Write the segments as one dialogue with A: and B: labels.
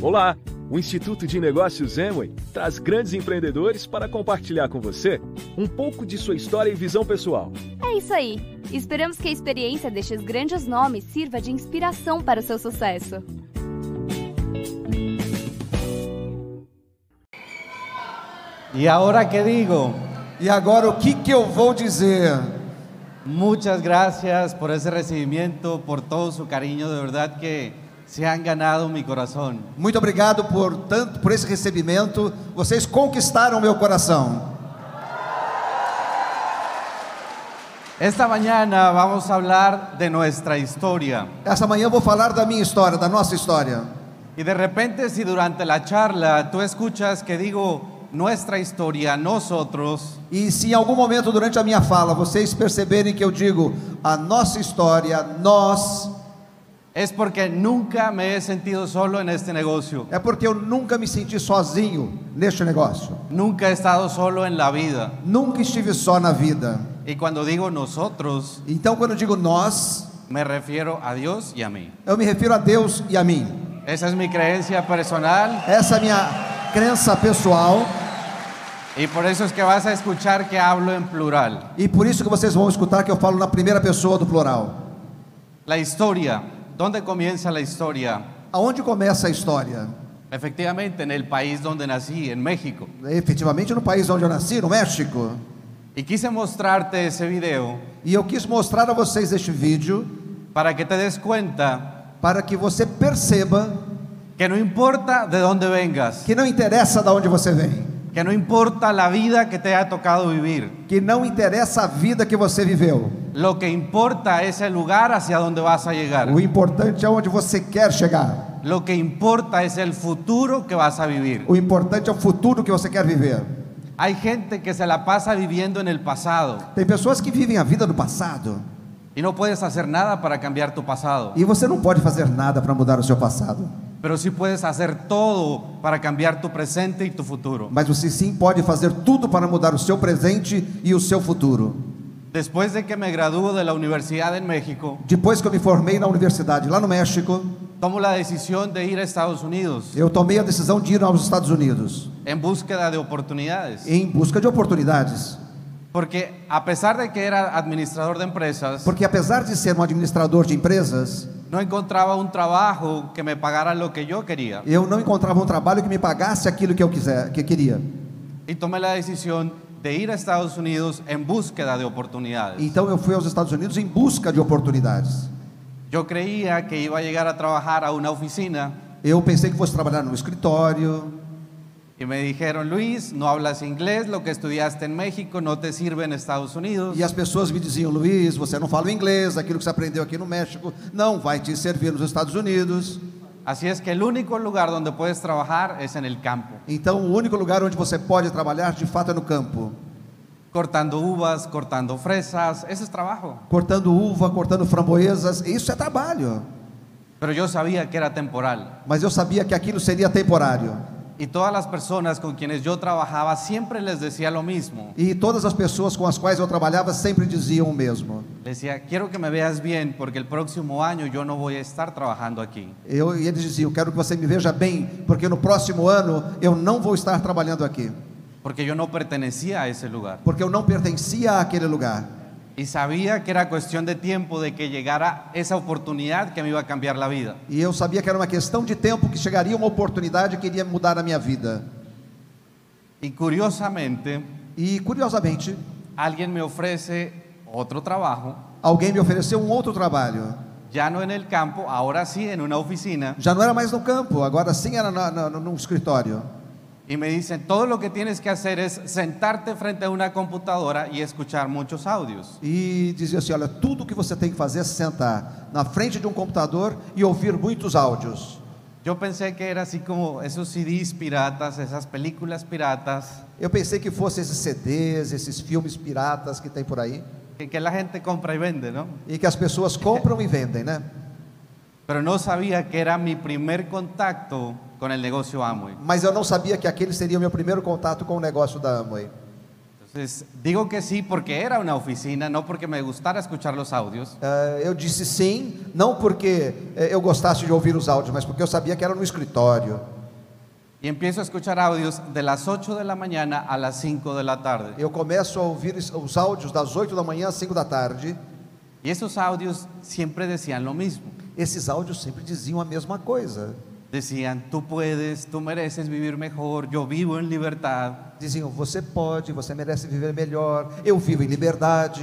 A: Olá! O Instituto de Negócios Emway traz grandes empreendedores para compartilhar com você um pouco de sua história e visão pessoal.
B: É isso aí! Esperamos que a experiência destes grandes nomes sirva de inspiração para o seu sucesso.
C: Y ahora que digo,
D: E agora o que, que eu vou dizer?
C: muchas gracias por ese recibimiento, por todo su cariño, de verdad que se han ganado mi corazón.
D: Muito obrigado por tanto por esse recebimento. Vocês conquistaram meu coração.
C: Esta mañana vamos a hablar de nuestra historia.
D: Essa manhã eu vou falar da minha história, da nossa história.
C: Y de repente si durante la charla tú escuchas que digo nuestra historia, nosotros,
D: E se em algum momento durante a minha fala vocês perceberem que eu digo a nossa história, nós,
C: es porque nunca me he sentido solo en este negocio.
D: é porque eu nunca me senti sozinho neste negócio.
C: Nunca he estado solo en la vida.
D: Nunca estive só na vida.
C: Y cuando digo nosotros,
D: Então, quando eu digo nós,
C: me refiero a Dios y a mí.
D: eu me refiro a Deus e a mim.
C: Esa es mi creencia personal
D: Essa é a minha crença pessoal
C: y por eso es que vas a escuchar que hablo en plural.
D: e por isso que vocês vão escutar que eu falo na primeira pessoa do plural.
C: La historia, ¿dónde comienza la historia?
D: Aonde começa a história?
C: Efectivamente, en el país donde nací, en México.
D: Né, Efetivamente no país onde eu nasci, no México.
C: Y quise mostrarte ese video
D: E eu quis mostrar a vocês este vídeo
C: para que te des cuenta
D: para que você perceba
C: que no importa de dónde vengas,
D: que não interessa de onde você vem,
C: que no importa la vida que te ha tocado vivir,
D: que não interessa a vida que você viveu.
C: lo que importa es el lugar hacia donde vas a llegar.
D: O importante é onde você quer chegar.
C: Lo que importa es el futuro que vas a vivir.
D: O importante é o futuro que você quer viver.
C: Hay gente que se la pasa viviendo en el pasado
D: Tem pessoas que vivem a vida do passado
C: y no puedes hacer nada para cambiar tu pasado,
D: e você não pode fazer nada para mudar o seu passado,
C: pero sí puedes hacer todo para cambiar tu presente y tu futuro.
D: mas você sim pode fazer tudo para mudar o seu presente e o seu futuro.
C: Después de que me gradúo de la Universidad en México,
D: Depois que eu me formei na universidade lá no México,
C: tomo la decisión de ir a Estados Unidos
D: eu tomei a decisão de ir aos Estados Unidos
C: en búsqueda de oportunidades,
D: em busca de oportunidades,
C: porque a pesar de que era administrador de empresas,
D: porque apesar de ser um administrador de empresas,
C: no encontraba un trabajo que me pagara lo que yo quería
D: eu não encontrava um trabalho que me pagasse aquilo que eu quiser, que queria.
C: y tomé la decisión de ir a Estados Unidos en búsqueda de oportunidades.
D: Então eu fui aos Estados Unidos em busca de oportunidades.
C: Yo creía que iba a llegar a trabajar a una oficina
D: Eu pensei que fosse trabalhar no escritório,
C: y me dijeron, Luis, no hablas inglés, lo que estudiaste en México no te sirve en Estados Unidos.
D: E as pessoas me diziam, Luiz, você não fala inglês, aquilo que você aprendeu aqui no México não vai te servir nos Estados Unidos.
C: Así es que el único lugar donde puedes trabajar es en el campo,
D: Então, o único lugar onde você pode trabalhar de fato é no campo,
C: cortando uvas, cortando fresas, ese es trabajo.
D: cortando uva, cortando framboesas, isso é trabalho.
C: Pero yo sabía que era temporal.
D: Mas eu sabia que aquilo seria temporário.
C: Y todas las personas con quienes yo trabajaba siempre les decía lo mismo.
D: E todas as pessoas com as quais eu trabalhava sempre diziam o mesmo.
C: Les decía, quiero que me veas bien porque el próximo año yo no voy a estar trabajando aquí.
D: Eu, e eles diziam, quero que você me veja bem, porque no próximo ano eu não vou estar trabalhando aqui,
C: Porque yo no pertenecía a esse lugar.
D: porque eu não pertencia àquele lugar.
C: Y sabía que era cuestión de tiempo de que llegara esa oportunidad que me iba a cambiar la vida.
D: E eu sabia que era uma questão de tempo que chegaria uma oportunidade que iria mudar a minha vida.
C: Y curiosamente,
D: E curiosamente,
C: alguien me ofrece otro trabajo,
D: alguém me ofereceu um outro trabalho.
C: ya no en el campo, ahora sí en uma oficina,
D: Já não era mais no campo, agora sim era na, na, no- num escritório.
C: y me dicen, todo lo que tienes que hacer es sentarte frente a una computadora y escuchar muchos audios.
D: E dizia assim: olha, tudo que você tem que fazer é se sentar na frente de um computador e ouvir muitos áudios.
C: Yo pensé que era así como esos CDs piratas, esas películas piratas,
D: Eu pensei que fossem esses CDs, esses filmes piratas que tem por aí,
C: que, que la gente compra y vende, ¿no?
D: e que as pessoas compram e vendem, né?
C: Pero no sabía que era mi primer contacto con el negocio Amway.
D: Mas eu não sabia que aquele seria o meu primeiro contato com o negócio da Amway.
C: Entonces, digo que sí porque era una oficina, no porque me gustara escuchar los audios.
D: Ah, eu disse sim, não porque eh, eu gostasse de ouvir os áudios, mas porque eu sabia que era no escritório.
C: Y empiezo a escuchar audios de las 8 de la mañana a las 5 de la tarde.
D: Eu começo a ouvir es- os áudios das 8 da manhã às 5 da tarde.
C: Y esos audios siempre decían lo mismo.
D: Esses áudios sempre diziam a mesma coisa.
C: Decían, tú puedes, tú mereces vivir mejor, yo vivo en libertad.
D: Diziam: você pode, você merece viver melhor, eu vivo em liberdade.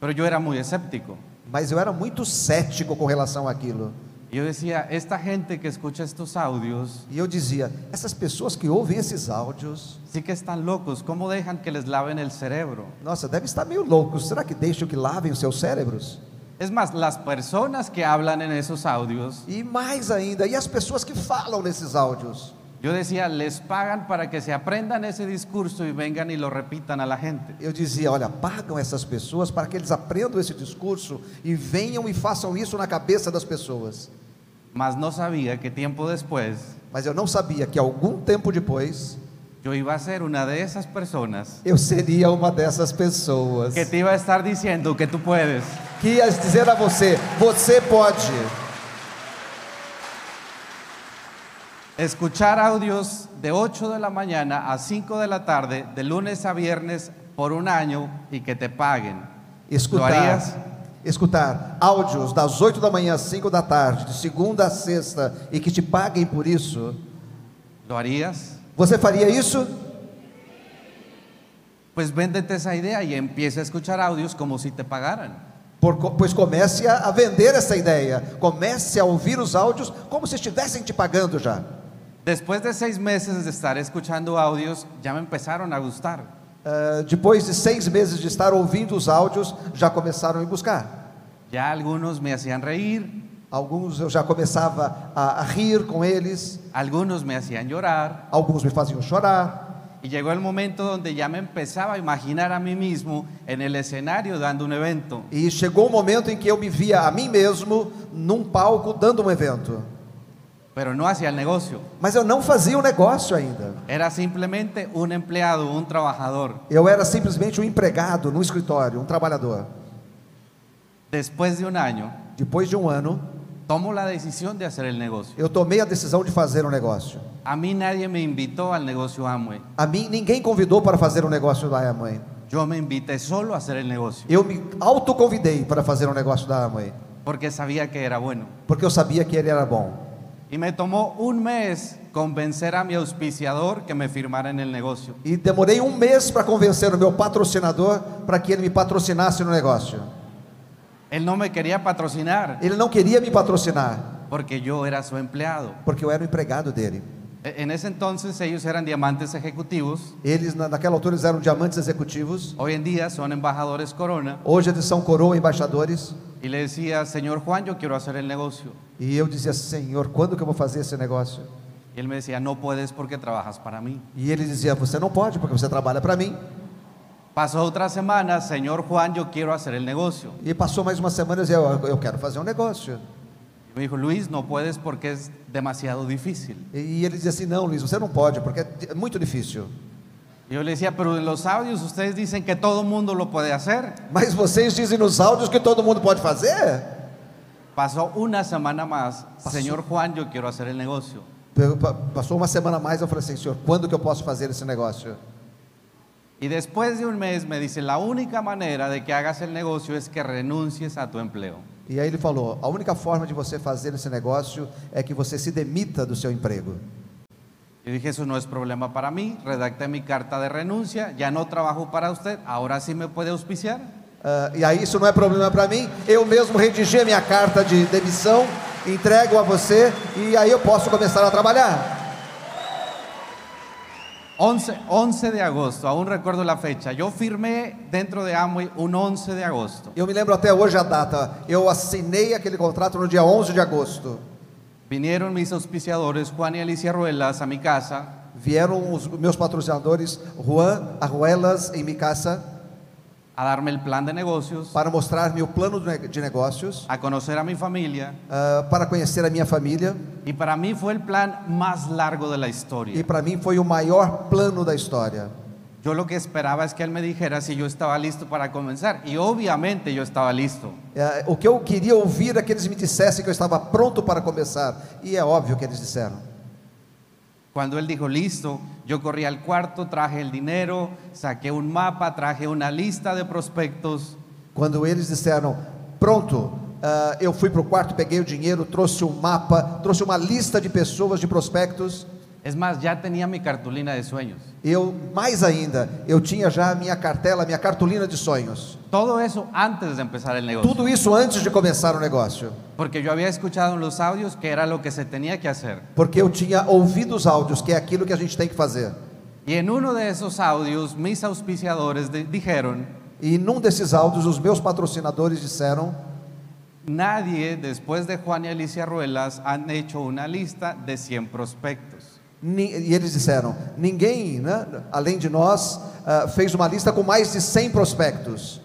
C: Pero yo era muy escéptico.
D: Mas eu era muito cético com relação àquilo.
C: Y Yo decía, esta gente que escucha estos audios,
D: E eu dizia: essas pessoas que ouvem esses áudios,
C: sí que están locos, ¿cómo dejan que les laven el cerebro?
D: nossa, devem estar meio loucos. Será que deixam que lavem os seus cérebros?
C: Es más, las personas que hablan en esos audios,
D: E mais ainda, e as pessoas que falam nesses áudios?
C: yo decía, les pagan para que se aprendan ese discurso y vengan y lo repitan a la gente.
D: Eu dizia, olha, pagam essas pessoas para que eles aprendam esse discurso e venham e façam isso na cabeça das pessoas.
C: Mas no sabía que tiempo después
D: Mas eu não sabia que algum tempo depois
C: yo iba a ser una de esas personas
D: eu seria uma dessas pessoas
C: que te iba a estar diciendo que tú puedes.
D: que ia dizer a você, você pode.
C: Escuchar audios de 8 de la mañana a 5 de la tarde, de lunes a viernes, por un año y que te paguen. ¿Lo
D: Escutar,
C: harías?
D: escutar áudios das 8 da manhã às 5 da tarde, de segunda a sexta, e que te paguem por isso.
C: ¿Lo harías?
D: Você faria isso?
C: Pues véndete esa idea y empieza a escuchar audios como si te pagaran.
D: Por co- pois comece a, a vender essa ideia. Comece a ouvir os áudios como se estivessem te pagando já.
C: Después de seis meses de estar escuchando audios, ya me empezaron a gustar.
D: Ah, depois de seis meses de estar ouvindo os áudios, já começaram a me buscar.
C: Ya algunos me hacían reír,
D: Alguns eu já começava a, a rir com eles,
C: algunos me hacían llorar.
D: alguns me faziam chorar.
C: Y llegó el momento donde ya me empezaba a imaginar a mí mismo en el escenario dando un evento.
D: E chegou o momento em que eu me via a mim mesmo num palco dando um evento.
C: Pero no hacia el negocio.
D: Mas eu não fazia o negócio ainda.
C: Era simplemente un empleado, un trabajador.
D: Eu era simplesmente um empregado no escritório, um trabalhador.
C: Después de un año,
D: Depois de um ano,
C: tomo la decisión de hacer el negocio.
D: eu tomei a decisão de fazer um negócio.
C: A mí nadie me invitó al negocio Amway.
D: A mim ninguém convidou para fazer um negócio da Amway.
C: Yo me invité solo a hacer el negocio
D: Eu me autoconvidei para fazer um negócio da Amway,
C: porque sabía que era bueno.
D: porque eu sabia que ele era bom.
C: Y me tomó un mes convencer a mi auspiciador que me firmara en el negocio.
D: E demorei um mês para convencer o meu patrocinador para que ele me patrocinasse no negócio.
C: Él no me quería patrocinar
D: Ele não queria me patrocinar,
C: porque yo era su empleado.
D: porque eu era o empregado dele.
C: E- En ese entonces ellos eran diamantes ejecutivos.
D: Eles, na- naquela altura, eles eram diamantes executivos.
C: Hoy en día son embajadores Corona.
D: Hoje eles são coroa embaixadores.
C: Y le decía, señor Juan, yo quiero hacer el negocio.
D: E eu dizia, Senhor, quando que eu vou fazer esse negócio?
C: Y él me decía, no puedes porque trabajas para mí.
D: E ele dizia, você não pode, porque você trabalha para mim.
C: Pasó otra semana, señor Juan, yo quiero hacer el negocio.
D: E passou mais uma semana e dizia, eu, eu quero fazer um negócio.
C: Y me dijo, Luis, no puedes porque es demasiado difícil.
D: E ele dizia assim, não, Luiz, você não pode, porque é di- é muito difícil.
C: Y yo le decía, pero en los audios ustedes dicen que todo mundo lo puede hacer.
D: Mas vocês dizem nos áudios que todo mundo pode fazer?
C: Pasó una semana más, señor Juan, yo quiero hacer el negocio.
D: Eu pa- Passou uma semana a mais, eu falei assim, senhor, quando que eu posso fazer esse negócio?
C: Y después de un mes me dice, la única manera de que hagas el negocio es que renuncies a tu empleo.
D: E aí ele falou, a única forma de você fazer esse negócio é que você se demita do seu emprego.
C: Y dije, eso no es problema para mí, redacté mi carta de renuncia, ya no trabajo para usted, ahora sí me puede auspiciar.
D: Ah, e aí isso não é problema para mim, eu mesmo redigi a minha carta de demissão, entrego a você e aí eu posso começar a trabalhar.
C: 11, 11 de agosto, aún recuerdo la fecha. Yo firmé dentro de Amway un 11 de agosto.
D: Eu me lembro até hoje a data, eu assinei aquele contrato no dia 11 de agosto.
C: Vinieron mis auspiciadores Juan y Alicia Ruelas a mi casa
D: Vieram os meus patrocinadores Juan Arruelas e Micasa
C: a darme el plan de negocios,
D: para mostrar-me o plano de ne- de negócios,
C: a conocer a mi familia
D: ah, para conhecer a minha família
C: y para mí fue el plan más largo de la
D: e
C: historia.
D: para mim foi o maior plano da história.
C: Yo lo que esperaba es que él me dijera si yo estaba listo para comenzar. E obviamente eu estava listo.
D: É, o que eu queria ouvir é que eles me dissessem que eu estava pronto para começar. E é óbvio que eles disseram.
C: Cuando él dijo listo, yo corrí al cuarto, traje el dinero, saqué un mapa, traje una lista de prospectos.
D: Quando eles disseram pronto, ah, eu fui para o quarto, peguei o dinheiro, trouxe um mapa, trouxe uma lista de pessoas, de prospectos.
C: Es más, ya tenía mi cartulina de sueños.
D: Eu, mais ainda, eu tinha já a minha cartela, a minha cartolina de sonhos.
C: Todo eso antes de empezar el negocio.
D: Tudo isso antes de começar o negócio.
C: Porque yo había escuchado en los audios que era lo que se tenía que hacer.
D: Porque eu tinha ouvido os áudios, que é aquilo que a gente tem que fazer.
C: Y en uno de esos audios, mis auspiciadores de- dijeron,
D: E num desses áudios, os meus patrocinadores disseram:
C: nadie después de Juan y Alicia Ruelas han hecho una lista de 100 prospectos.
D: Ni- E eles disseram: ninguém, né, além de nós, ah, fez uma lista com mais de 100 prospectos.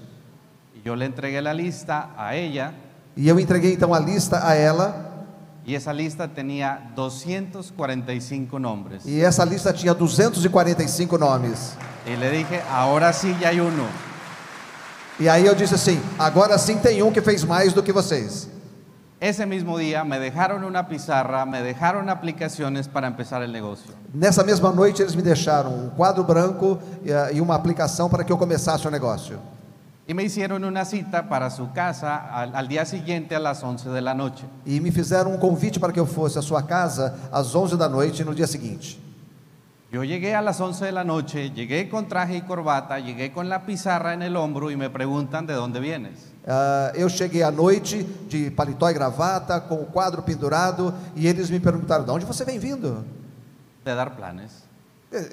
C: Y yo le entregué la lista a ella
D: E eu entreguei então a lista a ela,
C: y esa lista tenía 245 nombres.
D: e essa lista tinha 245 nomes.
C: Y le dije, ahora sí ya hay uno.
D: E aí eu disse assim: agora sim tem um que fez mais do que vocês.
C: Ese mismo día me dejaron una pizarra, me dejaron aplicaciones para empezar el negocio.
D: Nessa mesma noite, eles me deixaram um quadro branco e, ah, e uma aplicação para que eu começasse o negócio.
C: Y me hicieron una cita para su casa al, al día siguiente a las 11 de la noche.
D: E me fizeram um convite para que eu fosse à sua casa às 11 da noite no dia seguinte.
C: Yo llegué a las 11 de la noche, llegué con traje y corbata, llegué con la pizarra en el hombro y me preguntan de dónde vienes.
D: Ah, eu cheguei à noite de paletó e gravata, com o quadro pendurado, e eles me perguntaram: de onde você vem vindo?
C: De dar planes.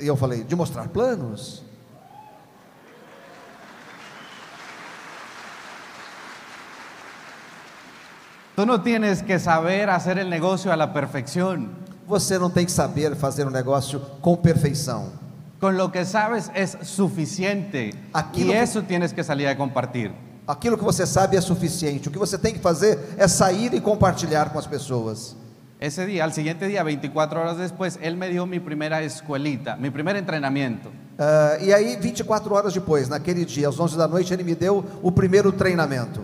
D: E eu falei: de mostrar planos.
C: Tú no tienes que saber hacer el negocio a la perfección.
D: Você não tem que saber fazer um negócio com perfeição.
C: Con lo que sabes es suficiente.
D: Aquí
C: y
D: lo que-
C: eso tienes que salir a compartir.
D: Aquilo que você sabe é suficiente. O que você tem que fazer é sair e compartilhar com as pessoas.
C: Ese día, al siguiente día, 24 horas después, él me dio mi primera escuelita, mi primer entrenamiento.
D: Ah, e aí, 24 horas depois, naquele dia, às 11 da noite, ele me deu o primeiro treinamento.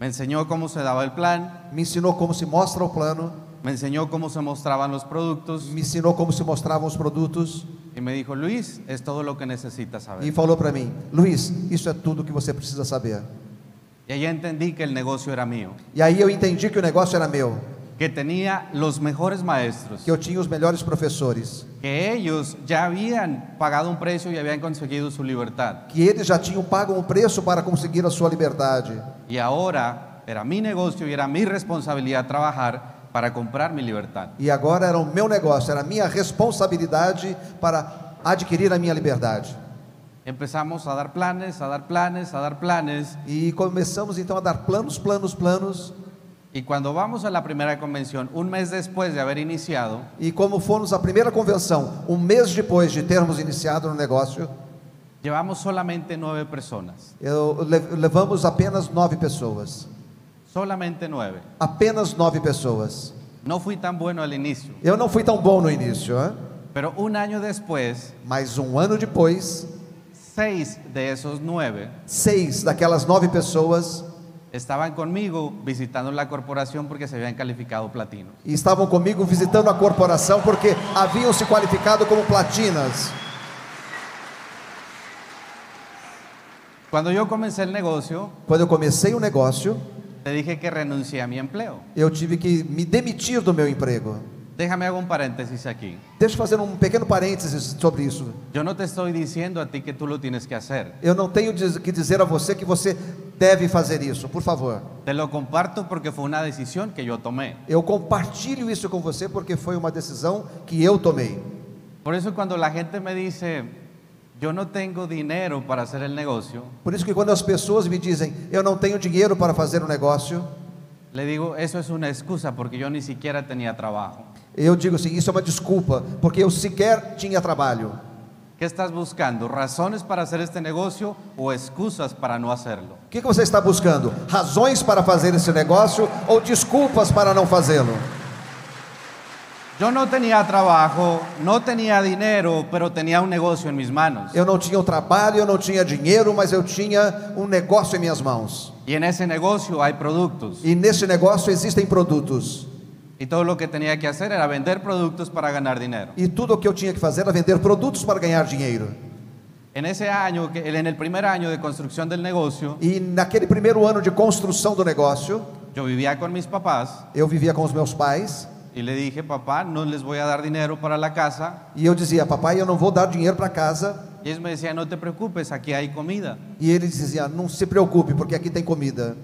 C: Me enseñó cómo se daba el plan,
D: Me ensinou como se mostra o plano,
C: me enseñó cómo se mostraban los productos
D: me ensinou como se mostravam os produtos
C: y me dijo, Luis, es todo lo que necesitas
D: e
C: saber.
D: falou para mim: Luiz, isso é tudo que você precisa saber.
C: Y ahí entendí que el negocio era mío,
D: E aí eu entendi que o negócio era meu,
C: que tenía los mejores maestros,
D: que eu tinha os melhores professores,
C: que ellos ya habían pagado un precio y habían conseguido su libertad.
D: que eles já tinham pago um preço para conseguir a sua liberdade.
C: Y ahora era mi negocio y era mi responsabilidad trabajar para comprar mi libertad.
D: E agora era o meu negócio, era a minha responsabilidade para adquirir a minha liberdade.
C: Empezamos a dar planes, a dar planes, a dar planes.
D: E começamos então a dar planos, planos, planos.
C: Y cuando vamos a la primera convención, un mes después de haber iniciado,
D: E como fomos à primeira convenção, um mês depois de termos iniciado no negócio,
C: llevamos solamente nueve personas.
D: eu, le- levamos apenas nove pessoas.
C: Solamente nueve.
D: Apenas nove pessoas.
C: No fui tan bueno al inicio,
D: Eu não fui tão bom no início, hã?
C: pero un año después,
D: mas um ano depois,
C: seis de esos nueve
D: seis daquelas nove pessoas
C: estaban conmigo visitando la corporación porque se habían calificado platino.
D: estavam comigo visitando a corporação porque haviam se qualificado como platinas.
C: Cuando yo comencé el negocio,
D: Quando eu comecei o negócio,
C: te dije que renuncié a mi empleo.
D: eu tive que me demitir do meu emprego.
C: Déjame hago un paréntesis aquí.
D: Deixa eu fazer um pequeno parênteses sobre isso.
C: Yo no te estoy diciendo a ti que tú lo tienes que hacer.
D: Eu não tenho diz- que dizer a você que você deve fazer isso, por favor.
C: Te lo comparto porque fue una decisión que yo tomé.
D: Eu compartilho isso com você porque foi uma decisão que eu tomei.
C: Por eso cuando la gente me dice, yo no tengo dinero para hacer el negocio,
D: Por isso que quando as pessoas me dizem, eu não tenho dinheiro para fazer um o negocio,
C: le digo, eso es una excusa porque yo ni siquiera tenía trabajo.
D: eu digo assim, isso é uma desculpa, porque eu sequer tinha trabalho.
C: ¿Qué estás buscando? ¿Razones para hacer este negocio o excusas para no hacerlo?
D: O que, que você está buscando? Razões para fazer esse negócio ou desculpas para não fazê-lo?
C: Yo no tenía trabajo, no tenía dinero, pero tenía um negócio em minhas manos.
D: Eu não tinha um trabalho, eu não tinha dinheiro, mas eu tinha um negócio em minhas mãos.
C: E nesse negócio há produtos.
D: E nesse negócio existem produtos.
C: E tudo o que tinha que fazer era vender produtos para ganhar dinheiro.
D: E tudo o que eu tinha que fazer era vender produtos para ganhar dinheiro.
C: En ese año, que- en el primer año de construcción del negocio,
D: E naquele primeiro ano de construção do negócio,
C: yo vivía con mis papás
D: eu vivia com os meus pais
C: y le dije, papá, no les voy a dar dinero para la casa.
D: e eu dizia: "Papai, eu não vou dar dinheiro para casa".
C: Y ellos me decían, no te preocupes, aquí hay comida.
D: E ele dizia: "Não se preocupe, porque aqui tem comida".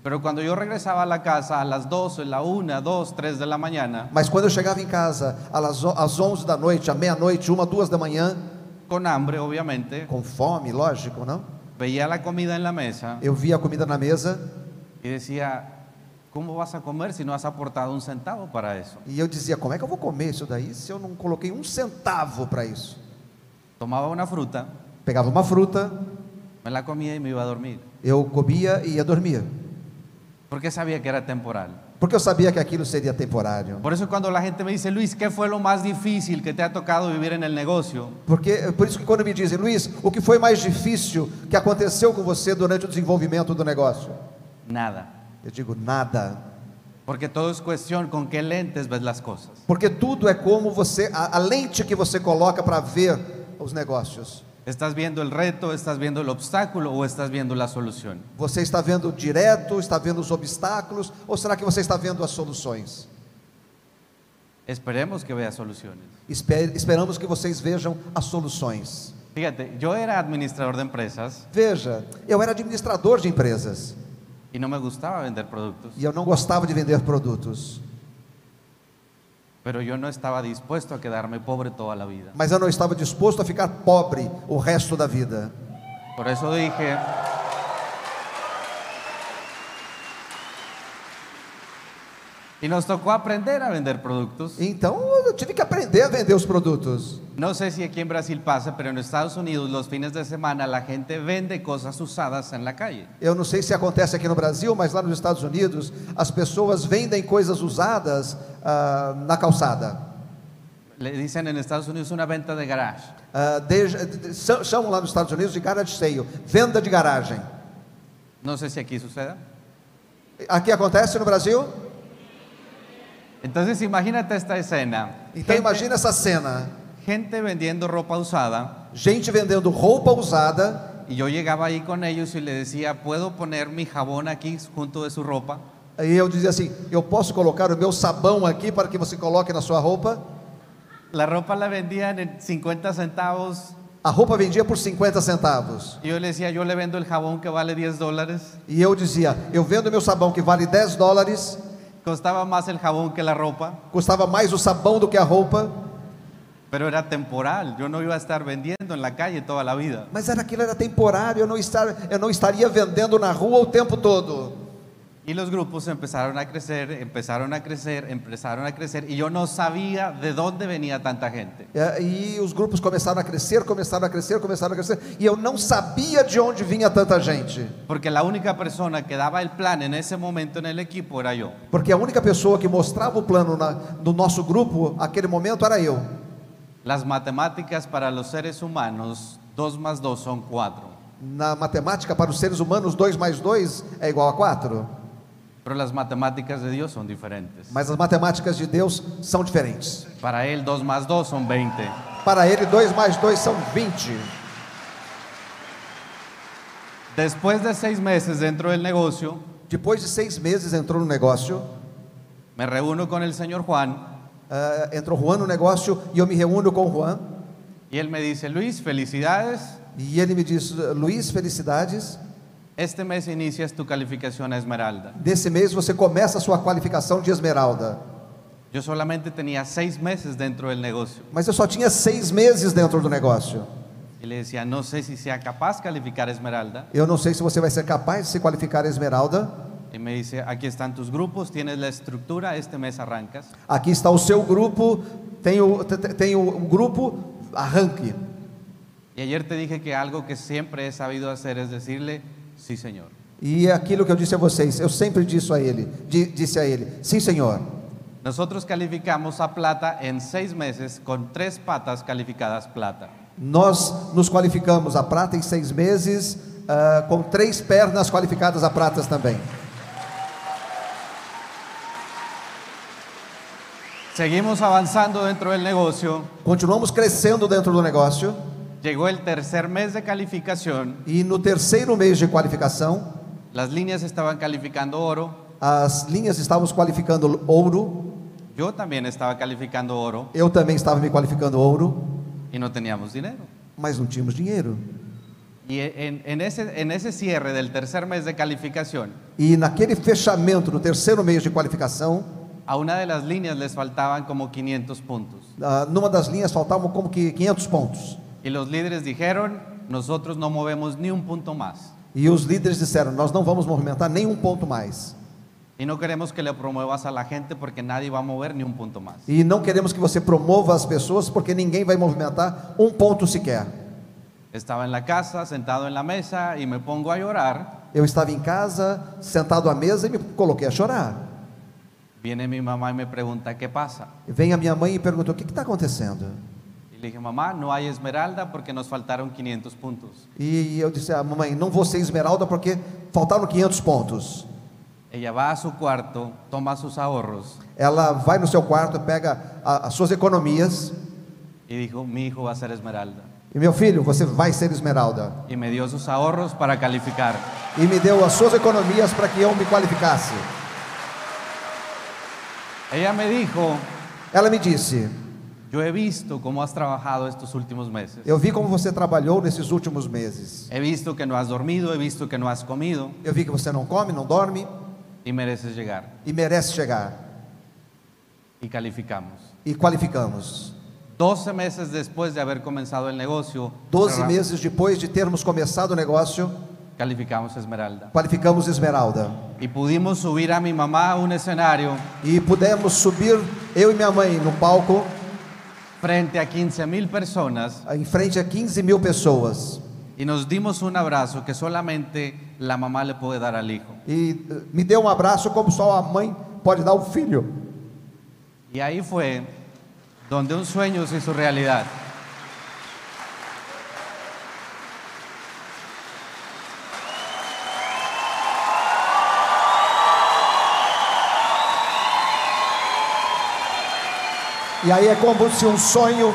C: Pero cuando yo regresaba a la casa a las 12, la 1, 2, 3 de la mañana,
D: Mas quando eu chegava em casa às on- às 11 da noite, à meia-noite, uma, duas da manhã,
C: con hambre obviamente,
D: com fome, lógico, não?
C: veía la comida en la mesa
D: Eu via a comida na mesa
C: y decía, ¿cómo vas a comer si no has aportado un centavo para eso?
D: e eu dizia: "Como é que eu vou comer isso daí se eu não coloquei um centavo para isso?".
C: Tomaba una fruta,
D: Pegava uma fruta,
C: me la comía y me iba a dormir,
D: eu comia e ia dormir,
C: porque sabía que era temporal.
D: porque eu sabia que aquilo seria temporário.
C: Por eso cuando la gente me dice, Luis, ¿qué fue lo más difícil que te ha tocado vivir en el negocio?
D: Porque por isso que quando me dizem, Luiz, o que foi mais difícil que aconteceu com você durante o desenvolvimento do negócio?
C: Nada.
D: Eu digo nada,
C: Porque todo es cuestión con qué lentes ves las cosas.
D: porque tudo é como você a, a lente que você coloca para ver os negócios.
C: ¿Estás viendo el reto, estás viendo el obstáculo o estás viendo la solución?
D: Você está vendo direto, está vendo os obstáculos, ou será que você está vendo as soluções?
C: Esperemos que veas soluciones.
D: Espe- esperamos que vocês vejam as soluções.
C: Fíjate, yo era administrador de empresas
D: Veja, eu era administrador de empresas
C: y no me gustaba vender productos,
D: e eu não gostava de vender produtos,
C: pero yo no estaba dispuesto a quedarme pobre toda la vida.
D: mas eu não estava disposto a ficar pobre o resto da vida.
C: Por eso dije, y nos tocó aprender a vender productos.
D: Então eu tive que aprender a vender os produtos.
C: No sé si aquí en Brasil pasa, pero en Estados Unidos los fines de semana la gente vende cosas usadas en la calle.
D: Eu não sei se acontece aqui no Brasil, mas lá nos Estados Unidos as pessoas vendem coisas usadas ah, na calçada.
C: Le dicen en Estados Unidos una venta de garage.
D: Ah, desde- de- cha- chamam lá nos Estados Unidos de garage sale, venda de garagem.
C: No sé si aquí suceda.
D: Aqui acontece no Brasil?
C: Entonces imagínate esta escena.
D: Então imagina essa cena:
C: gente vendiendo ropa usada
D: gente vendendo roupa usada
C: y yo llegaba ahí con ellos y le decía, ¿puedo poner mi jabón aquí junto de su ropa?
D: e eu dizia assim: eu posso colocar o meu sabão aqui para que você coloque na sua roupa?
C: La ropa la vendían en 50 centavos
D: A roupa vendia por 50 centavos.
C: y yo le decía, yo le vendo el jabón que vale 10 dólares.
D: E eu dizia: eu vendo meu sabão que vale 10 dólares.
C: Costaba más el jabón que la ropa,
D: Custava mais o sabão do que a roupa,
C: pero era temporal. Yo no iba a estar vendiendo en la calle toda la vida.
D: mas era aquilo era temporário, eu não, estar, eu não estaria vendendo na rua o tempo todo.
C: Y los grupos empezaron a crecer, empezaron a crecer, empezaron a crecer y yo no sabía de dónde venía tanta gente.
D: É, E os grupos começaram a crescer, começaram a crescer, começaram a crescer, e eu não sabia de onde vinha tanta gente,
C: Porque la única persona que daba el plan en ese momento en el equipo era yo.
D: porque a única pessoa que mostrava o plano na, no nosso grupo naquele momento era eu.
C: Las matemáticas para los seres humanos, 2 más 2 son 4.
D: Na matemática, para os seres humanos, 2 mais 2 é igual a 4,
C: Pero las matemáticas de Dios son diferentes.
D: mas as matemáticas de Deus são diferentes.
C: Para Él 2 más 2 son 20.
D: Para ele, 2 mais 2 são 20.
C: Después de seis meses dentro del negocio,
D: Depois de seis meses entrou no negócio,
C: me reúno con el señor Juan
D: Ah, entrou Juan no negócio e eu me reúno com o Juan
C: y él me dice, Luis, felicidades.
D: e ele me diz: Luiz, felicidades.
C: Este mes inicias tu calificación a Esmeralda.
D: Desse mês você começa a sua qualificação de esmeralda.
C: Yo solamente tenía seis meses dentro del negocio.
D: Mas eu só tinha seis meses dentro do negócio.
C: Y le decía, no sé si sea capaz calificar a Esmeralda.
D: Eu não sei se você vai ser capaz de se qualificar a esmeralda.
C: Y me dice, aquí están tus grupos, tienes la estructura, este mes arrancas.
D: Aqui está o seu grupo, tem o, te- te- tem o grupo arranque.
C: Y ayer te dije que algo que siempre he sabido hacer es decirle, sí señor.
D: E é aquilo que eu disse a vocês, eu sempre disse a ele, di- disse a ele, sim senhor.
C: Nosotros calificamos a plata en seis meses con tres patas calificadas plata.
D: Nós nos qualificamos a prata em seis meses, ah, com três pernas qualificadas a pratas também.
C: Seguimos avanzando dentro del negocio.
D: Continuamos crescendo dentro do negócio
C: Llegó el tercer mes de calificación.
D: e no terceiro mês de qualificação,
C: Las líneas estaban calificando oro.
D: as linhas estavam qualificando ouro,
C: Yo también estaba calificando oro
D: eu também estava me qualificando ouro,
C: y no teníamos dinero.
D: mas não tínhamos dinheiro.
C: Y en, en ese, en ese cierre del tercer mes de calificación,
D: E naquele fechamento, no terceiro mês de qualificação,
C: a una de las líneas les faltaban como 500 puntos.
D: ah, numa das linhas faltavam como que 500 pontos.
C: Y los líderes dijeron, nosotros no movemos ni un punto más.
D: E os líderes disseram: Nós não vamos movimentar nem um ponto mais.
C: Y no queremos que le promuevas a la gente porque nadie va a mover ni un punto más.
D: E não queremos que você promova as pessoas, porque ninguém vai movimentar um ponto sequer.
C: Estaba en la casa, sentado en la mesa y me pongo a llorar.
D: Eu estava em casa, sentado à mesa e me coloquei a chorar.
C: Viene mi mamá y me pregunta, ¿qué pasa?
D: Vem a minha mãe e perguntou: O que está acontecendo?
C: Y le dije, mamá, no hay esmeralda porque nos faltaron 500 puntos.
D: E eu disse: ah, Mamãe, não vou ser esmeralda porque faltaram 500 pontos.
C: Ella va a su cuarto, toma sus ahorros
D: Ela vai no seu quarto, pega a- as suas economias
C: y dijo, mi hijo va a ser esmeralda.
D: e: Meu filho, você vai ser esmeralda.
C: Y me dio sus ahorros para calificar.
D: e me deu as suas economias para que eu me qualificasse.
C: Ella me dijo,
D: Ela me disse:
C: yo he visto cómo has trabajado estos últimos meses.
D: Eu vi como você trabalhou nesses últimos meses.
C: He visto que no has dormido, he visto que no has comido
D: Eu vi que você não come, não dorme
C: y mereces llegar.
D: e merece chegar.
C: Y calificamos.
D: E qualificamos.
C: 12 meses después de haber comenzado el negocio,
D: 12
C: cerra-
D: meses depois de termos começado o negócio,
C: calificamos Esmeralda.
D: qualificamos Esmeralda.
C: Y pudimos subir a mi mamá a un escenario
D: E pudemos subir, eu e minha mãe, no palco,
C: frente a 15 mil personas
D: em frente a 15 mil pessoas.
C: y nos dimos un abrazo que solamente la mamá le puede dar al hijo.
D: E eh, me deu um abraço como só a mãe pode dar ao filho.
C: Y ahí fue donde un sueño se hizo realidad.
D: E aí é como se um sonho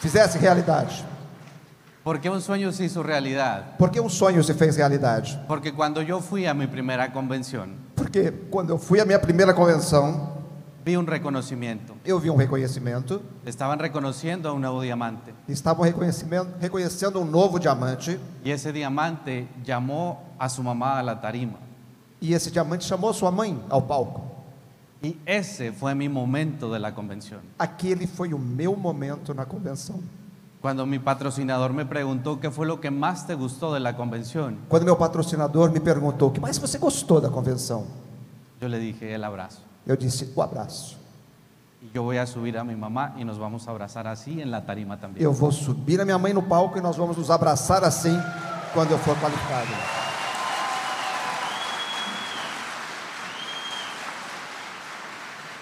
D: fizesse realidade.
C: ¿Por qué un sueño se hizo realidad?
D: Porque um sonho se fez realidade.
C: Porque cuando yo fui a mi primera convención,
D: Porque quando eu fui à minha primeira convenção,
C: vi un reconocimiento.
D: eu vi um reconhecimento.
C: Estaban reconociendo a un nuevo diamante.
D: Estavam reconhecimento- reconhecendo um novo diamante.
C: Y ese diamante llamó a su mamá a la tarima.
D: E esse diamante chamou sua mãe ao palco.
C: Y ese fue mi momento de la convención.
D: Aquele foi o meu momento na convenção.
C: Cuando mi patrocinador me preguntó qué fue lo que más te gustó de la convención,
D: Quando meu patrocinador me perguntou o que mais você gostou da convenção,
C: yo le dije el abrazo.
D: eu disse o abraço.
C: Y yo voy a subir a mi mamá y nos vamos a abrazar así en la tarima también.
D: Eu vou subir a minha mãe no palco e nós vamos nos abraçar assim quando eu for qualificado.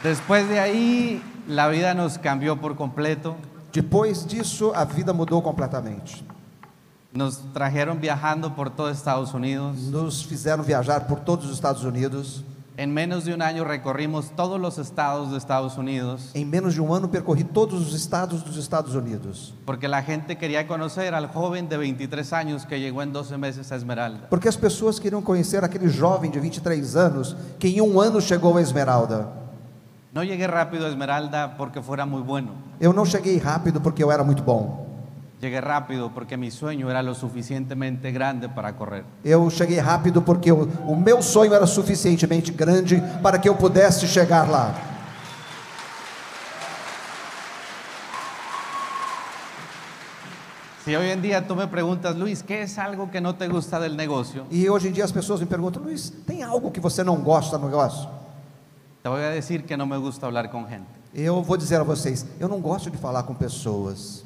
C: Después de ahí, la vida nos cambió por completo.
D: Depois disso, a vida mudou completamente.
C: Nos trajeron viajando por todo Estados Unidos.
D: Nos fizeram viajar por todos os Estados Unidos.
C: En menos de un año recorrimos todos los estados de Estados Unidos
D: Em menos de um ano, percorri todos os estados dos Estados Unidos.
C: porque la gente quería conocer al joven de 23 años que llegó en 12 meses a Esmeralda.
D: Porque as pessoas queriam conhecer aquele jovem de 23 anos que em um ano chegou a Esmeralda.
C: No llegué rápido a Esmeralda porque fuera muy bueno.
D: Eu não cheguei rápido porque eu era muito bom.
C: Llegué rápido porque mi sueño era lo suficientemente grande para correr.
D: Eu cheguei rápido porque eu- o meu sonho era suficientemente grande para que eu pudesse chegar lá.
C: Si hoy en día tú me preguntas, Luis, ¿qué es algo que no te gusta del negocio?
D: E hoje em dia as pessoas me perguntam, Luiz, tem algo que você não gosta no negócio?
C: Te voy a decir que no me gusta hablar con gente.
D: Eu vou dizer a vocês, eu não gosto de falar com pessoas.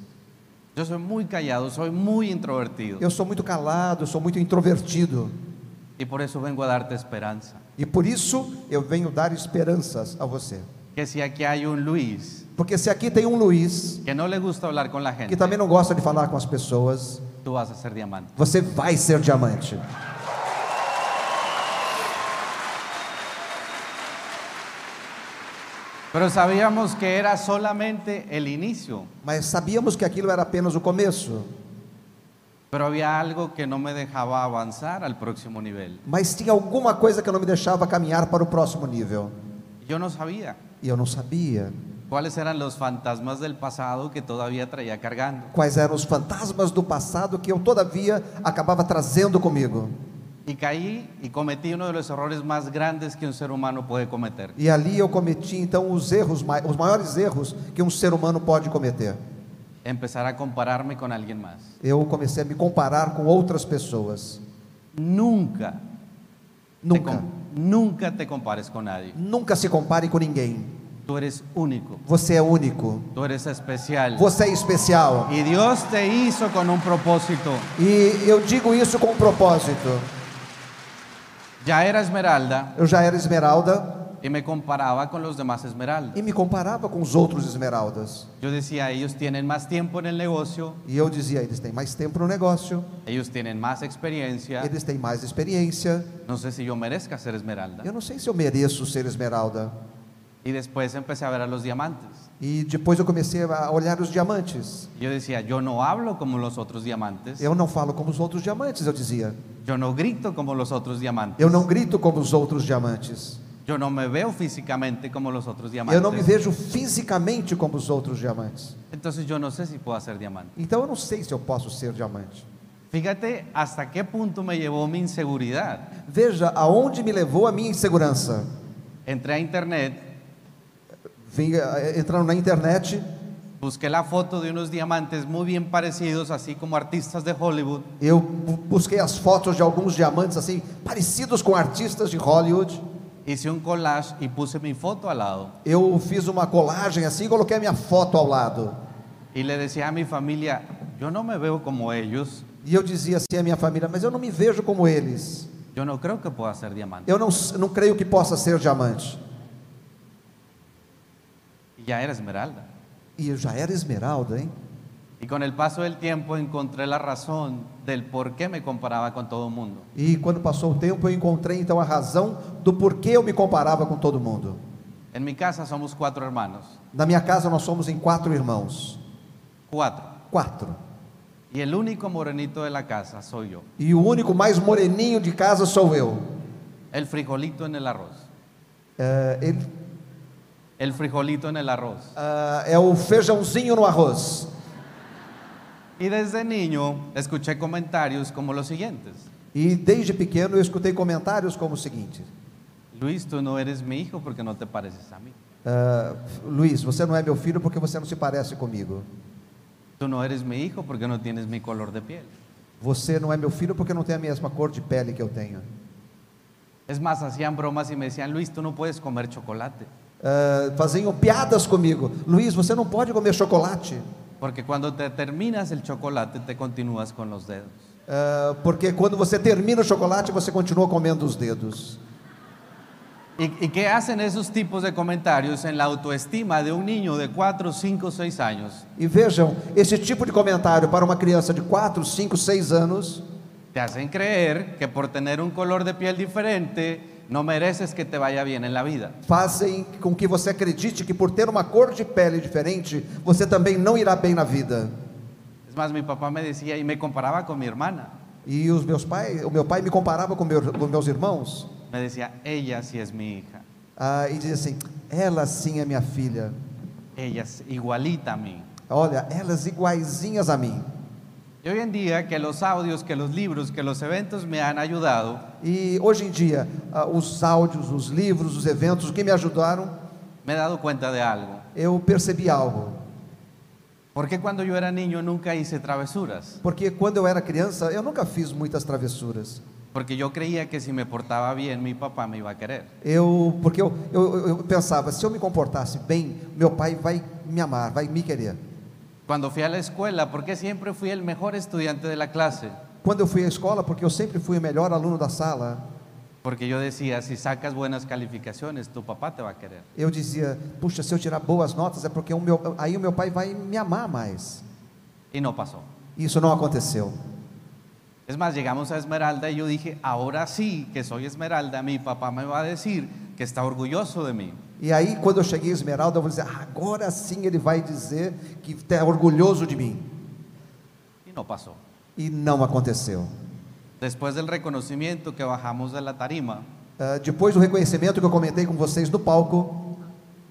C: Yo soy muy callado, soy muy introvertido
D: Eu sou muito calado, eu sou muito introvertido.
C: y por eso vengo a darte esperanza.
D: E por isso eu venho dar esperanças a você.
C: Que si aquí hay un Luis
D: Porque se aqui tem um Luiz
C: que no le gusta hablar con la gente,
D: que também não gosta de falar com as pessoas,
C: tú vas a ser diamante.
D: você vai ser diamante.
C: Pero sabíamos que era solamente el inicio,
D: Mas sabíamos que aquilo era apenas o começo.
C: pero había algo que no me dejaba avanzar al próximo nivel.
D: Mas tinha alguma coisa que não me deixava caminhar para o próximo nível.
C: Yo no sabía
D: E eu não sabia
C: cuáles eran los fantasmas del pasado que todavía traía cargando
D: quais eram os fantasmas do passado que eu todavia acabava trazendo comigo.
C: y caí y cometí uno de los errores más grandes que un ser humano puede cometer.
D: E ali eu cometi então os erros, mai- os maiores erros que um ser humano pode cometer.
C: Empezar a compararme con alguien más.
D: Eu comecei a me comparar com outras pessoas.
C: Nunca, te
D: Nunca,
C: com- nunca te compares con nadie.
D: nunca se compare com ninguém.
C: Tú eres único,
D: Você é único.
C: tú eres especial.
D: Você é especial.
C: Y Dios te hizo con un propósito.
D: E eu digo isso com um propósito.
C: Ya era esmeralda
D: Eu já era esmeralda
C: y me comparaba con los demás esmeraldas.
D: e me comparava com os outros esmeraldas.
C: Yo decía, ellos tienen más tiempo en el negocio,
D: E eu dizia, eles têm mais tempo no negócio,
C: ellos tienen más experiencia.
D: eles têm mais experiência.
C: No sé si yo merezca ser esmeralda.
D: Eu não sei se eu mereço ser esmeralda.
C: Y después empecé a ver a los diamantes.
D: E depois eu comecei a olhar os diamantes.
C: Yo decía, yo no hablo como los otros diamantes,
D: Eu não falo como os outros diamantes, eu dizia.
C: yo no grito como los otros diamantes,
D: Eu não grito como os outros diamantes.
C: yo no me veo físicamente como los otros
D: Eu não me
C: diamantes.
D: vejo fisicamente como os outros diamantes.
C: Entonces yo no sé si puedo hacer diamante.
D: Então eu não sei se eu posso ser diamante.
C: Fíjate hasta qué punto me llevó mi inseguridad.
D: Veja aonde me levou a minha insegurança.
C: Entré a internet,
D: Vim, eh, entrando na internet
C: busqué la foto de unos diamantes muy bien parecidos, así como artistas de Hollywood,
D: Eu bu- busquei as fotos de alguns diamantes assim, parecidos com artistas de Hollywood.
C: hice un collage y puse mi foto al lado.
D: Eu fiz uma colagem assim e coloquei a minha foto ao lado.
C: Y le decía a mi familia, yo no me veo como ellos,
D: E eu dizia assim à minha família: Mas eu não me vejo como eles.
C: yo no creo que pueda ser diamante.
D: Eu não, s- não creio que possa ser diamante.
C: Y ya era esmeralda.
D: E eu já era esmeralda, hein?
C: Y con el paso del tiempo encontré la razón del por qué me comparaba con todo el mundo.
D: E quando passou o tempo, eu encontrei então a razão do porquê eu me comparava com todo mundo.
C: En mi casa somos cuatro hermanos,
D: Na minha casa, nós somos em quatro irmãos.
C: cuatro.
D: Quatro.
C: Y el único morenito de la casa soy yo,
D: E o único mais moreninho de casa sou eu.
C: el frijolito en el arroz.
D: É, ele
C: El frijolito en el arroz.
D: Ah, é o feijãozinho no arroz.
C: Y desde niño escuché comentarios como los siguientes.
D: E desde pequeno eu escutei comentários como o seguinte:
C: Luis, tú no eres mi hijo porque no te pareces a mí.
D: ah, Luiz, você não é meu filho porque você não se parece comigo.
C: Tú no eres mi hijo porque no tienes mi color de piel.
D: Você não é meu filho porque não tem a mesma cor de pele que eu tenho.
C: Es más, hacían bromas y me decían, Luis, tú no puedes comer chocolate.
D: Ah, faziam piadas comigo. Luiz, você não pode comer chocolate.
C: Porque cuando te terminas el chocolate te continúas con los dedos.
D: ah, porque quando você termina o chocolate, você continua comendo os dedos.
C: ¿Y, y qué hacen esos tipos de comentarios en la autoestima de un niño de 4, 5, 6 años?
D: E vejam, esse tipo de comentário para uma criança de 4, 5, 6 anos
C: Te hacen creer que por tener un color de piel diferente no mereces que te vaya bien en la vida.
D: fazem com que você acredite que por ter uma cor de pele diferente, você também não irá bem na vida.
C: Es más, mi papá me decía y me comparaba con mi hermana.
D: E os meus pais, o meu pai me comparava com, meu, com meus irmãos
C: Me decía, ella sí es mi hija.
D: ah, e dizia assim: ela sim é minha filha.
C: Ella es igualita a mí.
D: Olha, elas iguaizinhas a mim.
C: Y hoy en día que los audios, que los libros, que los eventos me han ayudado,
D: E hoje em dia, ah, os áudios, os livros, os eventos, o que me ajudaram,
C: me he dado cuenta de algo.
D: eu percebi algo.
C: Porque cuando yo era niño nunca hice travesuras,
D: Porque quando eu era criança, eu nunca fiz muitas travessuras.
C: porque yo creía que si me portaba bien mi papá me iba a querer.
D: Eu, porque eu, eu, eu pensava, se eu me comportasse bem, meu pai vai me amar, vai me querer.
C: Cuando fui a la escuela, porque siempre fui el mejor estudiante de la clase,
D: Quando eu fui à escola, porque eu sempre fui o melhor aluno da sala,
C: Porque yo decía, si sacas buenas calificaciones, tu papá te va a querer.
D: Eu dizia, puxa, se eu tirar boas notas é porque o meu, aí o meu pai vai me amar mais.
C: Y no pasó.
D: Isso não aconteceu.
C: Es más, llegamos a Esmeralda y yo dije, ahora sí que soy Esmeralda, mi papá me va a decir que está orgulloso de mí.
D: E aí, quando eu cheguei em Esmeralda, eu vou dizer, "Ah, agora sim ele vai dizer que é orgulhoso de mim.
C: Y no pasó.
D: E não aconteceu.
C: Después del reconocimiento que bajamos de la tarima,
D: Ah, depois do reconhecimento que eu comentei com vocês no palco,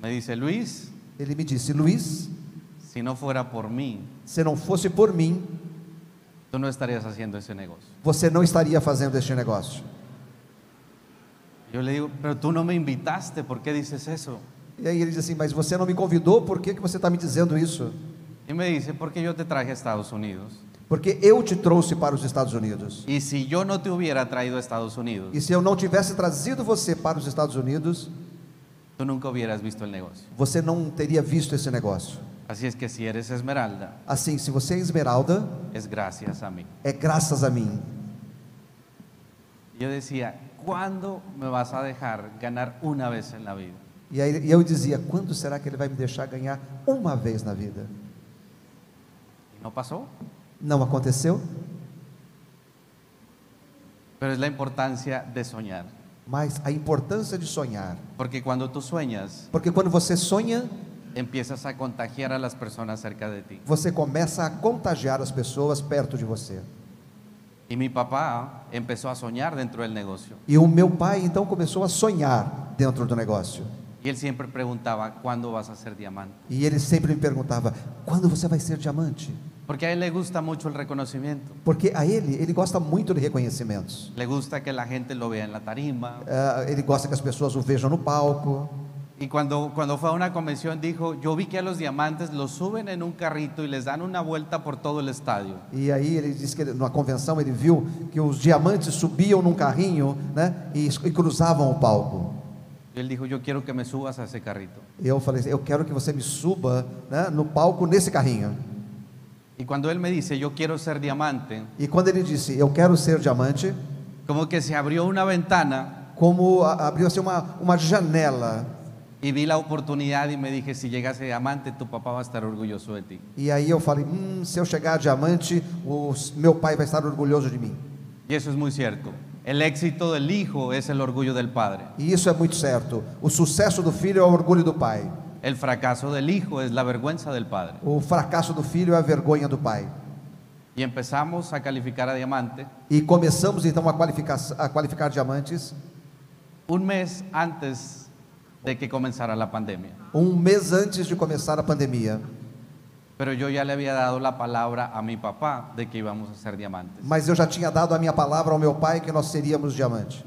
C: me dice, Luis,
D: ele me disse, Luiz,
C: si no fuera por mí,
D: se não fosse por mim,
C: tú no estarías haciendo ese negocio.
D: você não estaria fazendo este negócio.
C: Yo le digo, pero tú no me invitaste, ¿por qué dices eso?
D: E aí ele diz assim, mas você não me convidou, por que, que você está me dizendo isso?
C: Y me dice, porque yo te traje a Estados Unidos.
D: Porque eu te trouxe para os Estados Unidos.
C: Y si yo no te hubiera traído a Estados Unidos,
D: E se eu não tivesse trazido você para os Estados Unidos,
C: tú nunca hubieras visto el negocio.
D: você não teria visto esse negócio.
C: Así es que si eres Esmeralda,
D: Assim, se você é esmeralda,
C: es gracias a mí.
D: é graças a mim.
C: Yo decía, ¿cuándo me vas a dejar ganar una vez en la vida?
D: E aí e eu dizia, quando será que ele vai me deixar ganhar uma vez na vida?
C: Y no pasó.
D: Não aconteceu,
C: Pero es la importancia de soñar.
D: mas a importância de sonhar.
C: Porque cuando tú sueñas,
D: Porque quando você sonha,
C: empiezas a contagiar a las personas cerca de ti.
D: você começa a contagiar as pessoas perto de você.
C: Y mi papá empezó a soñar dentro del negocio.
D: E o meu pai então começou a sonhar dentro do negócio.
C: Y él siempre preguntaba, ¿cuándo vas a ser diamante?
D: E ele sempre me perguntava: "Quando você vai ser diamante?"
C: Porque a él le gusta mucho el reconocimiento.
D: Porque a ele, ele gosta muito de reconhecimentos.
C: Le gusta que la gente lo vea en la tarima.
D: Ah, ele gosta que as pessoas o vejam no palco.
C: Y cuando, cuando fue a una convención dijo, yo vi que a los diamantes los suben en un carrito y les dan una vuelta por todo el estadio.
D: E aí ele disse que ele, numa convenção ele viu que os diamantes subiam num carrinho, né, e, e cruzavam o palco.
C: Y él dijo, yo quiero que me subas a ese carrito.
D: E eu falei: assim, "Eu quero que você me suba, né, no palco nesse carrinho."
C: Y cuando él me dice, yo quiero ser diamante,
D: E quando ele disse: "Eu quero ser diamante",
C: como que se abrió una ventana
D: como a- abriu-se uma uma janela.
C: y vi la oportunidad y me dije, si llegas a diamante, tu papá va a estar orgulloso de ti.
D: E aí eu falei: "Hum, se eu chegar a diamante, os- meu pai vai estar orgulhoso de mim."
C: Y eso es muy cierto. El éxito del hijo es el orgullo del padre.
D: E isso é muito certo. O sucesso do filho é o orgulho do pai.
C: El fracaso del hijo es la vergüenza del padre.
D: O fracasso do filho é a vergonha do pai.
C: Y empezamos a calificar a diamante.
D: E começamos então a qualificar, a qualificar diamantes
C: un mes antes de que comenzara la pandemia.
D: um mês antes de começar a pandemia.
C: Pero yo ya le había dado la palabra a mi papá de que íbamos a ser diamantes.
D: Mas eu já tinha dado a minha palavra ao meu pai que nós seríamos diamante.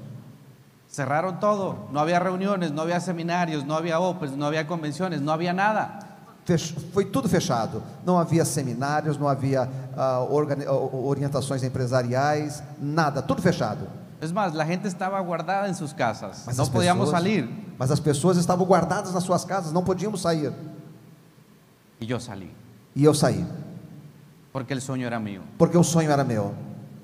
C: Cerraron todo, no había reuniones, no había seminarios, no había opens, no había convenciones, no había nada.
D: Fech- Foi tudo fechado. Não havia seminários, não havia ah, organi- ah, orientações empresariais, nada. Tudo fechado.
C: Es más, la gente estaba guardada en sus casas, no
D: as
C: podíamos salir.
D: mas as pessoas estavam guardadas nas suas casas, não podíamos sair.
C: Y yo salí,
D: E eu saí,
C: porque el sueño era mío.
D: porque o sonho era meu.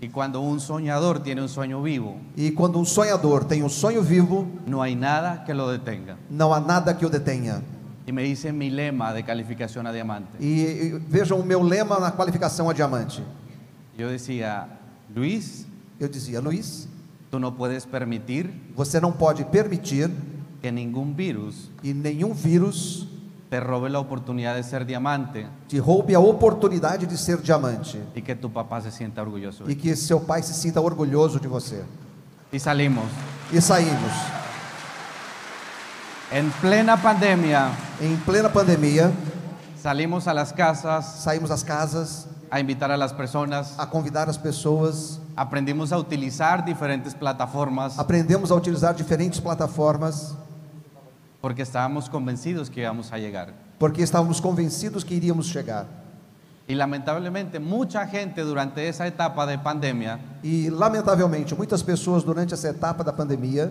C: Y cuando un soñador tiene un sueño vivo,
D: E quando um sonhador tem um sonho vivo,
C: no hay nada que lo detenga.
D: não há nada que o detenha.
C: Y me hice mi lema de calificación a diamante.
D: E, e vejam o meu lema na qualificação a diamante.
C: Yo decía, Luis,
D: Eu dizia, Luiz,
C: tú no puedes permitir
D: você não pode permitir
C: que ningún virus
D: que nenhum vírus
C: te robe la oportunidad de ser diamante
D: te roube a oportunidade de ser diamante
C: y que tu papá se sienta orgulloso.
D: e
C: de ti.
D: que seu pai se sinta orgulhoso de você.
C: Y salimos.
D: E saímos
C: En plena pandemia,
D: em plena pandemia,
C: salimos a las casas
D: saímos das casas
C: a invitar a las personas,
D: a convidar as pessoas,
C: aprendimos a utilizar diferentes plataformas
D: aprendemos a utilizar diferentes plataformas
C: porque estábamos convencidos que íbamos a llegar.
D: porque estávamos convencidos que iríamos chegar.
C: Y lamentablemente mucha gente durante esa etapa de pandemia
D: E lamentavelmente, muitas pessoas durante essa etapa da pandemia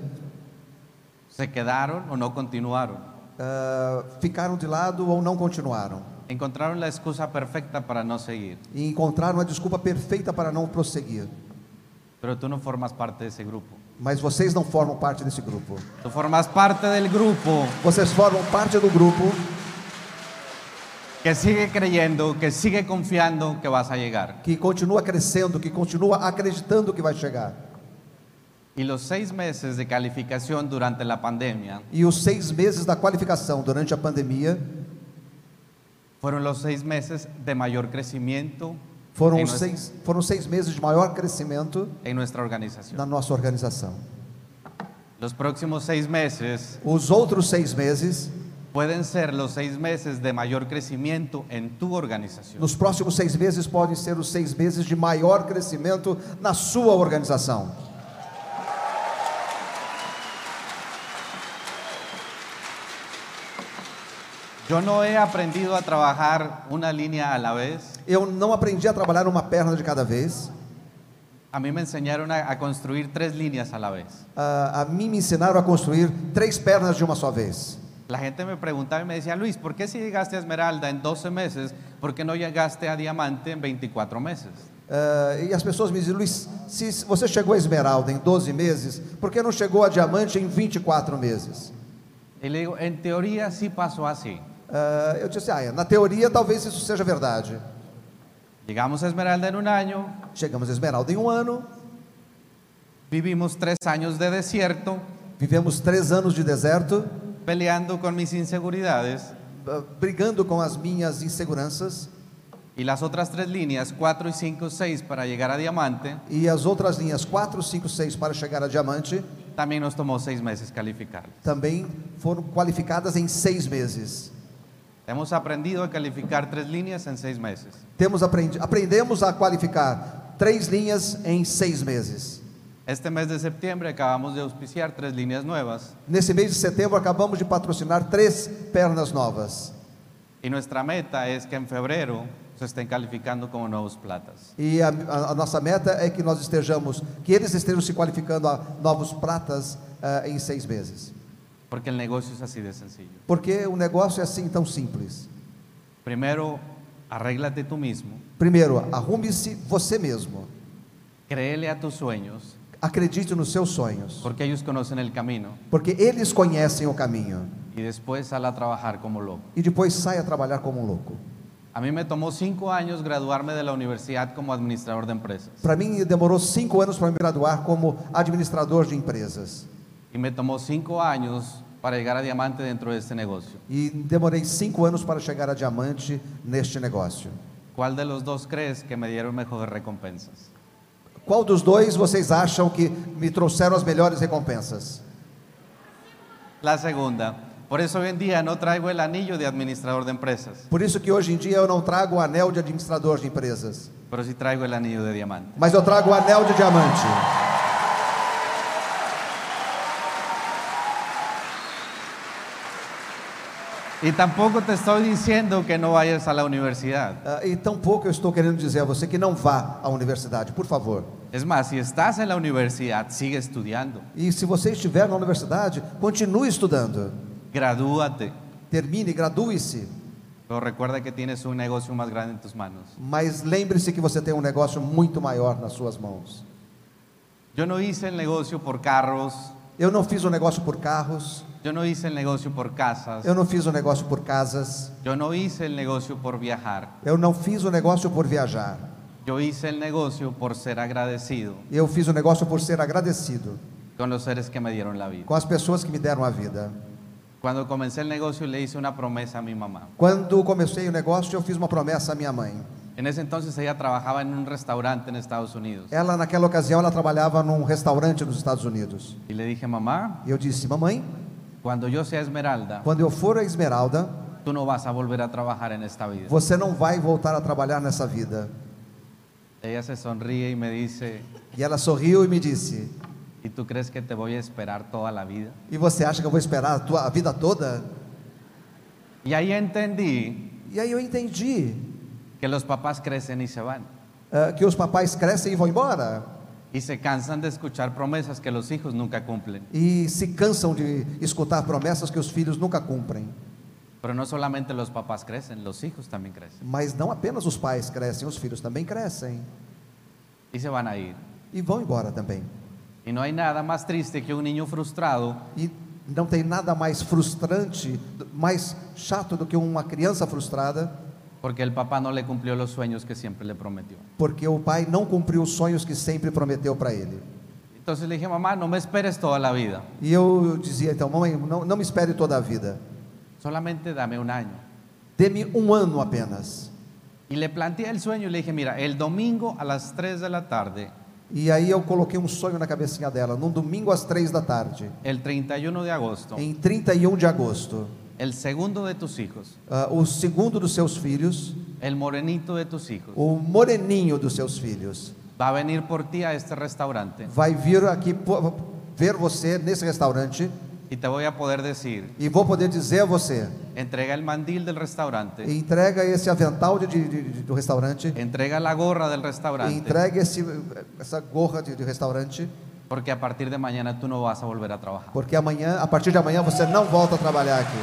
C: se quedaron o no continuaron.
D: ah, ficaram de lado ou não continuaram.
C: Encontraron la excusa perfecta para no seguir.
D: E encontraram a desculpa perfeita para não prosseguir.
C: Pero tú no formas parte de ese grupo.
D: Mas vocês não formam parte desse grupo.
C: Tú formas parte del grupo
D: Vocês formam parte do grupo
C: que sigue creyendo, que sigue confiando que vas a llegar.
D: que continua crescendo, que continua acreditando que vai chegar.
C: Y los seis meses de calificación durante la pandemia
D: E os seis meses da qualificação durante a pandemia
C: fueron los seis meses de mayor crecimiento
D: foram,
C: en,
D: os
C: nues-
D: seis, foram seis meses de maior crescimento
C: en nuestra organización.
D: na nossa organização.
C: Los próximos seis meses
D: Os outros seis meses,
C: pueden ser los seis meses de mayor crecimiento en tu organización.
D: nos próximos seis meses, podem ser os seis meses de maior crescimento na sua organização.
C: Yo no he aprendido a trabajar una línea a la vez.
D: Eu não aprendi a trabalhar uma perna de cada vez.
C: A mí me enseñaron a, a construir tres líneas a la vez.
D: Ah, a mim me ensinaram a construir três pernas de uma só vez.
C: La gente me preguntaba y me decía, Luis, ¿por qué si llegaste a Esmeralda en 12 meses, por qué no llegaste a Diamante en 24 meses?
D: Ah, e as pessoas me dizem, Luiz, se se você chegou a esmeralda em 12 meses, por que não chegou a diamante em 24 meses?
C: Y le digo, en teoría sí pasó así.
D: Ah, eu disse, ah, é, na teoria talvez isso seja verdade.
C: Llegamos a Esmeralda en un año,
D: Chegamos a esmeralda em um ano,
C: vivimos tres años de desierto,
D: vivemos três anos de deserto,
C: peleando con mis inseguridades,
D: ah, brigando com as minhas inseguranças,
C: y las otras tres líneas, 4 y 5, 6, para llegar a Diamante,
D: e as outras linhas 4, 5, 6 para chegar a diamante,
C: también nos tomó seis meses calificar.
D: também foram qualificadas em seis meses.
C: Hemos aprendido a calificar tres líneas en seis meses.
D: Temos aprendi aprendemos a qualificar três linhas em seis meses.
C: Este mes de septiembre acabamos de auspiciar tres líneas nuevas
D: Nesse mês de setembro, acabamos de patrocinar três pernas novas.
C: y nuestra meta es que en febrero se estén calificando como nuevos platas.
D: E a, a- a nossa meta é que nós estejamos, que eles estejam se qualificando a novos pratas ah, em seis meses.
C: Porque el negocio es así de sencillo.
D: Porque o negócio é assim tão simples.
C: Primero, arréglate tú mismo,
D: Primeiro, arrume-se você mesmo.
C: créele a tus sueños,
D: Acredite nos seus sonhos.
C: porque ellos conocen el camino,
D: Porque eles conhecem o caminho.
C: y después sal a trabajar como loco.
D: E depois saia a trabalhar como um louco.
C: A mí me tomó cinco años graduarme de la universidad como administrador de empresas,
D: Para mim, demorou cinco anos para me graduar como administrador de empresas.
C: y me tomó cinco años para llegar a diamante dentro de este negocio.
D: E demorei cinco anos para chegar a diamante neste negócio.
C: ¿Cuál de los dos crees que me dieron mejores recompensas?
D: Qual dos dois vocês acham que me trouxeram as melhores recompensas?
C: La segunda. Por eso hoy en día no traigo el anillo de administrador de empresas,
D: Por isso que hoje em dia eu não trago o anel de administrador de empresas,
C: pero sí traigo el anillo de diamante.
D: mas eu trago o anel de diamante.
C: Y tampoco te estoy diciendo que no vayas a la universidad.
D: Ah, e tampouco eu estou querendo dizer a você que não vá à universidade, por favor.
C: Es más, si estás en la universidad, sigue estudiando,
D: E se você estiver na universidade, continue estudando.
C: gradúate,
D: Termine, gradue-se,
C: pero recuerda que tienes un negocio más grande en tus manos.
D: mas lembre-se que você tem um negócio muito maior nas suas mãos.
C: Yo no hice el negocio por carros,
D: Eu não fiz um negócio por carros,
C: yo no hice el negocio por casas,
D: eu não fiz um negócio por casas,
C: yo no hice el negocio por viajar,
D: eu não fiz um negócio por viajar.
C: yo hice el negocio por ser agradecido
D: Eu fiz o negócio por ser agradecido
C: con los seres que me dieron la vida.
D: com as pessoas que me deram a vida.
C: Cuando comencé el negocio le hice una promesa a mi mamá.
D: Quando comecei o negócio, eu fiz uma promessa à minha mãe.
C: En ese entonces ella trabajaba en un restaurante en Estados Unidos.
D: Ela, naquela ocasião, ela trabalhava num restaurante nos Estados Unidos.
C: Y le dije, mamá,
D: E eu disse, mamãe,
C: cuando yo sea Esmeralda,
D: quando eu for a Esmeralda,
C: tú no vas a volver a trabajar en esta vida.
D: você não vai voltar a trabalhar nessa vida.
C: Ella se sonríe y me dice,
D: E ela sorriu e me disse,
C: ¿y tú crees que te voy a esperar toda la vida?
D: e você acha que eu vou esperar a, tua, a vida toda?
C: Y ahí entendí
D: E aí eu entendi
C: que los papás crecen y se van.
D: ah, que os papais crescem e vão embora.
C: Y se cansan de escuchar promesas que los hijos nunca cumplen.
D: E se cansam de escutar promessas que os filhos nunca cumprem.
C: Pero no solamente los papás crecen, los hijos también crecen.
D: Mas não apenas os pais crescem, os filhos também crescem
C: Y se van a ir.
D: e vão embora também.
C: Y no hay nada más triste que un niño frustrado
D: E não tem nada mais frustrante, mais chato do que uma criança frustrada,
C: porque el papá no le cumplió los sueños que siempre le prometió.
D: porque o pai não cumpriu os sonhos que sempre prometeu para ele.
C: Entonces le dije, mamá, no me esperes toda la vida,
D: E eu dizia então, mãe, não, não me espere toda a vida.
C: solamente dame un año.
D: Dê-me um ano apenas.
C: Y le planteé el sueño y le dije, mira, el domingo a las 3 de la tarde,
D: E aí eu coloquei um sonho na cabecinha dela, num domingo às três da tarde,
C: el 31 de agosto,
D: em 31 de agosto,
C: el segundo de tus hijos,
D: ah, o segundo dos seus filhos,
C: el morenito de tus hijos,
D: o moreninho dos seus filhos,
C: va a venir por ti a este restaurante
D: vai vir aqui po- ver você nesse restaurante
C: y te voy a poder decir,
D: e vou poder dizer a você:
C: entrega el mandil del restaurante,
D: entrega esse avental de, de- de- de- do restaurante,
C: entrega la gorra del restaurante,
D: entrega esse, essa gorra de, de restaurante,
C: porque a partir de mañana tú no vas a volver a trabajar.
D: porque amanhã, a partir de amanhã, você não volta a trabalhar aqui.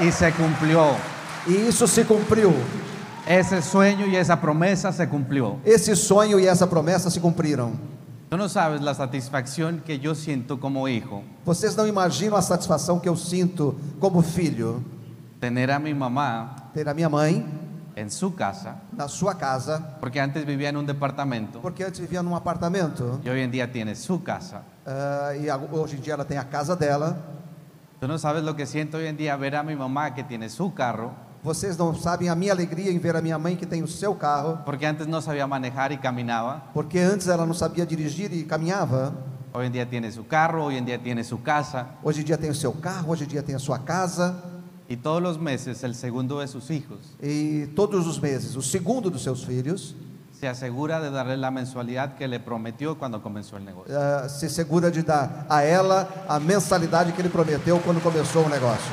C: Y se cumplió.
D: E isso se cumpriu.
C: Ese sueño y esa promesa se cumplió.
D: Esse sonho e essa promessa se cumpriram.
C: Tú no sabes la satisfacción que yo siento como hijo,
D: Vocês não imaginam a satisfação que eu sinto como filho
C: tener a mi mamá
D: ter a minha mãe
C: en su casa,
D: na sua casa,
C: porque antes vivía en un departamento
D: porque antes vivia num apartamento
C: y hoy en día tiene su casa.
D: ah, e ag- hoje em dia ela tem a casa dela.
C: Tú no sabes lo que siento hoy en día ver a mi mamá que tiene su carro,
D: Vocês não sabem a minha alegria em ver a minha mãe que tem o seu carro,
C: porque antes no sabía manejar y caminaba,
D: porque antes ela não sabia dirigir e caminhava.
C: hoy en día tiene su carro, hoy en día tiene su casa
D: Hoje em dia tem o seu carro, hoje em dia tem a sua casa
C: y todos los meses el segundo de sus hijos
D: e todos os meses o segundo dos seus filhos
C: se asegura de darle la mensualidad que le prometió cuando comenzó el negocio.
D: ah, se segura de dar a ela a mensalidade que ele prometeu quando começou o negócio.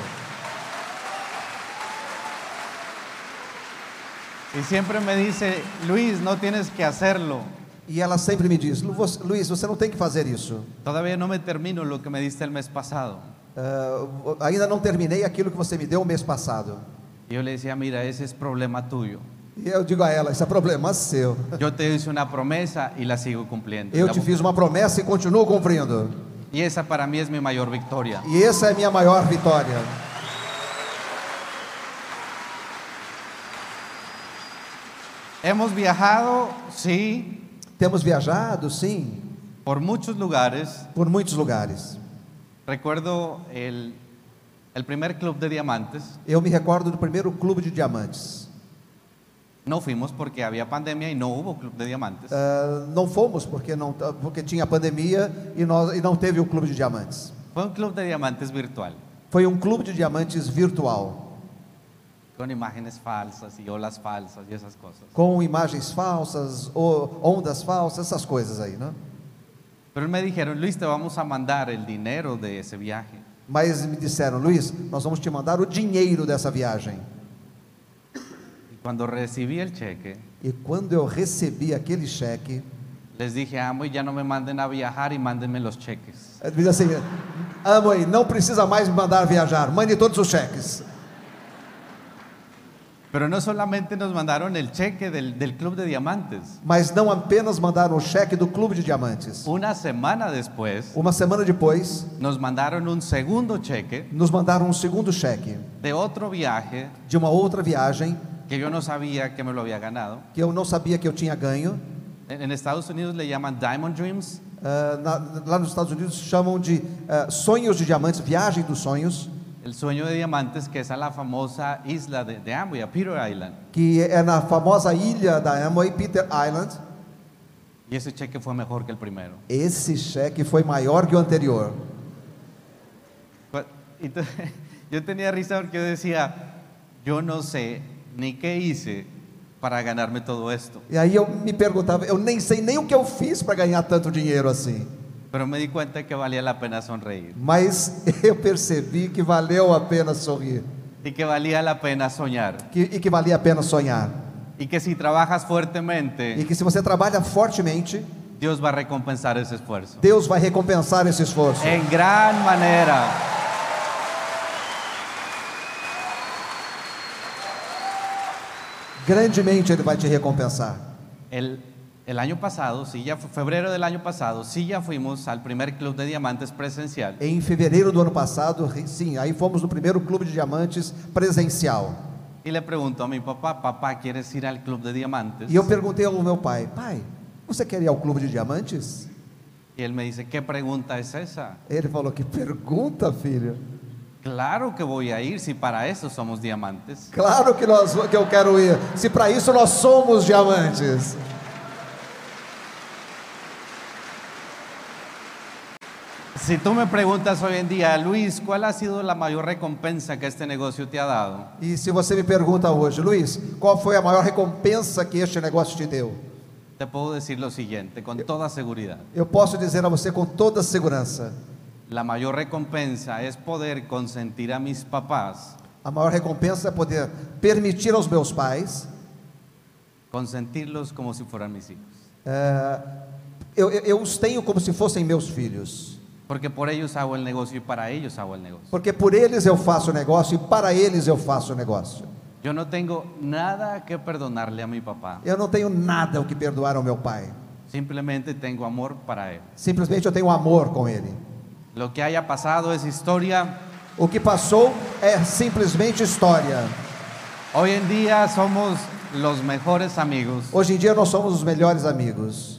C: Y siempre me dice, Luis, no tienes que hacerlo.
D: E ela sempre me diz: "Lu- você- Luiz, você não tem que fazer isso.
C: Todavía no me termino lo que me diste el mes pasado.
D: Ah, ainda não terminei aquilo que você me deu o mês passado.
C: Y yo le decía, mira, ese es problema tuyo.
D: E eu digo a ela: Isso é problema seu.
C: Yo te hice una promesa y la sigo cumpliendo.
D: Eu
C: La-
D: te fiz uma promessa e continuo cumprindo.
C: Y esa para mí es mi mayor victoria.
D: E essa é a minha maior vitória.
C: Hemos viajado, sí,
D: Temos viajado, sim,
C: por muchos lugares.
D: por muitos lugares.
C: Recuerdo el, el primer club de diamantes.
D: Eu me recordo do primeiro clube de diamantes.
C: No fuimos porque había pandemia y no hubo club de diamantes.
D: Ah, não fomos porque, não, porque tinha pandemia e, nós, e não teve o clube de diamantes.
C: Fue un club de diamantes virtual,
D: Foi um clube de diamantes virtual,
C: con imágenes falsas y olas falsas y esas cosas.
D: com imagens falsas, ou ondas falsas, essas coisas aí, né?
C: Pero me dijeron, Luis, te vamos a mandar el dinero de ese viaje.
D: Mas me disseram, Luiz, nós vamos te mandar o dinheiro dessa viagem.
C: Y cuando recibí el cheque,
D: E quando eu recebi aquele cheque,
C: les dije, amo, y ya no me manden a viajar y mándenme los cheques.
D: eu disse assim: Ah, mãe, não precisa mais me mandar viajar, mande todos os cheques.
C: Pero no solamente nos mandaron el cheque del, del Club de Diamantes.
D: Mas não apenas mandaram o cheque do Clube de Diamantes.
C: Una semana después,
D: Uma semana depois,
C: nos mandaron un segundo cheque
D: nos mandaram um segundo cheque
C: de otro viaje
D: de uma outra viagem
C: que yo no sabía que me lo había ganado.
D: que eu não sabia que eu tinha ganho.
C: En, en Estados Unidos le llaman Diamond Dreams.
D: Ah, na- lá nos Estados Unidos chamam de ah, sonhos de diamantes, viagem dos sonhos,
C: El sueño de diamantes, que es a la famosa isla de, de Amway, a Peter Island.
D: que é na famosa ilha da Amway, Peter Island.
C: Y ese cheque fue mejor que el primero.
D: Esse cheque foi maior que o anterior.
C: But- y to- Pues, Yo tenía risa porque yo decía, yo no sé ni qué hice para ganarme todo esto.
D: E aí eu me perguntava, eu nem sei nem o que eu fiz para ganhar tanto dinheiro assim.
C: Pero me di cuenta que valía la pena sonreír
D: Mas eu percebi que valeu a pena sorrir
C: y que valía la pena soñar.
D: que, e que valia a pena sonhar.
C: Y que si trabajas
D: E
C: fuertemente,
D: que se você trabalha fortemente,
C: Dios va a recompensar ese esfuerzo.
D: Deus vai recompensar esse esforço.
C: En gran manera.
D: Grandemente Ele vai te recompensar.
C: El, El año pasado, sí, ya fu- febrero del año pasado, sí ya fuimos al primer Club de Diamantes presencial.
D: Em fevereiro do ano passado, sim, aí fomos no primeiro Clube de Diamantes presencial.
C: Y le pregunto a mi papá, papá, ¿quieres ir al Club de Diamantes?
D: E eu perguntei ao meu pai, pai, você quer ir ao Clube de Diamantes?
C: Y él me dice, ¿qué pregunta es esa?
D: Ele falou, que pergunta, filho.
C: Claro que voy a ir si para eso somos diamantes.
D: Claro que, nós, que eu quero ir, se para isso nós somos diamantes.
C: Si tú me preguntas hoy en día, Luis, ¿cuál ha sido la mayor recompensa que este negocio te ha dado?
D: E se você me pergunta hoje, Luiz, qual foi a maior recompensa que este negócio te deu?
C: Te puedo decir lo siguiente, con toda seguridad.
D: Eu posso dizer a você com toda segurança:
C: La mayor recompensa es poder consentir a mis papás,
D: a maior recompensa é poder permitir aos meus pais.
C: consentirlos como si fueran mis hijos.
D: eh, eu, eu, eu os tenho como se fossem meus filhos,
C: Porque por ellos hago el negocio y para ellos hago el negocio.
D: porque por eles eu faço o negócio e para eles eu faço o negócio.
C: Yo no tengo nada que perdonarle a mi papá.
D: Eu não tenho nada o que perdoar ao meu pai.
C: Simplemente tengo amor para él.
D: Simplesmente eu tenho amor com ele.
C: Lo que haya pasado es historia.
D: O que passou é simplesmente história.
C: Hoy en día somos los mejores amigos.
D: Hoje em dia nós somos os melhores amigos.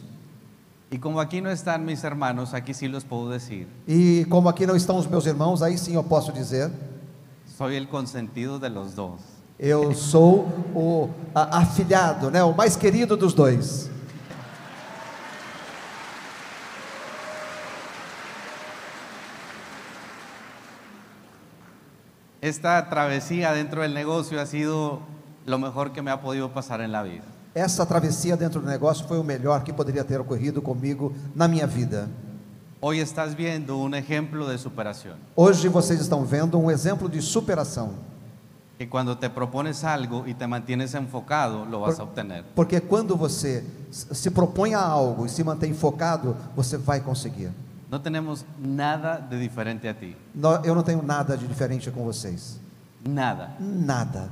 C: Y como aquí no están mis hermanos, aquí sí los puedo decir.
D: E como aqui não estão os meus irmãos, aí sim eu posso dizer,
C: Soy el consentido de los dos.
D: eu sou o a- afilhado, né, o mais querido dos dois.
C: Esta travesía dentro del negocio ha sido lo mejor que me ha podido pasar en la vida.
D: Essa travessia dentro do negócio foi o melhor que poderia ter ocorrido comigo na minha vida.
C: Hoy estás viendo un ejemplo de superación.
D: Hoje vocês estão vendo um exemplo de superação,
C: Que cuando te propones algo y te mantienes enfocado, lo vas a obtener.
D: porque quando você s- se propõe a algo e se mantém focado, você vai conseguir.
C: No tenemos nada de diferente a ti.
D: Nó- Eu não tenho nada de diferente com vocês,
C: Nada.
D: nada.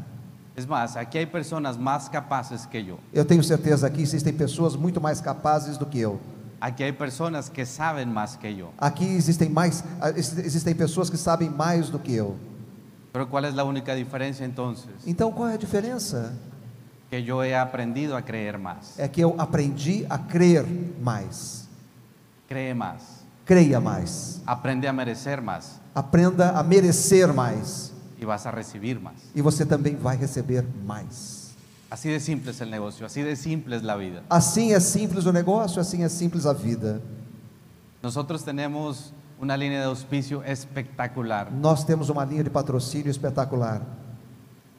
C: Es más, aquí hay personas más capaces que yo.
D: Eu tenho certeza que existem pessoas muito mais capazes do que eu.
C: Aquí hay personas que saben más que yo.
D: Aqui existem mais, ah, ex- existem pessoas que sabem mais do que eu.
C: Pero ¿cuál es la única diferencia entonces?
D: Então qual é a diferença?
C: Que yo he aprendido a creer más.
D: É que eu aprendi a crer mais,
C: Cree más.
D: creia mais,
C: Aprende a merecer más
D: aprenda a merecer mais
C: y vas a recibir más.
D: e você também vai receber mais.
C: Así de simple es el negocio, así de simple es la vida.
D: Assim é simples o negócio, assim é simples a vida.
C: Nosotros tenemos una línea de auspicio espectacular
D: Nós temos uma linha de patrocínio espetacular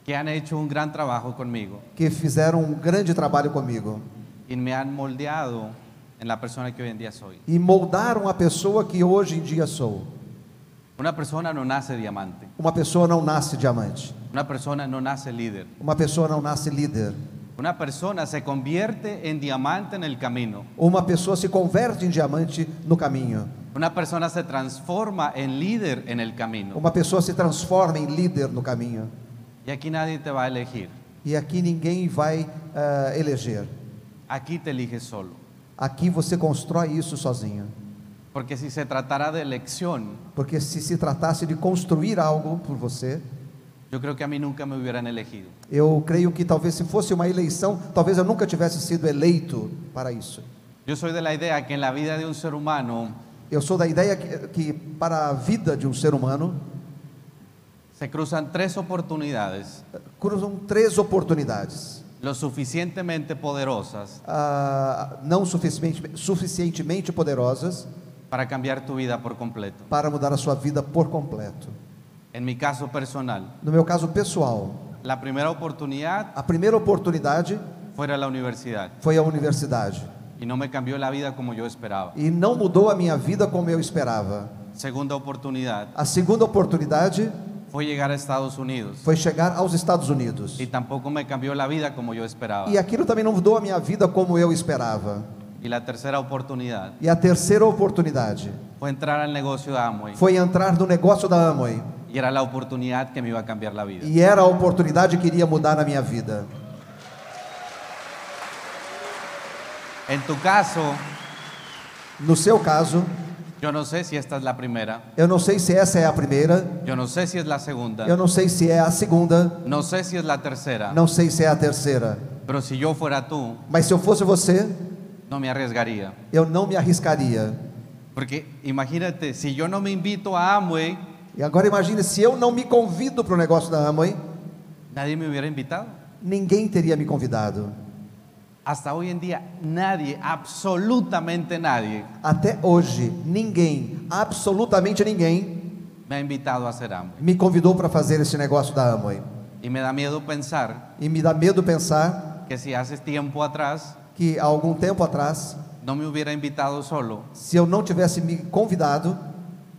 C: que han hecho un gran trabajo conmigo
D: que fizeram um grande trabalho comigo
C: y me han moldeado en la persona que hoy en día soy.
D: e moldaram a pessoa que hoje em dia sou.
C: Una persona no nace diamante,
D: Uma pessoa não nasce diamante.
C: una persona no nace líder,
D: Uma pessoa não nasce líder.
C: una persona se convierte en diamante en el camino,
D: Uma pessoa se converte em diamante no caminho.
C: una persona se transforma en líder en el camino.
D: Uma pessoa se transforma em líder no caminho.
C: Y aquí nadie te va a elegir,
D: E aqui ninguém vai ah, eleger.
C: aquí te eliges solo.
D: Aqui você constrói isso sozinho.
C: Porque si se tratara de elección,
D: Porque se se tratasse de construir algo por você,
C: Yo creo que a mí nunca me hubieran elegido.
D: eu creio que talvez se fosse uma eleição, talvez eu nunca tivesse sido eleito para isso.
C: Yo soy de la idea que en la vida de un ser humano
D: Eu sou da ideia que, que para a vida de um ser humano
C: se cruzan tres oportunidades
D: eh, cruzam três oportunidades.
C: lo suficientemente poderosas
D: ah, não suficientemente, suficientemente poderosas
C: para cambiar tu vida por completo.
D: para mudar a sua vida por completo.
C: En mi caso personal,
D: No meu caso pessoal,
C: la primera oportunidad
D: a primeira oportunidade
C: fue a la universidad
D: foi a universidade
C: y no me cambió la vida como yo esperaba.
D: e não mudou a minha vida como eu esperava.
C: Segunda oportunidad
D: A segunda oportunidade
C: fue llegar a Estados Unidos
D: foi chegar aos Estados Unidos
C: y tampoco me cambió la vida como yo esperaba.
D: e aquilo também não mudou a minha vida como eu esperava.
C: Y la tercera oportunidad
D: E a terceira oportunidade
C: fue entrar al negocio de Amway
D: foi entrar no negócio da Amway
C: y era la oportunidad que me iba a cambiar la vida.
D: e era a oportunidade que iria mudar a minha vida.
C: En tu caso,
D: No seu caso,
C: yo no sé si esta es la primera,
D: eu não sei se essa é a primeira,
C: yo no sé si es la segunda,
D: eu não sei se é a segunda,
C: no sé si es la tercera,
D: não sei se é a terceira.
C: pero si yo fuera tú,
D: Mas se eu fosse você,
C: no me arriesgaría.
D: eu não me arriscaria.
C: Porque imagínate, si yo no me invito a Amway,
D: E agora imagine se eu não me convido para o negócio da Amway,
C: nadie me hubiera invitado.
D: ninguém teria me convidado.
C: Hasta hoy en día nadie, absolutamente nadie,
D: Até hoje, ninguém, absolutamente ninguém,
C: me ha invitado a hacer Amway.
D: me convidou para fazer esse negócio da Amway.
C: Y me da miedo pensar
D: E me dá medo pensar
C: que si hace tiempo atrás
D: que há algum tempo atrás,
C: no me hubiera invitado solo,
D: se eu não tivesse me convidado,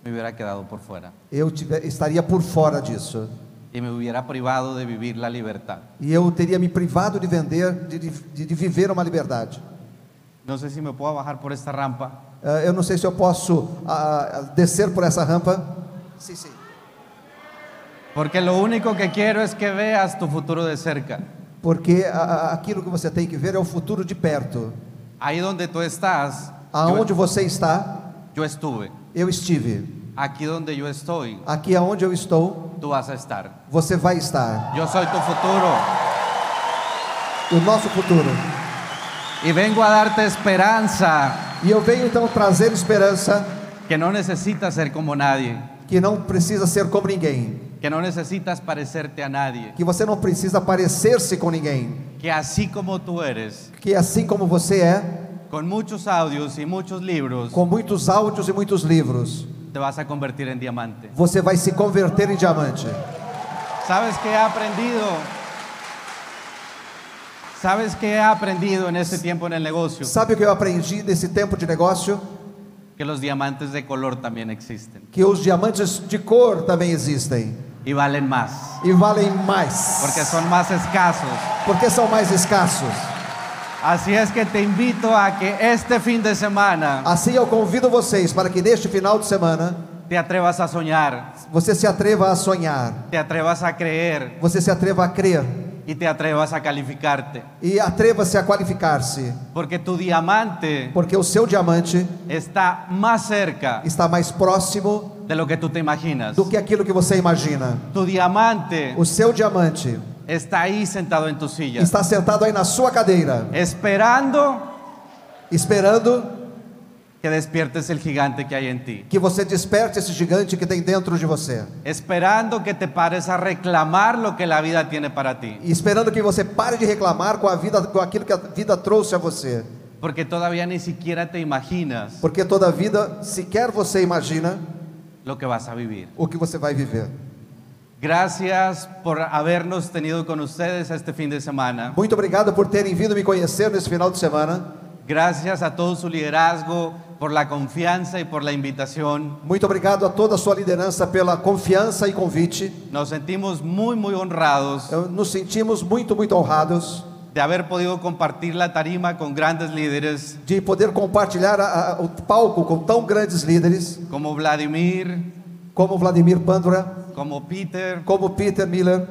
C: me hubiera quedado por fuera
D: eu tive- estaria por fora disso.
C: y me hubiera privado de vivir la libertad.
D: E eu teria me privado de vender, de, de, de viver uma liberdade.
C: No sé si me puedo bajar por esta rampa.
D: Ah, eu não sei se eu posso ah, ah, descer por essa rampa. Sim, sim.
C: Porque lo único que quiero es que veas tu futuro de cerca.
D: Porque ah, ah, aquilo que você tem que ver é o futuro de perto.
C: Ahí donde tú estás, yo,
D: Aonde você está,
C: yo estuve.
D: eu estive.
C: Aquí donde yo estoy,
D: Aqui aonde eu estou,
C: tú vas a estar.
D: você vai estar.
C: Yo soy tu futuro
D: O nosso futuro.
C: y vengo a darte esperanza
D: E eu venho então trazer esperança
C: que no necesitas ser como nadie,
D: que não precisa ser como ninguém.
C: que no necesitas parecerte a nadie,
D: Que você não precisa parecer-se com ninguém.
C: que así como tú eres,
D: Que assim como você é,
C: con muchos audios y muchos libros,
D: com muitos áudios e muitos livros,
C: te vas a convertir en diamante.
D: você vai se converter em diamante.
C: ¿Sabes qué he aprendido? ¿Sabes qué he aprendido en este tiempo en el negocio?
D: Sabe o que eu aprendi nesse tempo de negócio?
C: Que los diamantes de color también existen
D: Que os diamantes de cor também existem
C: y valen más,
D: e valem mais,
C: porque son más escasos.
D: porque são mais escassos.
C: Así es que te invito a que este fin de semana
D: Assim eu convido vocês para que neste final de semana
C: te atrevas a soñar,
D: você se atreva a sonhar,
C: te atrevas a creer
D: você se atreva a crer
C: y te atrevas a calificarte,
D: e atreva-se a qualificar-se,
C: porque tu diamante
D: porque o seu diamante
C: está más cerca
D: está mais próximo
C: de lo que tú te imaginas.
D: do que aquilo que você imagina.
C: Tu diamante
D: O seu diamante
C: está ahí sentado en tu silla.
D: está sentado aí na sua cadeira,
C: esperando
D: esperando
C: que despiertes el gigante que hay en ti,
D: que você desperte esse gigante que tem dentro de você.
C: esperando que te pares a reclamar lo que la vida tiene para ti,
D: E esperando que você pare de reclamar com a vida, com aquilo que a vida trouxe a você,
C: porque todavía ni siquiera te imaginas
D: porque toda vida sequer você imagina
C: lo que vas a vivir.
D: o que você vai viver.
C: Gracias por habernos tenido con ustedes este fin de semana.
D: Muito obrigado por terem vindo me conhecer nesse final de semana.
C: Gracias a todo su liderazgo por la confianza y por la invitación.
D: Muito obrigado a toda a sua liderança pela confiança e convite.
C: Nos sentimos muy, muy honrados
D: Eu- Nos sentimos muito, muito honrados
C: de haber podido compartir la tarima con grandes líderes
D: de poder compartilhar a- a- o palco com tão grandes líderes
C: como Vladimir,
D: como Vladimir Pandora,
C: como Peter,
D: como Peter Miller,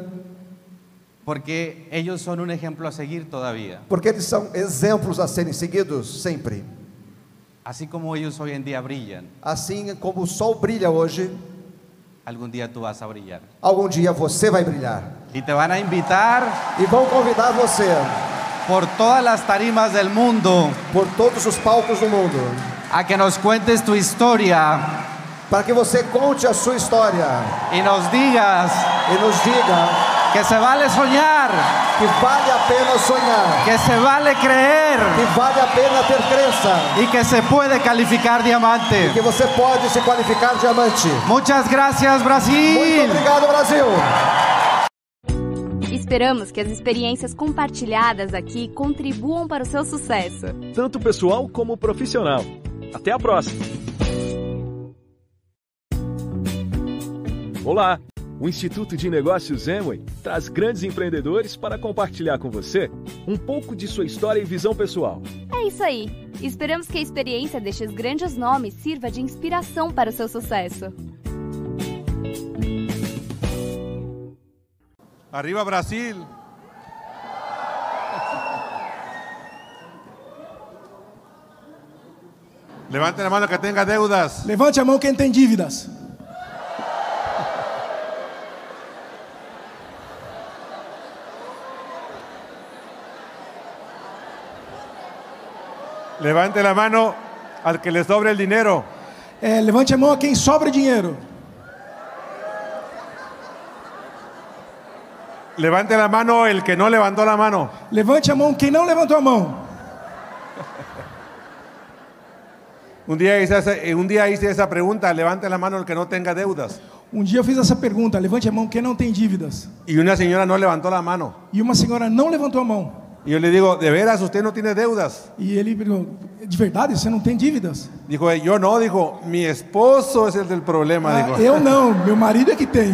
C: porque ellos son un ejemplo a seguir todavía.
D: porque eles são exemplos a serem seguidos sempre.
C: Así como ellos hoy en día brillan,
D: Assim como o sol brilha hoje,
C: algún día tú vas a brillar.
D: Algum dia você vai brilhar.
C: Y te van a invitar
D: E vão convidar você
C: por todas las tarimas del mundo
D: por todos os palcos do mundo
C: a que nos cuentes tu historia
D: para que você conte a sua história
C: y nos digas
D: e nos diga
C: que se vale soñar,
D: que vale a pena sonhar,
C: que se vale creer
D: que vale a pena ter crença,
C: y que se puede calificar diamante.
D: que você pode se qualificar diamante.
C: Muchas gracias
D: Muito
C: Brasil.
D: obrigado, Brasil!
B: Esperamos que as experiências compartilhadas aqui contribuam para o seu sucesso.
A: tanto pessoal como profissional. Até a próxima! Olá! O Instituto de Negócios Emway traz grandes empreendedores para compartilhar com você um pouco de sua história e visão pessoal.
B: É isso aí. Esperamos que a experiência destes grandes nomes sirva de inspiração para o seu sucesso.
E: Arriba Brasil. Levante la mano que tenga deudas.
F: Levante a mão quem tem dívidas.
E: Levante la mano al que le sobre el dinero.
F: É, levante a mão a quem sobra dinheiro.
E: Levante la mano el que no levantó la mano.
F: Levante a mão quem não levantou a mão.
E: Un día hice, esa- eh, un día hice esa pregunta. Levante la mano el que no tenga deudas.
F: Um dia eu fiz essa pergunta: levante a mão quem não tem dívidas.
E: Y una señora no levantó la mano.
F: E uma senhora não levantou a mão.
E: Y yo le digo, ¿de veras usted no tiene deudas?
F: E ele perguntou: de verdade, você não tem dívidas?
E: Dijo, "Eh, yo no. Dijo, mi esposo es el del problema.
F: Ah,
E: dijo.
F: eu não, meu marido é que tem.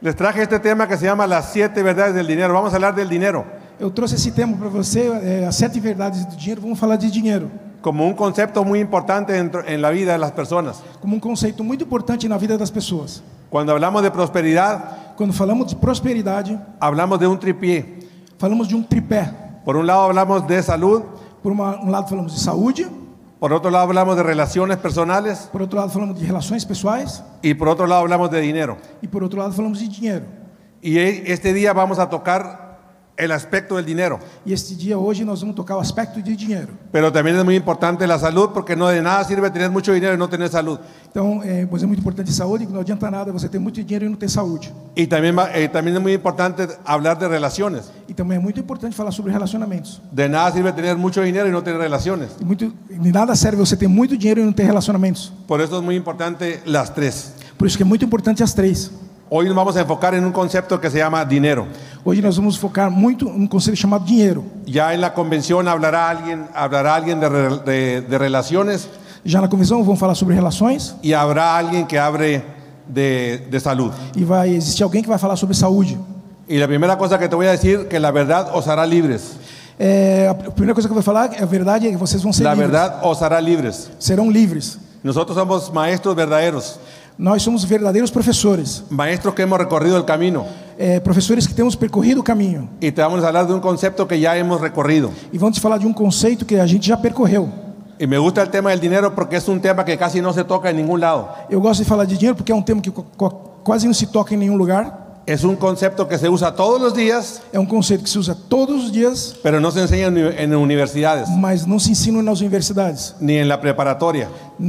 E: Les traje este tema que se llama las siete verdades del dinero. Vamos a hablar del dinero
F: Eu trouxe esse tema para você, é, as sete verdades do dinheiro. Vamos falar de dinheiro
E: como un concepto muy importante dentro- en la vida de las personas.
F: como um conceito muito importante na vida das pessoas.
E: Cuando hablamos de prosperidad,
F: Quando falamos de prosperidade,
E: hablamos de un tripié.
F: falamos de um tripé.
E: Por un lado hablamos de salud,
F: Por uma- um lado falamos de saúde,
E: por otro lado hablamos de relaciones personales
F: por outro lado falamos de relações pessoais
E: y por otro lado hablamos de dinero.
F: e por outro lado falamos de dinheiro.
E: Y e- este día vamos a tocar el aspecto del dinero.
F: E este dia hoje nós vamos tocar o aspecto de dinheiro.
E: Pero también es muy importante la salud porque no de nada sirve tener mucho dinero y no tener salud.
F: Então, é, pois é muito importante saúde, que não adianta nada você ter muito dinheiro e não ter saúde.
E: Y también, va- eh, también es muy importante hablar de relaciones.
F: E também é muito importante falar sobre relacionamentos.
E: De nada sirve tener mucho dinero y no tener relaciones.
F: E muito, de nada serve você ter muito dinheiro e não ter relacionamentos.
E: Por eso es muy importante las tres.
F: Por isso que é muito importante as três.
E: Hoy nos vamos a enfocar en un concepto que se llama dinero.
F: Hoje nós vamos focar muito em um conceito chamado dinheiro.
E: Ya en la convención hablará alguien, hablará alguien de, re- de- de relaciones
F: Já na convenção vão falar sobre relações
E: y habrá alguien que hable de, de salud.
F: e vai existir alguém que vai falar sobre saúde.
E: Y la primera cosa que te voy a decir, que la verdad os hará libres.
F: É, a pr- primeira coisa que eu vou falar é a verdade é que vocês vão ser
E: La
F: livres.
E: verdad os hará libres.
F: Serão livres.
E: Nosotros somos maestros verdaderos,
F: Nós somos verdadeiros professores,
E: maestros que hemos recorrido el camino.
F: é, professores que temos percorrido o caminho
E: Y te vamos a hablar de un concepto que ya hemos recorrido.
F: e vamos te falar de um conceito que a gente já percorreu.
E: Y me gusta el tema del dinero porque es un tema que casi no se toca en ningún lado.
F: Eu gosto de falar de dinheiro porque é um tema que co- co- quase não se toca em nenhum lugar.
E: Es un concepto que se usa todos los días,
F: É um conceito que se usa todos os dias,
E: pero no se enseña en uni- en universidades
F: mas não se ensina nas universidades,
E: ni en la preparatoria.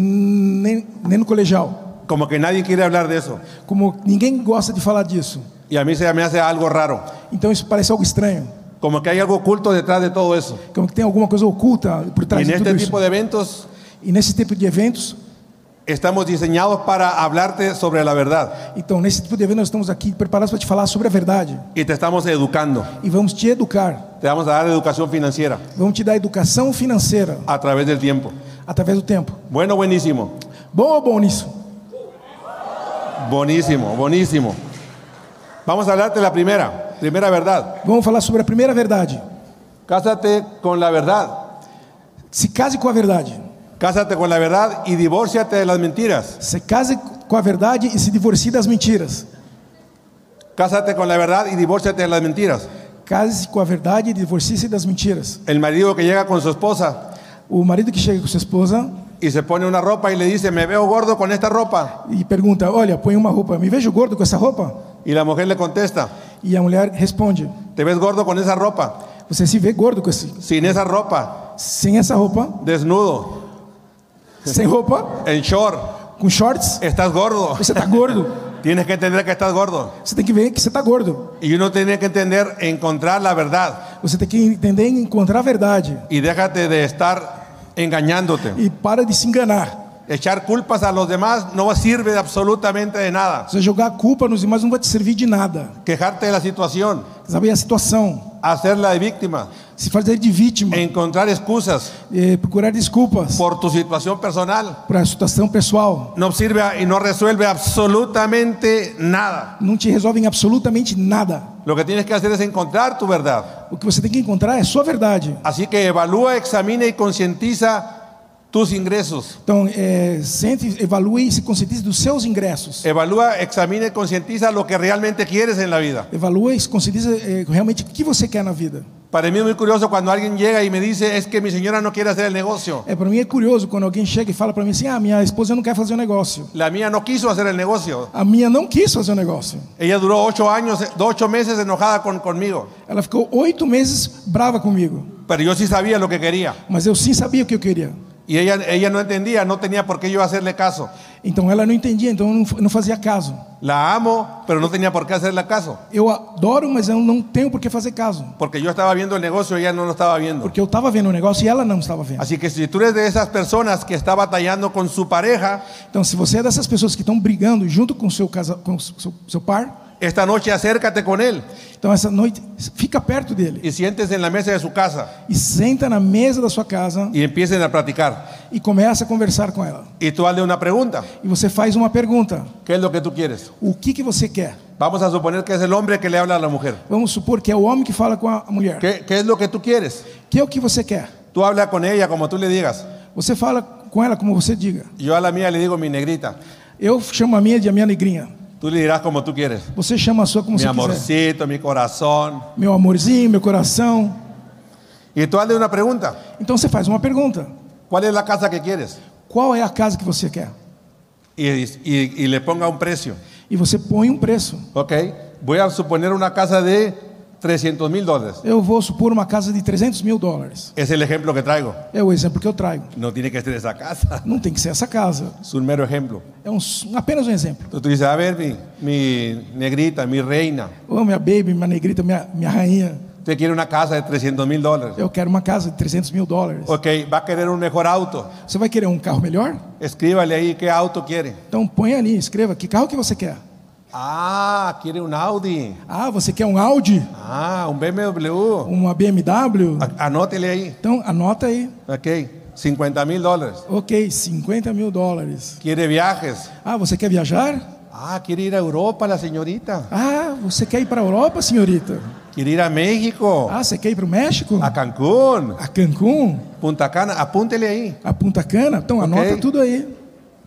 F: nem, nem no colegial.
E: Como que nadie quiere hablar de eso.
F: Como ninguém gosta de falar disso.
E: Y a mí se me hace algo raro.
F: Então isso parece algo estranho.
E: Como que hay algo oculto detrás de todo eso.
F: Como que tem alguma coisa oculta por
E: Y
F: trás
E: en
F: de
E: este
F: tudo isso.
E: tipo de eventos
F: E nesse tipo de eventos,
E: estamos diseñados para hablarte sobre la verdad
F: então nesse tipo de evento nós estamos aqui preparados para te falar sobre a verdade
E: y te estamos educando.
F: e vamos te educar.
E: Te vamos a dar educación financiera
F: Vamos te dar educação financeira
E: a través del tiempo.
F: através do tempo.
E: Bueno, buenísimo.
F: Bom ou bom nisso?
E: Buenísimo, buenísimo. Vamos a hablarte la primera, primera verdad.
F: Vamos falar sobre a primeira verdade.
E: Cásate con la verdad.
F: Se case com a verdade.
E: Cásate con la verdad y divórciate de las mentiras.
F: Se case com a verdade e se divorcie das mentiras.
E: Cásate con la verdad y divórciate de las mentiras.
F: Case-se com a verdade e divorcie-se das mentiras.
E: El marido que llega con su esposa
F: O marido que chega com sua esposa
E: y se pone una ropa y le dice, me veo gordo con esta ropa.
F: e pergunta: Olha, põe uma roupa, me vejo gordo com essa roupa?
E: Y la mujer le contesta,
F: E a mulher responde:
E: te ves gordo con esa ropa,
F: Você se vê gordo com esse,
E: sin esa ropa,
F: sem essa roupa,
E: desnudo,
F: sem roupa,
E: en short,
F: com shorts,
E: estás gordo.
F: você tá gordo.
E: Tienes que entender que estás gordo.
F: Você tem que ver que você tá gordo.
E: Y uno tiene que entender, encontrar la verdad
F: Você tem que entender e encontrar a verdade.
E: y déjate de estar engañándote.
F: E para de se enganar.
E: Echar culpas a los demás no sirve absolutamente de nada.
F: Você jogar a culpa nos demais não vai te servir de nada.
E: Quejarte de la situación,
F: Saber a situação,
E: hacerla de víctima,
F: se fazer de vítima,
E: encontrar excusas
F: eh, procurar desculpas.
E: por tu situación personal,
F: para a situação pessoal.
E: no sirve a- y no resuelve absolutamente nada.
F: Não te resolvem absolutamente nada.
E: Lo que tienes que hacer es encontrar tu verdad.
F: O que você tem que encontrar é a sua verdade.
E: Así que evalúa, examina y concientiza tus ingresos.
F: Então, é, sente, evalue e se conscientize dos seus ingressos.
E: Evalúa, examina y concientiza lo que realmente quieres en la vida.
F: Evalue e se conscientize é, realmente o que você quer na vida.
E: Para mí es muy curioso cuando alguien llega y me dice, es que mi señora no quiere hacer el negocio.
F: É, para mim é curioso quando alguém chega e fala para mim assim: ah, minha esposa não quer fazer o negócio.
E: La mía no quiso hacer el negocio.
F: A minha não quis fazer o negócio.
E: Ella duró ocho años, ocho meses enojada con- conmigo.
F: Ela ficou oito meses brava comigo.
E: Pero yo sí sabía lo que quería.
F: Mas eu sim sabia o que eu queria.
E: Y ella, ella no entendía, no tenía por qué yo hacerle caso.
F: Então ela não entendia, então eu não, f- não fazia caso.
E: La amo, pero no tenía por qué hacerle caso.
F: Eu adoro, mas eu não tenho por que fazer caso.
E: Porque yo estaba viendo el negocio y ella no lo estaba viendo.
F: Porque eu estava vendo o negócio e ela não estava vendo.
E: Así que si tú eres de esas personas que está batallando con su pareja,
F: Então, se você é dessas pessoas que estão brigando junto com seu casa, com o seu, seu par,
E: esta noche acércate con él
F: então essa noite fica perto dele
E: y siéntese en la mesa de su casa
F: e senta na mesa da sua casa
E: y empiecen a platicar.
F: e começa a conversar com ela.
E: Y tú hazle una pregunta.
F: E você faz uma pergunta:
E: ¿Qué es lo que tú quieres?
F: o que que você quer?
E: Vamos a suponer que es el hombre que le habla a la mujer.
F: Vamos supor que é o homem que fala com a mulher.
E: ¿Qué, qué es lo que tú quieres?
F: Que é o que você quer?
E: Tú habla con ella como tú le digas.
F: Você fala com ela como você diga.
E: Yo a la mía le digo mi negrita.
F: Eu chamo a minha de a minha negrinha.
E: Tú le dirás como tú quieres.
F: Você chama a sua como
E: Mi
F: você quiser.
E: amorcito, mi corazón.
F: Meu amorzinho, meu coração.
E: Y tú hazle una pregunta.
F: Então você faz uma pergunta:
E: ¿Cuál es la casa que quieres?
F: qual é a casa que você quer?
E: Y, y- y le ponga un precio.
F: E você põe um preço.
E: Ok. Voy a suponer una casa de 300 mil dólares.
F: Eu vou supor uma casa de 300 mil dólares.
E: Es el ejemplo que traigo.
F: É o exemplo que eu trago.
E: No tiene que ser esa casa.
F: Não tem que ser essa casa.
E: Es un mero ejemplo.
F: É um, s- apenas um exemplo.
E: Entonces tú dices, a ver, mi, mi negrita, mi reina.
F: Ô, minha baby, minha negrita, minha, minha rainha.
E: Usted quiere una casa de 300 mil dólares.
F: Eu quero uma casa de 300 mil dólares.
E: Ok, va a querer un mejor auto.
F: Você vai querer um carro melhor?
E: Escríbale ahí qué auto quiere.
F: Então põe ali, escreva que carro que você quer.
E: Ah, quiere un Audi.
F: Ah, você quer um Audi?
E: Ah, un BMW.
F: Uma BMW?
E: A- Anótele ahí.
F: Então anota aí.
E: Ok, 50 mil dólares.
F: Ok, 50 mil dólares.
E: Quiere viajes.
F: Ah, você quer viajar?
E: Ah, quiere ir a Europa la señorita.
F: Ah, você quer ir para a Europa, senhorita?
E: Quiere ir a México,
F: Ah, você quer ir para o México?
E: a Cancún,
F: A Cancún?
E: Punta Cana. Apúntele ahí.
F: A Punta Cana? Então anota
E: Ok.
F: tudo aí.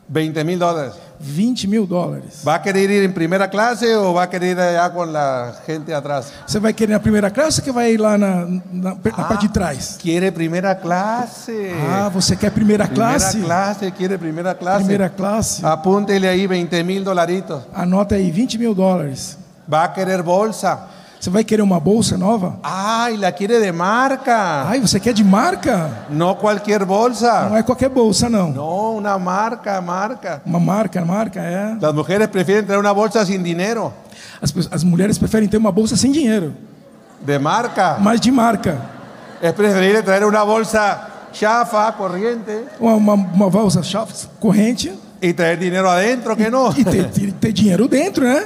E: 20 mil dólares.
F: 20 mil dólares.
E: ¿Va a querer ir en primera clase o va a querer ir allá con la gente atrás?
F: Você vai Ah. querer na primeira classe ou que vai ir lá na, na, na parte de trás?
E: Quiere primera clase.
F: Ah, você quer primeira
E: primera
F: classe? Ah.
E: clase, quiere primera clase.
F: Primeira classe.
E: Apúntele ahí 20 mil dolaritos.
F: Anota aí, 20 mil dólares.
E: Va a querer bolsa.
F: Você vai querer uma bolsa nova?
E: Ay, la quiere de marca.
F: Ai, você quer de marca?
E: No cualquier bolsa.
F: Não é qualquer bolsa, não.
E: No, una marca, marca.
F: Uma marca, marca, é.
E: Las mujeres prefieren traer una bolsa sin dinero,
F: As, pe- as mulheres preferem ter uma bolsa sem dinheiro,
E: de marca.
F: mas de marca.
E: Es preferible traer una bolsa chafa, corriente,
F: Uma, uma, uma bolsa chaves, corrente
E: y traer dinero adentro que no.
F: e ter, ter, ter dinheiro dentro, né?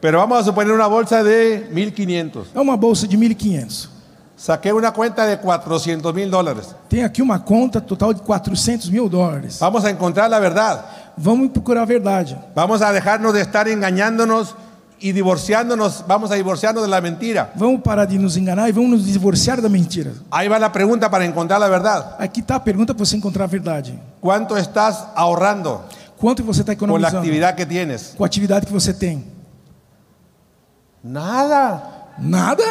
E: Pero vamos a suponer una bolsa de 1.500.
F: É uma bolsa de 1.500.
E: Saqué una cuenta de 400 mil dólares.
F: Tem aqui uma conta total de 400 mil dólares.
E: Vamos a encontrar la verdad.
F: Vamos procurar a verdade.
E: Vamos a dejarnos de estar engañándonos y divorciándonos. Vamos a divorciarnos de la mentira.
F: Vamos parar de nos enganar e vamos nos divorciar da mentira.
E: Ahí va la pregunta para encontrar la verdad.
F: Aqui está a pergunta para você encontrar a verdade.
E: ¿Cuánto estás ahorrando
F: Quanto você está
E: con la
F: economizando
E: actividad que tienes?
F: com a atividade que você tem?
E: Nada.
F: Nada?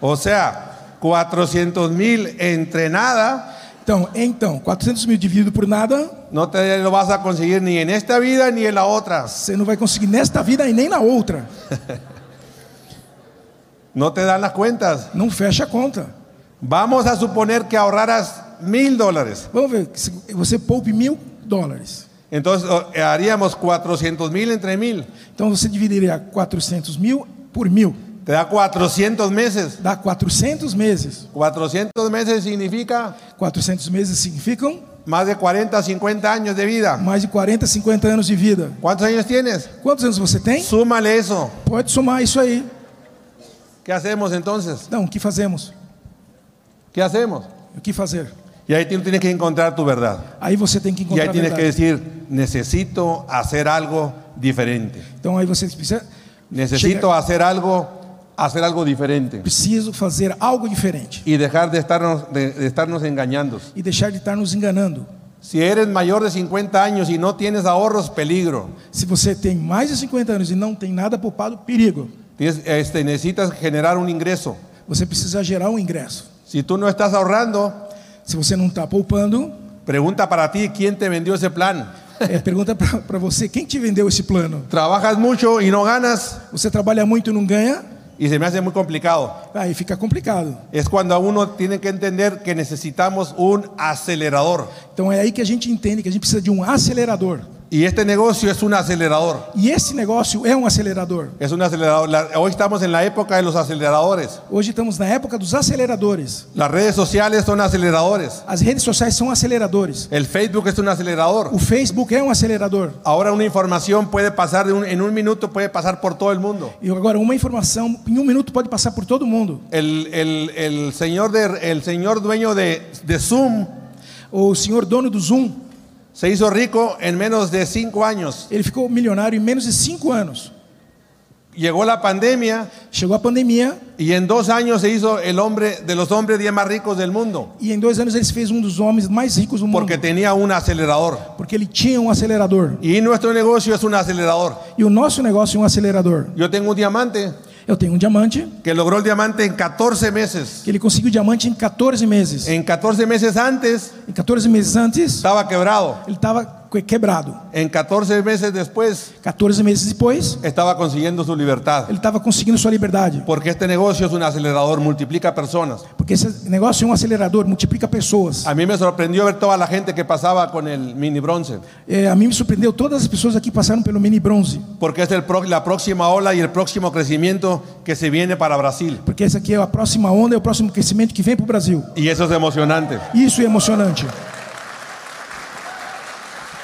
E: O sea, 400 mil entre nada
F: Então, então, 400 mil dividido por nada,
E: no te lo vas a conseguir ni en esta vida ni en la otra.
F: você não vai conseguir nesta vida e nem na outra.
E: No te dan las cuentas.
F: Não fecha a conta.
E: Vamos a suponer que ahorraras mil dólares.
F: Vamos ver, se você poupe mil dólares.
E: Entonces o- eh, haríamos 400 mil entre mil.
F: Então você dividiria 400 mil por mil.
E: Te da 400 meses.
F: Dá 400 meses.
E: 400 meses significa
F: 400 meses significam
E: más de 40, 50 años de vida.
F: mais de 40, 50 anos de vida.
E: ¿Cuántos años tienes?
F: Quantos anos você tem?
E: Súmale eso.
F: Pode somar isso aí.
E: ¿Qué hacemos entonces?
F: Então, o que fazemos?
E: ¿Qué hacemos?
F: O que fazer?
E: Y ahí tú tienes que encontrar tu verdad.
F: Aí você tem que
E: Y
F: encontrar
E: ahí
F: a
E: tienes que
F: verdade.
E: decir, necesito hacer algo diferente.
F: Então aí você precisa
E: Necesito
F: Chega-
E: hacer algo hacer algo diferente
F: Preciso fazer algo diferente
E: y dejar de estarnos, de- de estarnos engañando.
F: e deixar de estar nos enganando.
E: Si eres mayor de 50 años y no tienes ahorros, peligro.
F: Se você tem mais de 50 anos e não tem nada poupado, perigo.
E: Tienes- este, necesitas generar um ingreso.
F: Você precisa gerar um ingresso.
E: Si tú no estás ahorrando,
F: Se você não está poupando,
E: pregunta para ti, ¿quién te vendió ese plan?
F: é, pergunta para você quem te vendeu esse plano.
E: Trabajas mucho y no ganas
F: Você trabalha muito e não ganha,
E: y se me hace muy complicado.
F: aí fica complicado.
E: Es cuando a uno tiene que entender que necesitamos un acelerador.
F: Então é aí que a gente entende que a gente precisa de um acelerador.
E: Y este negocio es un acelerador.
F: E esse negócio é um acelerador.
E: Es un acelerador. La- hoy estamos en la época de los aceleradores.
F: Hoje estamos na época dos aceleradores.
E: Las redes sociales son aceleradores.
F: As redes sociais são aceleradores.
E: El Facebook es un acelerador.
F: O Facebook é um acelerador.
E: Ahora una información puede pasar de un- en un minuto, puede pasar por todo el mundo.
F: E agora, uma informação em um minuto pode passar por todo mundo.
E: El, el- el señor, de- el señor dueño de, de Zoom
F: O senhor dono do Zoom,
E: se hizo rico en menos de cinco años.
F: ele ficou milionário em menos de cinco anos.
E: Llegó la pandemia
F: Chegou a pandemia
E: y en dos años se hizo el hombre de los hombres 10 más ricos del mundo
F: e em dois anos ele se fez um dos homens mais ricos do mundo.
E: porque tenía un acelerador.
F: Porque ele tinha um acelerador.
E: Y nuestro negocio es un acelerador.
F: E o nosso negócio é um acelerador.
E: Yo tengo un diamante
F: Eu tenho um diamante,
E: que logró el diamante en 14 meses.
F: que ele conseguiu diamante em 14 meses.
E: En 14 meses antes
F: Em 14 meses antes,
E: estaba quebrado.
F: ele estava que- quebrado.
E: En 14 meses después
F: 14 meses depois,
E: estaba consiguiendo su libertad.
F: ele estava conseguindo sua liberdade.
E: Porque este negocio es un acelerador, multiplica personas.
F: Porque esse negócio é um acelerador, multiplica pessoas.
E: A mí me sorprendió ver toda la gente que pasaba con el mini bronce,
F: É, a mim me surpreendeu, todas as pessoas aqui passaram pelo mini bronze.
E: porque es el pro- la próxima ola y el próximo crecimiento que se viene para Brasil.
F: Porque essa aqui é a próxima onda, é o próximo crescimento que vem para o Brasil.
E: Y eso es emocionante.
F: Isso é emocionante.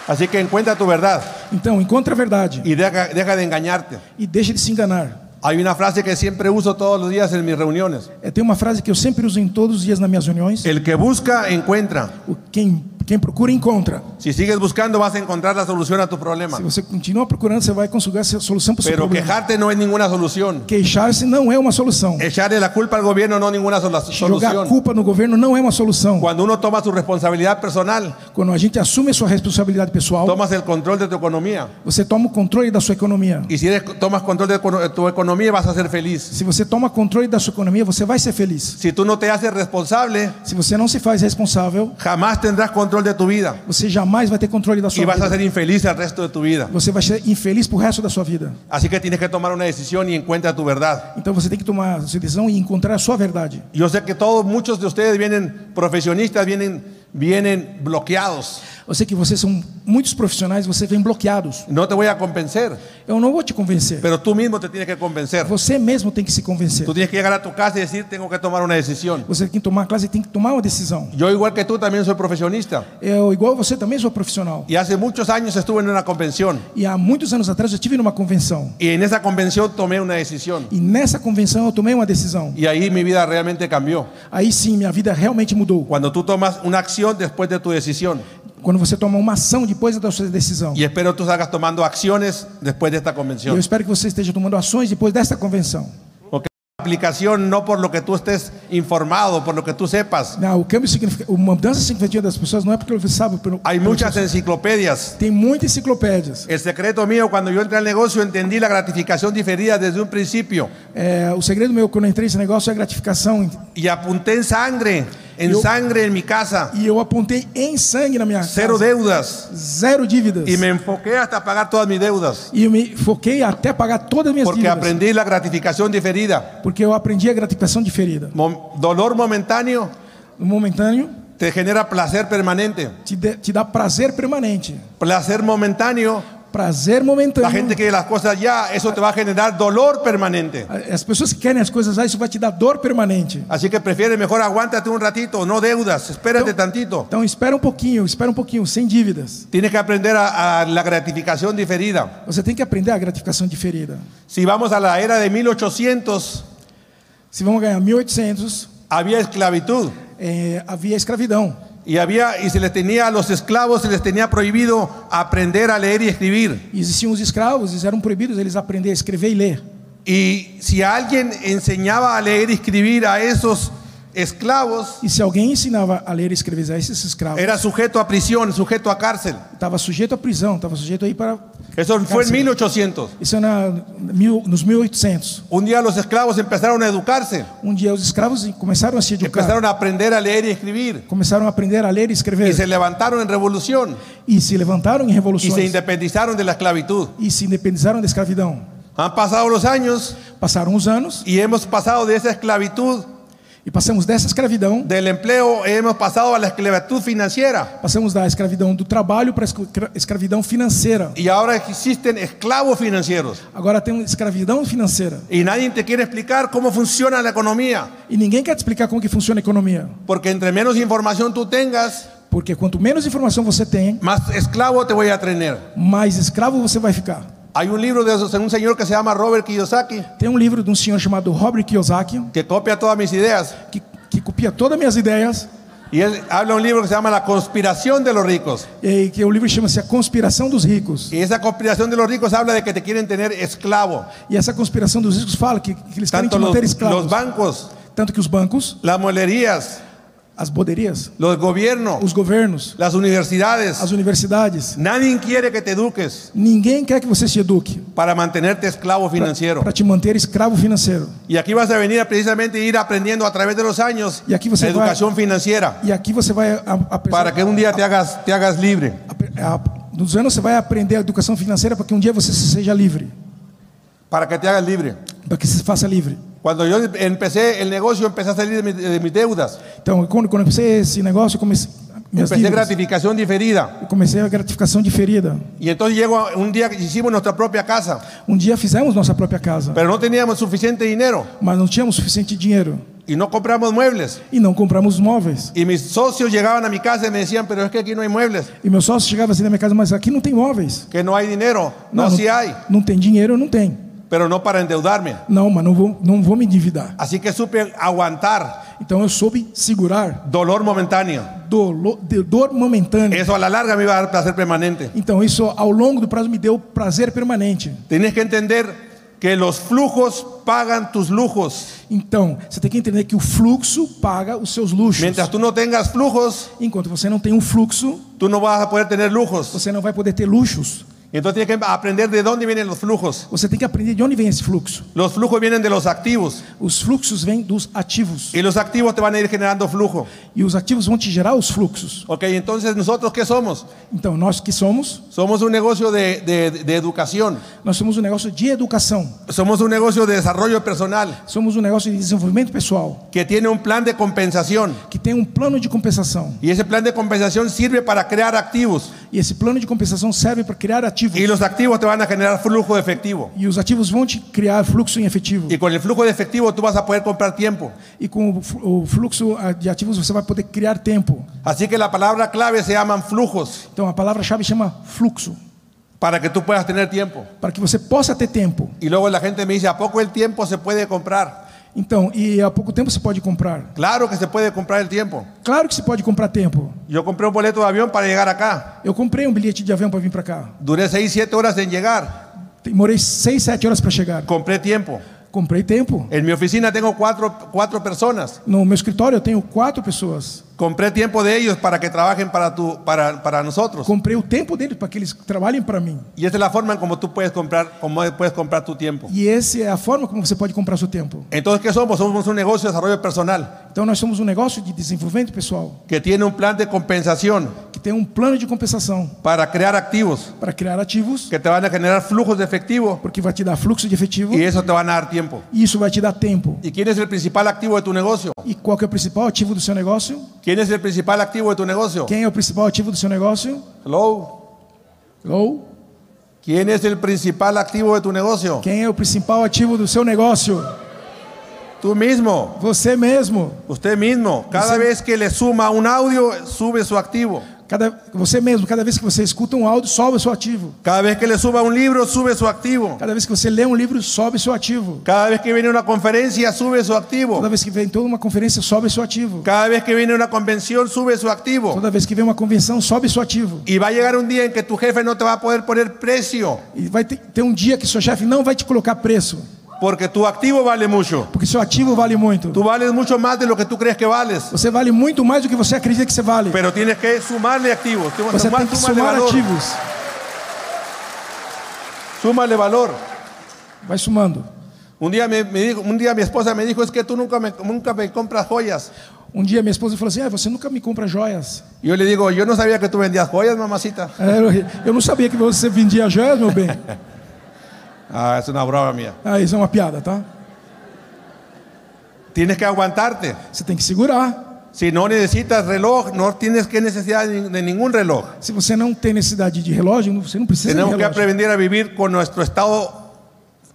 E: Así que encuentra tu verdad
F: Então, encontra a verdade
E: y deja, deja de engañarte.
F: e deixa de se enganar.
E: Hay una frase que siempre uso todos los días en mis reuniones.
F: É, tem uma frase que eu sempre uso em todos os dias nas minhas reuniões:
E: El que busca, encuentra.
F: o quem, quem procura, encontra.
E: Si sigues buscando, vas a encontrar la solución a tu problema.
F: Se você continua procurando, você vai conseguir a solução para o seu
E: Pero
F: problema.
E: quejarte no es ninguna solución.
F: Queixar-se não é uma solução.
E: Echarle la culpa al gobierno no es ninguna sola-
F: Jogar a
E: solución.
F: culpa no governo não é uma solução.
E: Cuando uno toma su responsabilidad personal,
F: Quando a gente assume a sua responsabilidade pessoal,
E: tomas el control de tu economía.
F: você toma o controle da sua economia.
E: Y si eres- tomas control de econo- tu economía, vas a ser feliz.
F: Se você toma controle da sua economia, você vai ser feliz.
E: Si tú no te haces responsable,
F: Se você não se faz responsável,
E: jamás tendrás control de tu vida
F: você jamais vai ter controle da
E: y
F: sua
E: vas a
F: vida.
E: ser infeliz el resto de tu vida.
F: Você vai ser infeliz pro resto da sua vida.
E: Así que tienes que tomar una decisión y encuentra tu verdad.
F: Então você tem que tomar sua decisão e encontrar a sua verdade.
E: Yo sé que todos, muchos de ustedes vienen profesionistas, vienen, vienen bloqueados.
F: Eu sei que vocês são muitos profissionais, vocês vêm bloqueados.
E: No te voy a convencer,
F: Eu não vou te convencer.
E: pero tú mismo te tienes que convencer.
F: Você mesmo tem que se convencer.
E: Tú tienes que llegar a tu casa y decir, tengo que tomar una decisión.
F: Você tem que tomar a classe e tem que tomar uma decisão.
E: Yo igual que tú también soy profesionista
F: Eu, igual você, também sou profissional.
E: y hace muchos años estuve en una convención
F: E há muitos anos atrás eu estive numa convenção.
E: y en esa convención tomé una decisión.
F: E nessa convenção eu tomei uma decisão.
E: Y ahí mi vida realmente cambió.
F: Aí sim, minha vida realmente mudou.
E: Cuando tú tomas una acción después de tu decisión.
F: Quando você toma uma ação depois da sua decisão.
E: Y espero tú salgas tomando acciones después de esta
F: E eu
E: convención.
F: espero que você esteja tomando ações depois desta convenção.
E: Ok. Aplicación no por lo que tú estés informado, por lo que tú sepas.
F: Não, o câmbio significa uma mudança significativa das pessoas não é porque você sabe. Pelo,
E: Hay
F: pelo-
E: muchas enciclopedias.
F: Tem muitas enciclopédias.
E: El secreto mío, cuando yo entré al negocio, entendí la gratificação diferida desde un principio.
F: É, o segredo meu quando eu entrei nesse negócio é a gratificação.
E: Y apunté en sangre, en
F: Yo-
E: sangre en mi casa.
F: E eu apontei em sangue na minha casa.
E: Cero deudas.
F: Zero dívidas.
E: Y me enfoqué hasta pagar todas mis deudas.
F: E eu me foquei até pagar todas as minhas
E: Porque
F: dívidas.
E: aprendí la gratificación diferida.
F: Porque eu aprendi a gratificação diferida.
E: Mom- dolor momentáneo
F: No momentâneo,
E: te genera placer permanente.
F: te, dê- te dá prazer permanente.
E: Placer momentáneo,
F: Prazer momentâneo.
E: la gente quiere las cosas ya, eso te va a generar dolor permanente.
F: As pessoas que querem as coisas, ah, isso vai te dar dor permanente.
E: Así que prefiere mejor aguántate un ratito, no deudas, espérate
F: Então-
E: tantito.
F: Então espera um pouquinho, espera um pouquinho, sem dívidas.
E: Tienes que aprender a, a la gratificação diferida.
F: Você tem que aprender a gratificação diferida.
E: Si vamos a la era de 1800,
F: Se vão ganhar 1.800,
E: había esclavitud
F: é, havia escravidão.
E: y había y se les tenía a los esclavos se les tenía prohibido aprender a leer y escribir.
F: E Existiam os escravos, eles eram proibidos eles aprender a escrever e ler.
E: Y si alguien enseñaba a leer y escribir a esos esclavos,
F: E se alguém ensinava a ler e escrever a esses escravos,
E: era sujeto a prisión, sujeto a cárcel.
F: estava sujeito à prisão, estava sujeito aí para.
E: Eso fue en
F: Cárcel.
E: 1800.
F: Isso é na, mil, nos 1800.
E: Un día los esclavos empezaron a educarse,
F: Um dia os escravos começaram a se educar,
E: empezaron a aprender a leer y escribir.
F: começaram a aprender a ler
E: Y
F: e escrever,
E: se levantaron en revolución
F: e se levantaram em
E: y se
F: revoluções,
E: independizaron de la esclavitud.
F: e se independizaram da escravidão.
E: Han pasado los años
F: Passaram os anos,
E: y hemos pasado de esa esclavitud
F: e passamos dessa escravidão,
E: del empleo, hemos pasado a la esclavitud financiera.
F: passamos da escravidão do trabalho para a escra- escravidão financeira.
E: Y ahora existen esclavos financieros.
F: Agora tem escravidão financeira.
E: Y nadie te quiere explicar cómo funciona la economía.
F: E ninguém quer te explicar como que funciona a economia.
E: Porque entre menos información tú tengas,
F: Porque quanto menos informação você tem,
E: más esclavo te voy a tener.
F: mais escravo você vai ficar.
E: Hay un libro de esos- un señor que se llama Robert Kiyosaki,
F: Tem um livro de um senhor chamado Robert Kiyosaki,
E: que copia todas mis ideas.
F: que, que copia todas as minhas ideias,
E: Y él habla un libro que se llama La conspiración de los ricos.
F: e que o livro chama-se A Conspiração dos Ricos.
E: Y esa conspiración de los ricos habla de que te quieren tener esclavo.
F: E essa conspiração dos ricos fala que, que eles querem
E: Tanto
F: te
E: los,
F: manter escravos.
E: los bancos,
F: Tanto que os bancos,
E: las molerías,
F: as boderias,
E: los gobiernos,
F: os governos,
E: las universidades.
F: as universidades,
E: Nadie quiere que te eduques
F: ninguém quer que você se eduque
E: para mantenerte esclavo financiero.
F: para te manter escravo financeiro.
E: Y aquí vas a venir a precisamente ir aprendiendo a través de los años
F: Y aquí você vai-
E: educación financiera
F: E aqui você vai a, a,
E: para que un día te hagas, te hagas libre.
F: a, a, nos anos você vai aprender a educação financeira para que um dia você seja livre,
E: Para que te hagas libre.
F: para que se faça livre.
E: Cuando yo empecé el negocio, empecé a salir de, mi- de mis deudas.
F: Então, quando, quando eu comecei esse negócio, eu comecei minhas
E: Empecé
F: dívidas,
E: gratificação diferida.
F: eu comecei a gratificação diferida.
E: Y entonces llegó a- un día que hicimos nuestra propia casa,
F: Um dia fizemos nossa própria casa,
E: pero no teníamos suficiente dinero
F: mas não tínhamos suficiente dinheiro
E: y no compramos muebles.
F: e não compramos móveis.
E: Y mis socios llegaban a mi casa y me decían, pero es que aquí no hay muebles,
F: E meu sócio chegava assim na minha casa, mas aqui não tem móveis.
E: que no hay dinero. No, sí hay,
F: não tem dinheiro, não tem.
E: pero no para endeudarme.
F: Não, mas não vou, não vou me endividar.
E: Así que supe aguantar
F: Então eu soube segurar
E: dolor momentáneo.
F: dolo- de- dor momentânea.
E: Eso a la larga me iba a dar placer permanente.
F: Então isso ao longo do prazo me deu prazer permanente.
E: Tienes que entender que los flujos pagan tus lujos.
F: Então, você tem que entender que o fluxo paga os seus luxos.
E: Mientras tú no tengas flujos,
F: Enquanto você não tem um fluxo,
E: tú no vas a poder tener lujos.
F: você não vai poder ter luxos.
E: Entonces tienes que aprender de dónde vienen los flujos.
F: Você tem que aprender de onde vem esse fluxo.
E: Los flujos vienen de los activos
F: Os fluxos vêm dos ativos.
E: y los activos te van a ir generando flujo.
F: E os ativos vão te gerar os fluxos.
E: Ok, entonces nosotros qué somos?
F: Então, nós que somos,
E: Somos un negocio de, de- de educación,
F: nós somos um negócio de educação.
E: somos un negocio de desarrollo personal
F: Somos um negócio de desenvolvimento pessoal,
E: que tiene un plan de compensación
F: que tem um plano de compensação.
E: y ese plan de compensação sirve para crear activos
F: E esse plano de compensação serve para criar ativos.
E: y los activos te van a generar flujo de efectivo
F: E os ativos vão te criar fluxo em efetivo.
E: y con el flujo de efectivo tú vas a poder comprar tiempo.
F: E com o flu- o fluxo ah, de ativos você vai poder criar tempo.
E: Así que la palabra clave se llaman flujos
F: Então a palavra-chave chama fluxo,
E: para que tú puedas tener tiempo.
F: para que você possa ter tempo.
E: Y luego la gente me dice, ¿a poco el tiempo se puede comprar?
F: Então, e há pouco tempo você pode comprar.
E: Claro que se puede comprar el tiempo.
F: Claro que se pode comprar tempo.
E: Yo compré un boleto de avión para llegar acá.
F: Eu comprei um bilhete de avião para vir para cá.
E: Duré 6, 7 horas en llegar.
F: Demorei 6, 7 horas para chegar.
E: Compré tiempo.
F: Comprei tempo.
E: En mi oficina tengo cuatro, cuatro personas.
F: No meu escritório eu tenho quatro pessoas.
E: Compré tiempo de ellos para que trabajen para, tu, para, para nosotros.
F: Comprei o tempo deles para que eles trabalhem para mim.
E: Y esa es la forma en como tú puedes comprar, como puedes comprar tu tiempo.
F: E essa é a forma como você pode comprar seu tempo.
E: Entonces, ¿qué somos? Somos un negocio de desarrollo personal
F: Então nós somos um negócio de desenvolvimento pessoal
E: que tiene un plan de compensación
F: que tem um plano de compensação
E: para crear activos
F: para criar ativos,
E: que te van a generar flujos de efectivo
F: porque vai te dar fluxo de efetivo
E: y eso te van a dar tiempo.
F: e isso vai te dar tempo.
E: ¿Y quién es el principal activo de tu negocio?
F: E qual que é o principal ativo do seu negócio?
E: ¿Quién es el principal activo de tu negocio?
F: Quem é o principal ativo do seu negócio?
E: Hello.
F: Ou
E: ¿Quién es el principal activo de tu negocio?
F: quem é o principal ativo do seu negócio?
E: Tú mismo,
F: Você mesmo.
E: usted mismo. Cada
F: Ese-
E: vez que le suma un audio, sube su activo.
F: Cada, você mesmo, cada vez que você escuta um áudio, sobe o seu ativo.
E: Cada vez que le suba um libro, sube su activo.
F: Cada vez que você lê um livro, sobe o seu ativo.
E: Cada vez que viene una conferencia, sube su activo.
F: Toda vez que vem toda uma conferência, sobe o seu ativo.
E: Cada vez que viene una convención, sube su activo.
F: Toda vez que vem uma convenção, sobe o seu ativo.
E: Y va a llegar un día en que tu jefe no te va a poder poner precio.
F: E vai ter, ter um dia que seu chefe não vai te colocar preço.
E: porque tu activo vale mucho.
F: Porque seu ativo vale muito.
E: Tú vales mucho más de lo que tú crees que vales,
F: Você vale muito mais do que você acredita que você vale.
E: pero tienes que sumarle activos. Tienes que
F: Você
E: sumar-
F: tem que
E: súmale
F: somar
E: valor.
F: ativos.
E: Súmale valor.
F: Vai somando.
E: Un día, me, me dijo- un día mi esposa me dijo, es que tú nunca me, nunca me compras joyas.
F: Um dia minha esposa falou assim: ah, você nunca me compra joias.
E: Y yo le digo, yo no sabía que tú vendías joyas, mamacita.
F: Aí Eu, ri. eu não sabia que você vendia joias, meu bem.
E: Ah, es una brava mía.
F: Ah, isso é uma piada, tá?
E: Tienes que aguantarte.
F: Você tem que segurar.
E: Si no necesitas reloj, no tienes que necesidad de de ningún reloj.
F: Se você não tem necessidade de relógio, não- você não precisa
E: Tenemos
F: de
E: que
F: relógio.
E: aprender a vivir con nuestro estado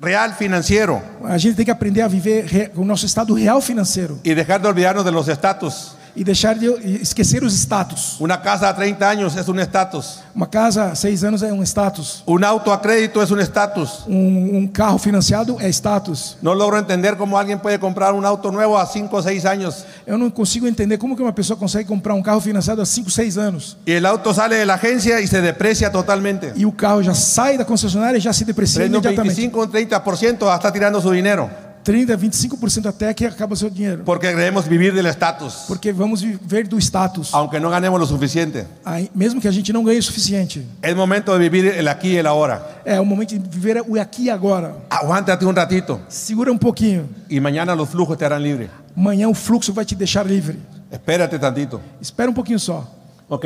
E: real financiero
F: A gente tem que aprender a viver re- o nosso estado real financeiro
E: y dejar de olvidarnos de los estatus.
F: e deixar de e esquecer os status.
E: Una casa a 30 años es un estatus.
F: Uma casa há seis anos é um status.
E: Un auto a crédito es un estatus.
F: Um, um carro financiado é status.
E: No logro entender cómo alguien puede comprar un auto nuevo a 5 o 6 años
F: Eu não consigo entender como que uma pessoa consegue comprar um carro financiado há 5, 6 anos
E: y el auto sale de la agencia y se deprecia totalmente.
F: e o carro já sai da concessionária e já se deprecia
E: Prende un
F: imediatamente.
E: 25 o un 30% está tirando su dinero
F: 30, 25% até que acaba o seu dinheiro.
E: porque queremos vivir del estatus,
F: Porque vamos viver do status.
E: aunque no ganemos lo suficiente.
F: Aí, mesmo que a gente não ganhe o suficiente.
E: Es momento de vivir el aquí y el ahora.
F: É o momento de viver o aqui e agora.
E: Aguántate un ratito
F: Segura um pouquinho.
E: y mañana los flujos te harán libre.
F: Amanhã o fluxo vai te deixar livre.
E: Espérate tantito.
F: Espera um pouquinho só.
E: Ok.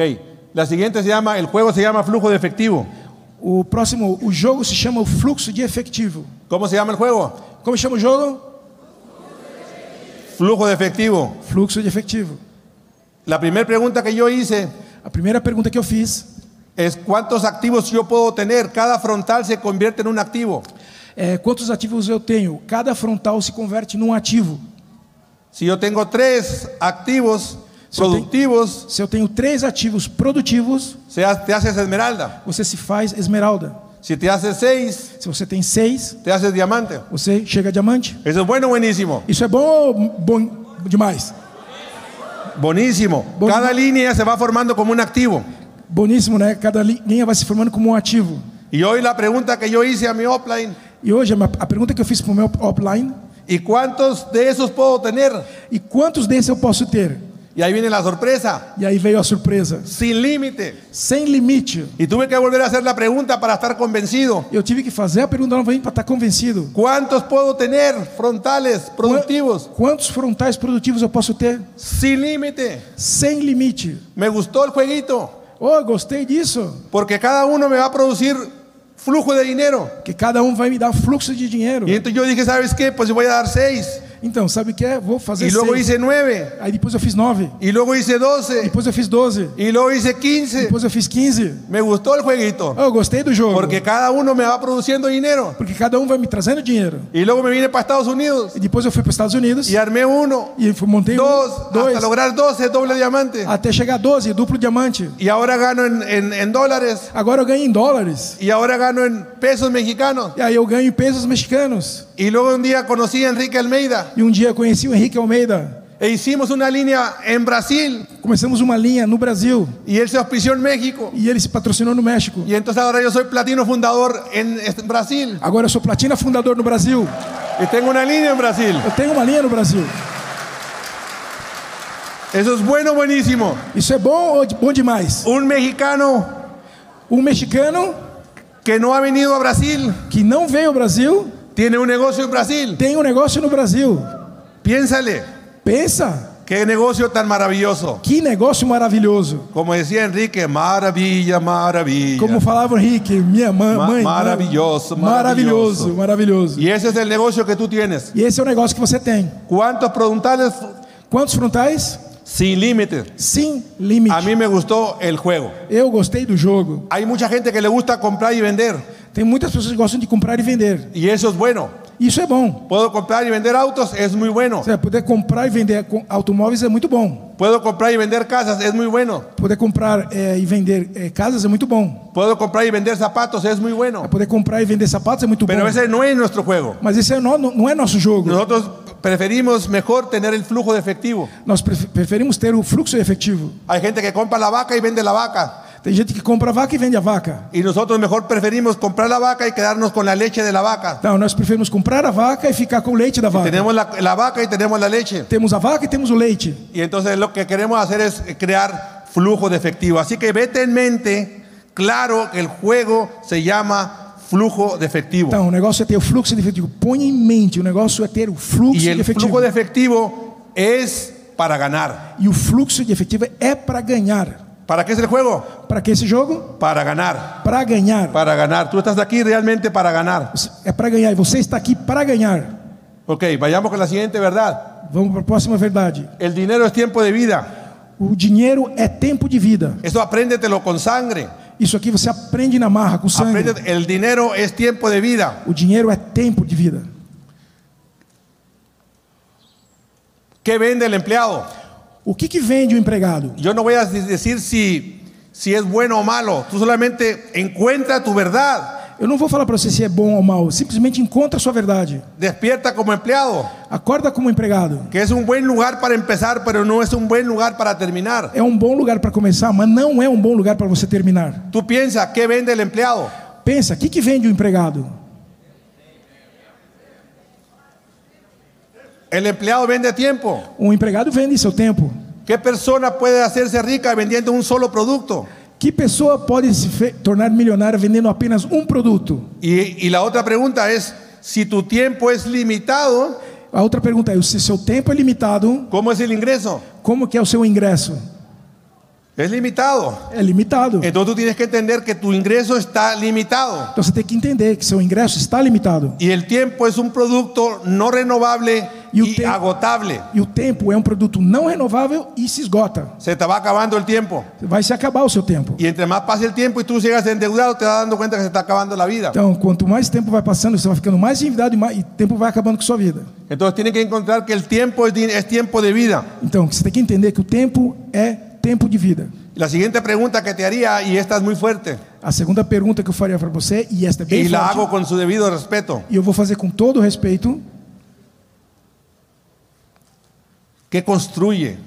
E: La siguiente se llama, el juego se llama flujo de efectivo.
F: O próximo, o jogo se chama o fluxo de efetivo.
E: ¿Cómo se llama el juego?
F: Como chama o jogo?
E: Flujo de efectivo.
F: Fluxo de efetivo.
E: La primera pregunta que yo hice
F: A primeira pergunta que eu fiz
E: es cuántos activos yo puedo tener. Cada frontal se convierte en un activo.
F: é quantos ativos eu tenho? Cada frontal se converte num ativo.
E: Si yo tengo tres activos
F: Si yo te-
E: productivos,
F: Se eu tenho três ativos produtivos,
E: se ha- te haces esmeralda.
F: você se faz esmeralda.
E: Si te haces seis,
F: Se você tem seis,
E: te haces diamante.
F: você chega a diamante.
E: Eso es bueno, buenísimo.
F: Isso é bom ou bom demais?
E: Buenísimo.
F: Bon-
E: Cada línea se va formando como un activo.
F: Boníssimo, né? Cada li- linha vai se formando como um ativo.
E: Y hoy la pregunta que yo hice a mi offline,
F: E hoje a minha- a pergunta que eu fiz para o meu offline
E: ¿y cuántos de esos puedo tener?
F: e quantos desses eu posso ter?
E: Y ahí viene la sorpresa,
F: E aí veio a surpresa.
E: sin límite.
F: Sem limite.
E: Y tuve que volver a hacer la pregunta para estar convencido.
F: Eu tive que fazer a pergunta novamente para estar convencido.
E: ¿Cuántos puedo tener frontales productivos?
F: Quantos frontais produtivos eu posso ter?
E: Sin límite.
F: Sem limite.
E: Me gustó el jueguito,
F: Oh, gostei disso.
E: porque cada uno me va a producir flujo de dinero.
F: Que cada um vai me dar fluxo de dinheiro.
E: Y entonces yo dije, ¿sabes qué? Pues voy a dar seis.
F: Então, sabe o que é? Vou fazer
E: Y luego
F: seis.
E: hice nueve.
F: Aí depois eu fiz nove.
E: Y luego hice doce.
F: Depois eu fiz doze.
E: Y luego hice quince.
F: Depois eu fiz quinze.
E: Me gustó el jueguito,
F: Oh, eu gostei do jogo.
E: porque cada uno me va produciendo dinero.
F: Porque cada um vai me trazendo dinheiro.
E: Y luego me vine para Estados Unidos
F: E depois eu fui para os Estados Unidos
E: y armé uno,
F: e fui- montei um,
E: dos,
F: dois,
E: hasta lograr 12 doble diamante.
F: até chegar a 12, duplo diamante.
E: Y ahora gano en, en- en dólares.
F: Agora eu ganho em dólares.
E: Y ahora gano en pesos mexicanos.
F: E aí eu ganho em pesos mexicanos.
E: Y luego un día conocí a Enrique Almeida.
F: E um dia eu conheci o Henrique Almeida.
E: E hicimos una línea en Brasil.
F: Começamos uma linha no Brasil
E: Y él se auspició en México.
F: e ele se patrocinou no México.
E: Y entonces ahora yo soy platino fundador en en Brasil.
F: Agora eu sou platina fundador no Brasil.
E: Y tengo una línea en Brasil.
F: Eu tenho uma linha no Brasil.
E: Eso es bueno, buenísimo.
F: Isso é bom ou de- bom demais?
E: Un mexicano
F: Um mexicano
E: que no ha venido a Brasil
F: que não veio ao Brasil
E: tiene un negocio en Brasil.
F: tem um negócio no Brasil.
E: Piénsale,
F: Pensa,
E: qué negocio tan maravilloso.
F: que negócio maravilhoso.
E: Como decía Enrique, maravilla, maravilla.
F: Como falava o Henrique, minha mãe,
E: Ma-
F: mãe.
E: maravilhoso,
F: maravilhoso,
E: maravilhoso.
F: maravilhoso.
E: Y ese es el negocio que tú tienes.
F: E esse é o negócio que você tem.
E: ¿Cuántos frontales?
F: Quantos frontais?
E: Sin límite.
F: Sim, limite.
E: A mí me gustó el juego.
F: Eu gostei do jogo.
E: Hay mucha gente que le gusta comprar y vender.
F: Tem muitas pessoas que gostam de comprar e vender.
E: Y eso es bueno.
F: Isso é bom.
E: Puedo comprar y vender autos, es muy bueno.
F: Você poder comprar e vender com- automóveis é muito bom.
E: Puedo comprar y vender casas, es muy bueno.
F: Poder comprar eh, e vender eh, casas é muito bom.
E: Puedo comprar y vender zapatos, es muy bueno.
F: Poder comprar e vender sapatos é muito
E: Pero
F: bom.
E: ese no es nuestro juego.
F: Mas esse é no, não é nosso jogo.
E: Nosotros preferimos mejor tener el flujo de efectivo.
F: Nós pref- preferimos ter o fluxo efetivo.
E: Hay gente que compra la vaca y vende la vaca.
F: Tem gente que compra a vaca e vende a vaca.
E: Y nosotros mejor preferimos comprar la vaca y quedarnos con la leche de la vaca.
F: Não, nós preferimos comprar a vaca e ficar com o leite da vaca.
E: Tenemos la, la vaca y tenemos la leche.
F: Temos a vaca e temos o leite.
E: Y entonces lo que queremos hacer es crear flujo de efectivo. Así que vete en mente, claro que el juego se llama flujo de efectivo.
F: Então, o negócio é ter o fluxo de efetivo. Põe em mente, o negócio é ter o fluxo
E: Y
F: de
E: el
F: efetivo.
E: flujo de efectivo es para ganar.
F: E o fluxo de efetivo é para ganhar.
E: ¿Para qué es el juego?
F: Para que esse jogo?
E: Para ganar.
F: Para ganhar.
E: Para ganar. Tú estás aquí realmente para ganar.
F: É para ganhar. E você está aqui para ganhar.
E: Ok, vayamos con la siguiente verdad.
F: Vamos para a próxima verdade.
E: El dinero es tiempo de vida.
F: O dinheiro é tempo de vida.
E: Eso apréndetelo con sangre.
F: Isso aqui você aprende na marra, com sangue.
E: Apréndete- El dinero es tiempo de vida.
F: O dinheiro é tempo de vida.
E: ¿Qué vende el empleado?
F: O que, que vende o empregado?
E: Yo no voy a decir si, si es bueno o malo. Tú solamente encuentra tu verdad.
F: Eu não vou falar para você se é bom ou mal. Simplesmente encontra a sua verdade.
E: Despierta como empleado,
F: Acorda como empregado.
E: que es un buen lugar para empezar, pero no es un buen lugar para terminar.
F: É um bom lugar para começar, mas não é um bom lugar para você terminar.
E: Tú piensa, ¿qué vende el empleado?
F: Pensa, o que, que vende o empregado?
E: El empleado vende tiempo.
F: Um empregado vende seu tempo.
E: ¿Qué persona puede hacerse rica vendiendo un solo producto?
F: Que pessoa pode se fe- tornar milionária vendendo apenas um produto?
E: Y, y la otra pregunta es, si tu tiempo es limitado,
F: A outra pergunta é: se seu tempo é limitado,
E: ¿cómo es el ingreso?
F: como que é o seu ingresso?
E: Es limitado.
F: É limitado.
E: Entonces tú tienes que entender que tu ingreso está limitado.
F: Então você tem que entender que seu ingresso está limitado.
E: Y el tiempo es un producto no renovable
F: Y
E: y
F: usted-
E: agotable.
F: E o tempo é um produto não renovável e se esgota.
E: Se te va acabando el tiempo.
F: Vai se acabar o seu tempo.
E: Y entre más pasa el tiempo y tú sigas endeudado, te vas dando cuenta que se está acabando la vida.
F: Então, quanto mais tempo vai passando, você vai ficando mais endividado e mais, e tempo vai acabando com sua vida.
E: Entonces tienes que encontrar que el tiempo es, di- es tiempo de vida.
F: Então, você tem que entender que o tempo é tempo de vida.
E: La siguiente pregunta que te haría, y esta es muy fuerte,
F: A segunda pergunta que eu faria para você, e esta é bem
E: y la
F: forte,
E: hago con su debido respeto.
F: e eu vou fazer com todo o respeito,
E: ¿Qué construye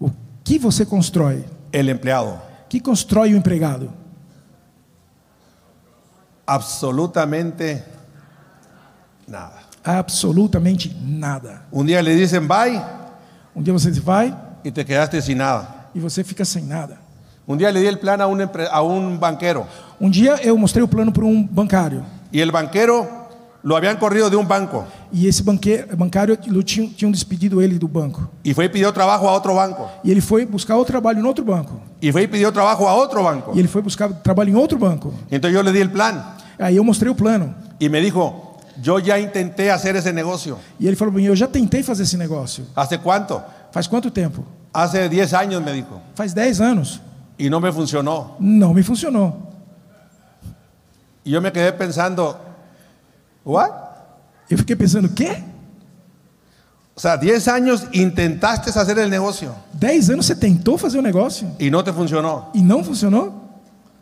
F: o que você constrói?
E: el empleado?
F: O que constrói o empregado?
E: Absolutamente nada.
F: Absolutamente nada.
E: Un día le dicen bye
F: Um dia você vai
E: y te quedaste sin nada.
F: e você fica sem nada.
E: Un día le di el plan a un, empre- a un banquero
F: Um dia eu mostrei o plano para um bancário,
E: y el banquero lo habían corrido de un banco
F: e esse banque- bancário ele tinha, tinham despedido ele do banco.
E: y fue y pidió trabajo a otro banco
F: E ele foi buscar outro trabalho em outro banco.
E: y fue y pidió trabajo a otro banco.
F: E ele foi buscar trabalho em outro banco.
E: Entonces yo le di el plan
F: Aí eu mostrei o plano.
E: y me dijo, yo ya intenté hacer ese negocio.
F: E ele falou para mim: Eu já tentei fazer esse negócio.
E: ¿Hace cuánto?
F: Faz quanto tempo?
E: Hace 10 años me dijo
F: Faz 10 anos.
E: y no me funcionó.
F: Não me funcionou.
E: Y yo me quedé pensando, ¿what?
F: Eu fiquei pensando: Quê?
E: O sea, 10 años intentaste hacer el negocio
F: 10 anos você tentou fazer o negócio
E: y no te funcionó.
F: e não funcionou?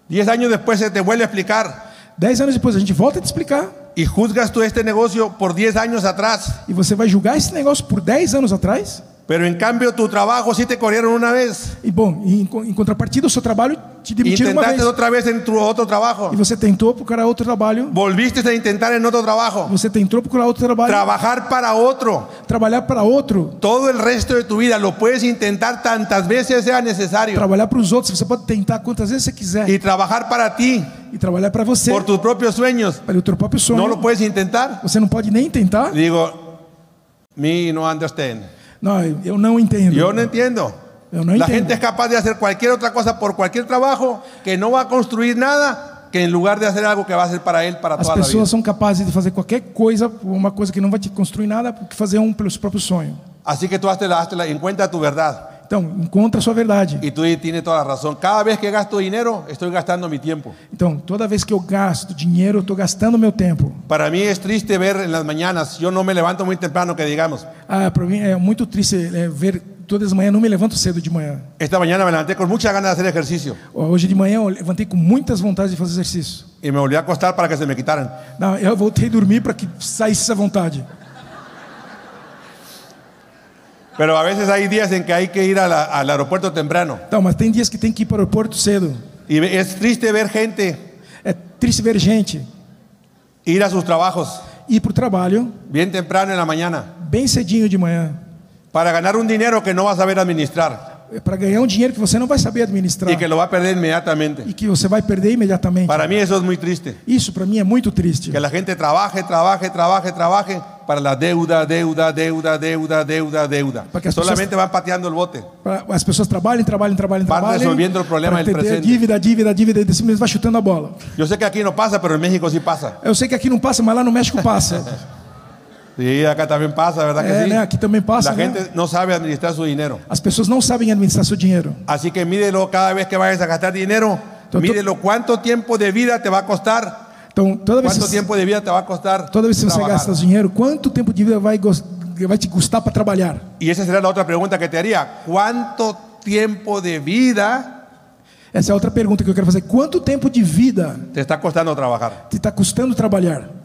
E: Diez años después se te vuelve a explicar
F: 10 anos depois a gente volta a te explicar.
E: y juzgas tú este negocio por 10 años atrás.
F: E você vai julgar esse negócio por 10 anos atrás?
E: Pero en cambio tu trabajo sí te corrieron una vez.
F: E bom, em, co- em contrapartida, o seu trabalho te demitiram uma vez.
E: Intentaste otra vez en tu otro trabajo.
F: E você tentou procurar outro trabalho.
E: Volviste a intentar en otro trabajo.
F: Você tentou procurar outro trabalho.
E: Trabajar para otro.
F: Trabalhar para outro.
E: Todo el resto de tu vida lo puedes intentar tantas veces sea necesario.
F: Trabalhar para os outros. Você pode tentar quantas vezes você quiser.
E: Y trabajar para ti,
F: e trabalhar para você,
E: por tus propios sueños.
F: para o teu próprio sonho.
E: ¿No lo puedes intentar?
F: Você não pode nem tentar?
E: Digo, me no understand.
F: Não, eu não entendo. é
E: Yo no entiendo.
F: Eu não
E: la
F: entendo.
E: gente es capaz de hacer cualquier otra cosa por cualquier trabajo que no va a construir nada que en lugar de hacer algo que va a hacer para él para
F: As
E: toda la vida.
F: pessoas são capazes de fazer qualquer coisa, uma coisa que não vai te construir nada, porque fazer um pelo seu próprio sonho.
E: Así que tú hazte la, hazte la- encuentra tu verdad
F: Então, encontra a sua verdade.
E: y tú tienes toda la razón. Cada vez que gasto dinero, estoy gastando mi tiempo.
F: Então, toda vez que eu gasto dinheiro, eu estou gastando meu tempo.
E: Para mí es triste ver en las mañanas, yo no me levanto muy temprano que digamos,
F: Ah, para mim é muito triste é, ver todas as manhãs, não me levanto cedo de manhã.
E: esta mañana me levanté con muchas ganas de hacer ejercicio
F: Ó, Hoje de manhã eu levantei com muitas vontades de fazer exercício.
E: y me volví a acostar para que se me quitaran.
F: Não, eu voltei a dormir para que saísse essa vontade.
E: Pero a veces hay días en que hay que ir a la- al aeropuerto temprano.
F: Então, mas tem dias que tem que ir para o aeroporto cedo.
E: Y ve- es triste ver gente
F: É triste ver gente
E: ir a sus trabajos
F: ir para o trabalho
E: bien temprano en la mañana
F: bem cedinho de manhã
E: para ganar un dinero que no va a saber administrar
F: para ganhar um dinheiro que você não vai saber administrar
E: y que lo va a perder inmediatamente.
F: e que você vai perder imediatamente.
E: Para mí eso es muy triste.
F: Isso para mim é muito triste.
E: Que la gente trabaje, trabaje, trabaje, trabaje para la deuda, deuda, deuda, deuda, deuda, deuda.
F: Para que las
E: Solamente van pateando el bote.
F: Pra- As pessoas trabalham, trabalham, trabalham,
E: Vai
F: trabalham.
E: resolvendo o problema
F: pra
E: do
F: ter
E: presente.
F: Dívida, dívida, dívida, e desse mesmo vai chutando a bola.
E: Yo sé que aquí no pasa, pero en México sí pasa.
F: Eu sei que aqui não passa, mas lá no México pasa.
E: Sí, acá también pasa, ¿verdad que
F: É,
E: sí?
F: né? Aqui também passa,
E: La
F: né?
E: gente no sabe administrar su dinero.
F: As pessoas não sabem administrar seu dinero.
E: Así que mídelo cada vez que vayas a gastar dinero.
F: Tú- tú-
E: Mídelo cuánto tiempo de vida te va a costar.
F: Então, toda vez,
E: ¿Cuánto
F: que,
E: tiempo de vida te va a costar?
F: toda vez que você
E: trabajar?
F: gasta dinheiro, quanto tempo de vida vai, gos- vai te custar para trabalhar?
E: Y esa será la otra pregunta que te haría. ¿Cuánto tiempo de vida
F: Essa é outra pergunta que eu quero fazer. Quanto tempo de vida
E: te está costando trabajar?
F: te está custando trabalhar?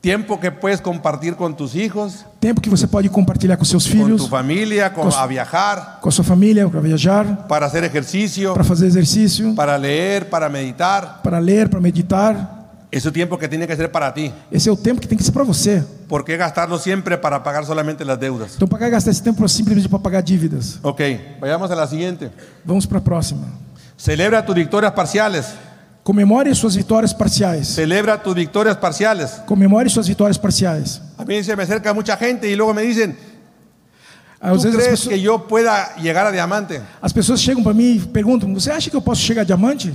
E: Tiempo que puedes compartir con tus hijos,
F: Tempo que você pode compartilhar com seus
E: con
F: filhos,
E: tu familia, con,
F: Cos-
E: a viajar,
F: com a sua família, para viajar,
E: para hacer ejercicio,
F: para fazer exercício,
E: para leer, para meditar.
F: para ler, para meditar.
E: Ese tiempo que tiene que ser para ti.
F: Esse é o tempo que tem que ser para você.
E: ¿Por qué gastarlo siempre para pagar solamente las deudas?
F: Então, para que gastar esse tempo simplesmente para pagar dívidas?
E: Ok, vayamos a la siguiente.
F: Vamos para a próxima.
E: Celebra tus victorias parciales.
F: Comemore suas vitórias parciais.
E: Celebra tus victorias parciales.
F: Comemore suas vitórias parciais.
E: A mí se me acerca mucha gente y luego me dicen, ¿tú
F: Às vezes as
E: crees
F: pessoas,
E: que yo pueda llegar a diamante?
F: as pessoas chegam para mim e perguntam: Você acha que eu posso chegar a diamante?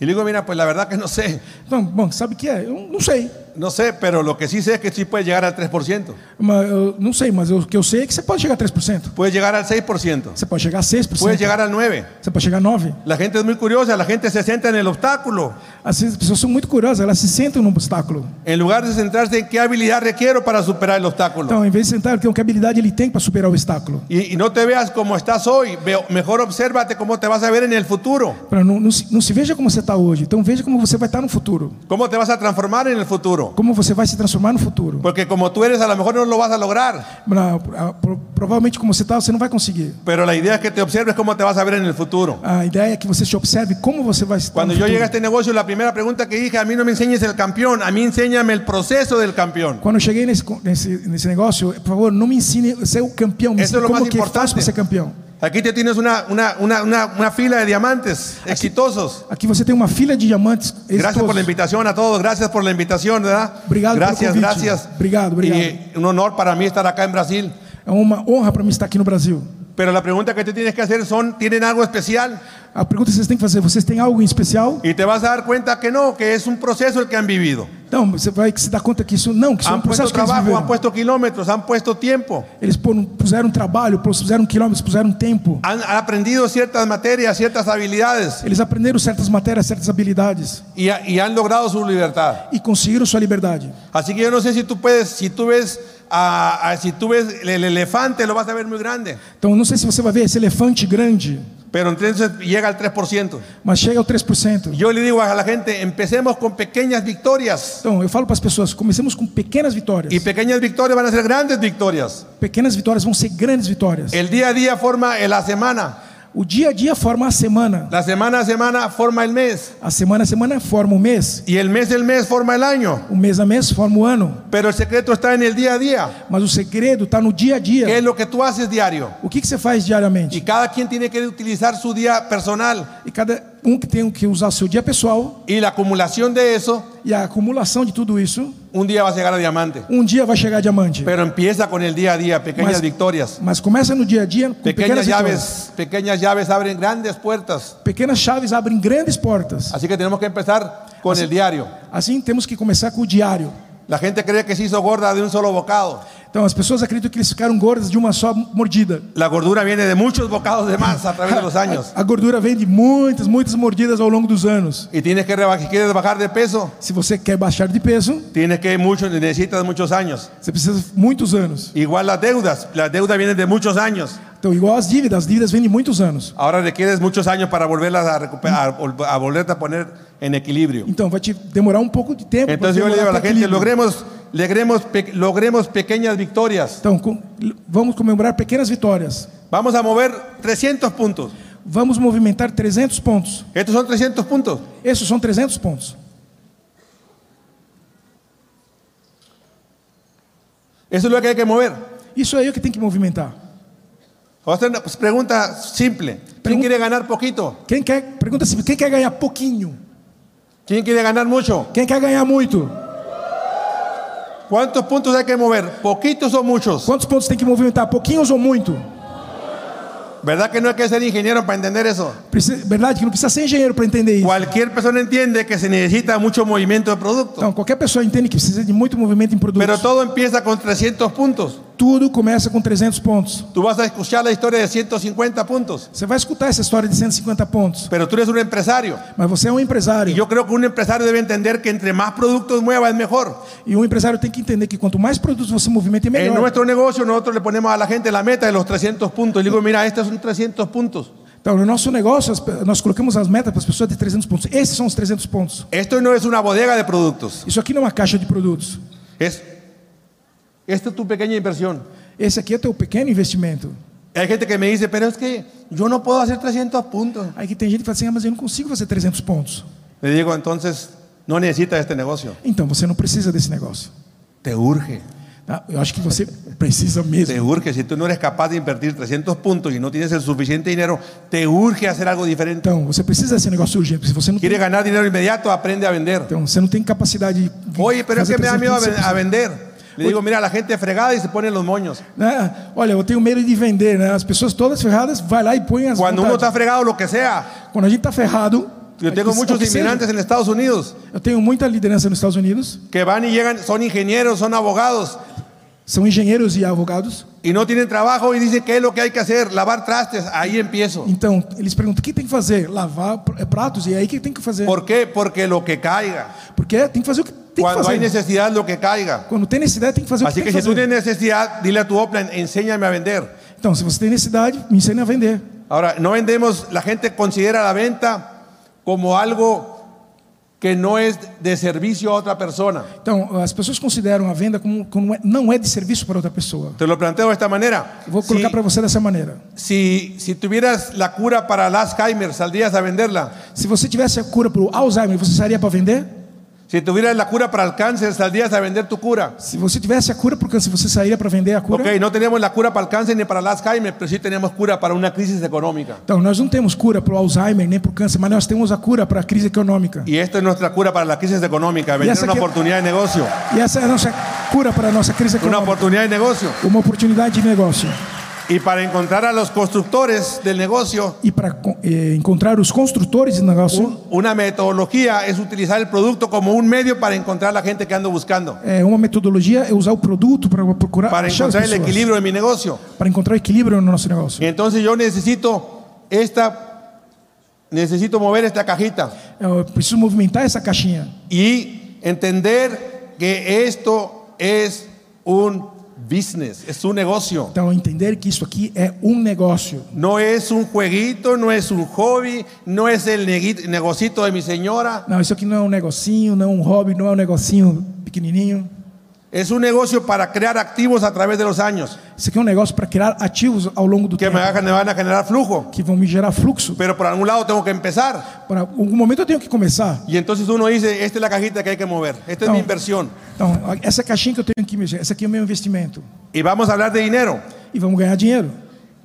E: Y le digo, mira, pues la verdad que no sé.
F: Não, bom, sabe o que é? Eu não sei.
E: No sé, pero lo que sí sé es que sí puedes llegar al 3%.
F: Mas eu não sei, mas eu- o que eu sei é que você pode chegar a 3%.
E: Puedes llegar al 6%.
F: Você pode chegar a 6%.
E: Puedes llegar al 9%.
F: Você pode chegar a 9%.
E: La gente es muy curiosa, la gente se senta en el obstáculo.
F: Às vezes as pessoas são muito curiosas, elas se sentam num obstáculo.
E: En lugar de centrarse en qué habilidad requiero para superar el obstáculo.
F: Então, em vez de sentar, então, que habilidade ele tem para superar o obstáculo?
E: Y, y no te veas como estás hoy, veo- mejor obsérvate cómo te vas a ver en el futuro,
F: Pra não, não, se, não se veja como você está hoje, então veja como você vai estar no futuro.
E: cómo te vas a transformar en el futuro.
F: Como você vai se transformar no futuro.
E: Porque como tú eres a lo mejor no lo vas a lograr,
F: Na- a- pro- provavelmente, como você está, você não vai conseguir.
E: pero la idea es que te observes cómo te vas a ver en el futuro.
F: A ideia é que você se observe como você vai estar
E: Cuando
F: no
E: yo llegué a
F: futuro.
E: este negocio, la primera pregunta que dije, a mí no me enseñes el campeón, a mí enséñame el proceso del campeón.
F: Quando eu cheguei nesse, co- nesse, nesse negócio, por favor, não me ensine a ser o campeão, me
E: Isso é
F: ensine
E: o
F: como
E: mais
F: que eu faço
E: importante.
F: para ser campeão.
E: Aquí te tienes una, una, una, una, una fila de diamantes exitosos.
F: Aqui você tem uma fila de diamantes
E: Gracias por la
F: exitosos.
E: invitación a todos, gracias por la invitación, ¿verdad?
F: Obrigado pelo
E: gracias,
F: convite.
E: gracias.
F: Obrigado, obrigado.
E: Y eh, un honor para mí estar acá en Brasil.
F: É uma honra para mim estar aqui no Brasil.
E: Pero la pregunta que te tienes que hacer son, ¿tienen algo especial?
F: A pergunta que vocês têm que fazer, vocês têm algo em especial?
E: Y te vas a dar cuenta que no, que es un proceso el que han vivido.
F: Então, você vai se dar conta que isso não, que isso é um
E: Han puesto
F: processo que eles
E: trabajo, han
F: viveram.
E: puesto kilómetros, han puesto tiempo,
F: Eles foram- puseram trabalho, puseram quilômetros, puseram tempo.
E: han han aprendido ciertas materias, ciertas habilidades
F: Eles aprenderam certas matérias, certas habilidades
E: y, ha- y han logrado su libertad.
F: e conseguiram sua liberdade.
E: Así que yo no sé si tú puedes, si tú ves, a- a- si tú ves el, el elefante, lo vas a ver muy grande,
F: Então, eu não sei se você vai ver esse elefante grande,
E: pero entonces llega al 3%.
F: mas chega ao 3%.
E: Yo le digo a la gente, empecemos con pequeñas victorias
F: Então, eu falo para as pessoas, comecemos com pequenas vitórias.
E: y pequeñas victorias van a ser grandes victorias.
F: Pequenas vitórias vão ser grandes vitórias.
E: El día a día forma eh, la semana,
F: O dia a dia forma a semana.
E: la semana a semana forma el mes
F: A semana a semana forma o mês.
E: y el mes el mes forma el año.
F: O mês a mês forma o ano.
E: Pero el secreto está en el día a día.
F: Mas o segredo está no dia a
E: ¿Qué es
F: dia.
E: lo que tú haces diario?
F: O que, que você faz
E: Y
F: diariamente?
E: cada quien tiene que utilizar su día personal
F: E cada um que tem que usar seu dia pessoal
E: y la acumulación de eso,
F: e a acumulação de tudo isso,
E: un día vas a llegar a diamante.
F: um dia vai chegar diamante.
E: Pero empieza con el día a día, pequeñas
F: Mas-
E: victorias.
F: Mas começa no dia a dia com
E: Pequeñas
F: pequenas vitórias.
E: llaves, pequeñas llaves abren grandes puertas.
F: Pequenas chaves abrem grandes portas.
E: Así que tenemos que empezar con el diario.
F: Assim temos que começar com o diário.
E: La gente cree que se hizo gorda de un solo bocado.
F: Então as pessoas acreditam que eles ficaram gordas de uma só mordida.
E: La gordura viene de muchos bocados de más a través de los años.
F: A gordura vem de muitas, muitas mordidas ao longo dos anos.
E: Y tienes que rebajar, si quieres bajar de peso,
F: Se você quer baixar de peso,
E: tienes que mucho, necesitas muchos años.
F: você precisa de muitos anos.
E: Igual las deudas, las deudas vienen de muchos años.
F: Então, igual as dívidas, as dívidas vêm de muitos anos.
E: Ahora requieres muchos años para volverlas a recuperar, a, vol- a volverte a poner en equilibrio.
F: Então, vai te demorar um pouco de tempo. pra
E: Entonces yo le
F: demorar
E: digo assim, a la gente,
F: até equilíbrio.
E: logremos logremos, pe- logremos pequeñas victorias.
F: Então, com- vamos comemorar pequenas vitórias.
E: Vamos a mover 300 puntos.
F: Vamos movimentar 300 pontos.
E: Estos son 300 puntos.
F: Esses são 300 pontos.
E: Eso es lo que hay que mover.
F: Isso aí é o que tem que movimentar.
E: Vamos a hacer una pues, pregunta simple. ¿Quién
F: Pregun-
E: quiere ganar poquito?
F: Quem quer, pergunta se quem quer ganhar pouquinho?
E: ¿Quién quiere ganar mucho?
F: Quem quer ganhar muito?
E: ¿Cuántos puntos hay que mover? ¿Poquitos o muchos?
F: Quantos pontos tem que movimentar? Pouquinhos ou muito?
E: ¿Verdad que no hay que ser ingeniero para entender eso?
F: Precisa, verdade que não precisa ser engenheiro para entender isso.
E: Cualquier persona entiende que se necesita mucho movimiento de producto.
F: Então, qualquer pessoa entende que precisa de muito movimento em produtos.
E: Pero todo empieza con 300 puntos.
F: Tudo começa com 300 pontos.
E: Tú vas a escuchar la historia de 150 puntos.
F: Você vai escutar essa história de 150 pontos,
E: Pero tú eres un empresario.
F: mas você é um empresário.
E: Y yo creo que un empresario debe entender que entre más productos mueva es mejor.
F: E um empresário tem que entender que quanto mais produtos você movimenta, é
E: En
F: melhor.
E: nuestro negocio nosotros le ponemos a la gente la meta de los 300 puntos. Y digo, mira, estos son 300 puntos.
F: Então, no nosso negócio, as pe- nós colocamos as metas para as pessoas de 300 pontos. Esses são os 300 pontos.
E: Esto no es una bodega de productos.
F: Isso aqui não é uma caixa de produtos.
E: Es, esta es tu pequeña inversión.
F: Esse aqui é teu pequeno investimento.
E: Hay gente que me dice, pero es que yo no puedo hacer 300 puntos.
F: Aí que tem gente que fala assim, ah, mas eu não consigo fazer 300 pontos.
E: Le digo, entonces, no necesitas este negocio.
F: Então, você não precisa desse negócio.
E: Te urge.
F: tá? Eu acho que você precisa
E: Te
F: mesmo.
E: urge. Si tú no eres capaz de invertir 300 puntos y no tienes el suficiente dinero, te urge hacer algo diferente.
F: Então, você precisa desse negócio urgente. Se você não
E: ¿Quieres
F: tem,
E: ganar dinero inmediato? Aprende a vender.
F: então, você não tem capacidade de
E: Oye, pero es
F: fazer
E: que me da miedo a,
F: 300
E: ven- a
F: pontos.
E: vender. Le digo, mira, la gente es fregada y se pone los moños.
F: Né? Olha, eu tenho medo de vender, né? As pessoas todas ferradas, vai lá e põe as
E: Cuando uno
F: vontades.
E: está fregado, lo que sea.
F: Quando a gente está ferrado,
E: Yo
F: é
E: tengo
F: que- é
E: muchos
F: que seja.
E: inmigrantes en Estados Unidos
F: Eu tenho muita liderança nos Estados Unidos,
E: que van y llegan, son ingenieros, son abogados
F: são engenheiros e advogados.
E: y no tienen trabajo y dicen, ¿qué es lo que hay que hacer? Lavar trastes. Ahí empiezo.
F: Então, eles perguntam: o que tem que fazer? Lavar pr- eh, pratos? E aí, o que tem que fazer?
E: ¿Por qué? Porque lo que caiga.
F: Porque é, tem que fazer o que tem que
E: Cuando
F: fazer.
E: hay necesidad, lo que caiga.
F: Quando tem necessidade, tem que fazer o que
E: Así
F: tem
E: que
F: que
E: si tú
F: fazer.
E: tienes necesidad, dile a tu Oplan, enséñame a vender.
F: Então, se você tem necessidade, me ensina a vender.
E: Ahora, no vendemos, la gente considera la venta como algo que no es de servicio a otra persona.
F: Então, as pessoas consideram a venda como, como é- não é de serviço para outra pessoa.
E: Te lo planteo de esta manera.
F: Eu vou
E: Si-
F: colocar para você dessa maneira.
E: Si, si tuvieras la cura para el Alzheimer, ¿saldrías a venderla?
F: Se você tivesse a cura para o Alzheimer, você sairia para vender?
E: Si tuvieras la cura para el cáncer, ¿saldrías a vender tu cura?
F: Se você tivesse a cura para o câncer, você sairia para vender a cura?
E: Ok, no tenemos la cura para el cáncer ni para el Alzheimer, pero sí tenemos cura para una crisis económica.
F: Então, nós não temos cura para o Alzheimer nem para o câncer, mas nós temos a cura para a crise econômica.
E: Y esta es nuestra cura para la crisis económica, vender
F: esa
E: una
F: que-
E: oportunidad de negocio.
F: E essa é a nossa cura para a nossa crise
E: Una
F: econômica.
E: oportunidad de negocio.
F: Uma oportunidade de negócio.
E: Y para encontrar a los constructores del negocio,
F: E para co- eh, encontrar os construtores de negócio,
E: un- una metodología es utilizar el producto como un medio para encontrar a la gente que ando buscando,
F: é, uma metodologia é usar o produto para procurar
E: para
F: achar as
E: encontrar el
F: pessoas.
E: equilibrio de mi negocio.
F: para encontrar o equilíbrio no nosso
E: Y
F: negócio.
E: entonces yo necesito esta, necesito mover esta cajita
F: Eu preciso movimentar essa caixinha
E: y entender que esto es un business, es un negocio.
F: Então, entender que isso aqui é um negócio.
E: No es un jueguito, no es un hobby, no es el negui- negocito de mi señora.
F: Não, isso aqui não é um negocinho, não é um hobby, não é um negocinho pequenininho.
E: Es un negocio para crear activos a través de los años
F: Isso aqui é um negócio para criar ativos ao longo do
E: que
F: tempo
E: me hagan- me van a generar flujo.
F: que vão me gerar fluxo.
E: Pero por algún lado tengo que empezar.
F: Para algum momento eu tenho que começar.
E: Y entonces uno dice, esta es la cajita que hay que mover, esta es
F: No.
E: mi inversión.
F: Então, a- essa caixinha que eu tenho que mexer, essa aqui é o meu investimento.
E: Y vamos a hablar de dinero.
F: E vamos ganhar dinheiro.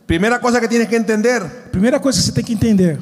E: Primera cosa que tienes que entender,
F: Primeira coisa que você tem que entender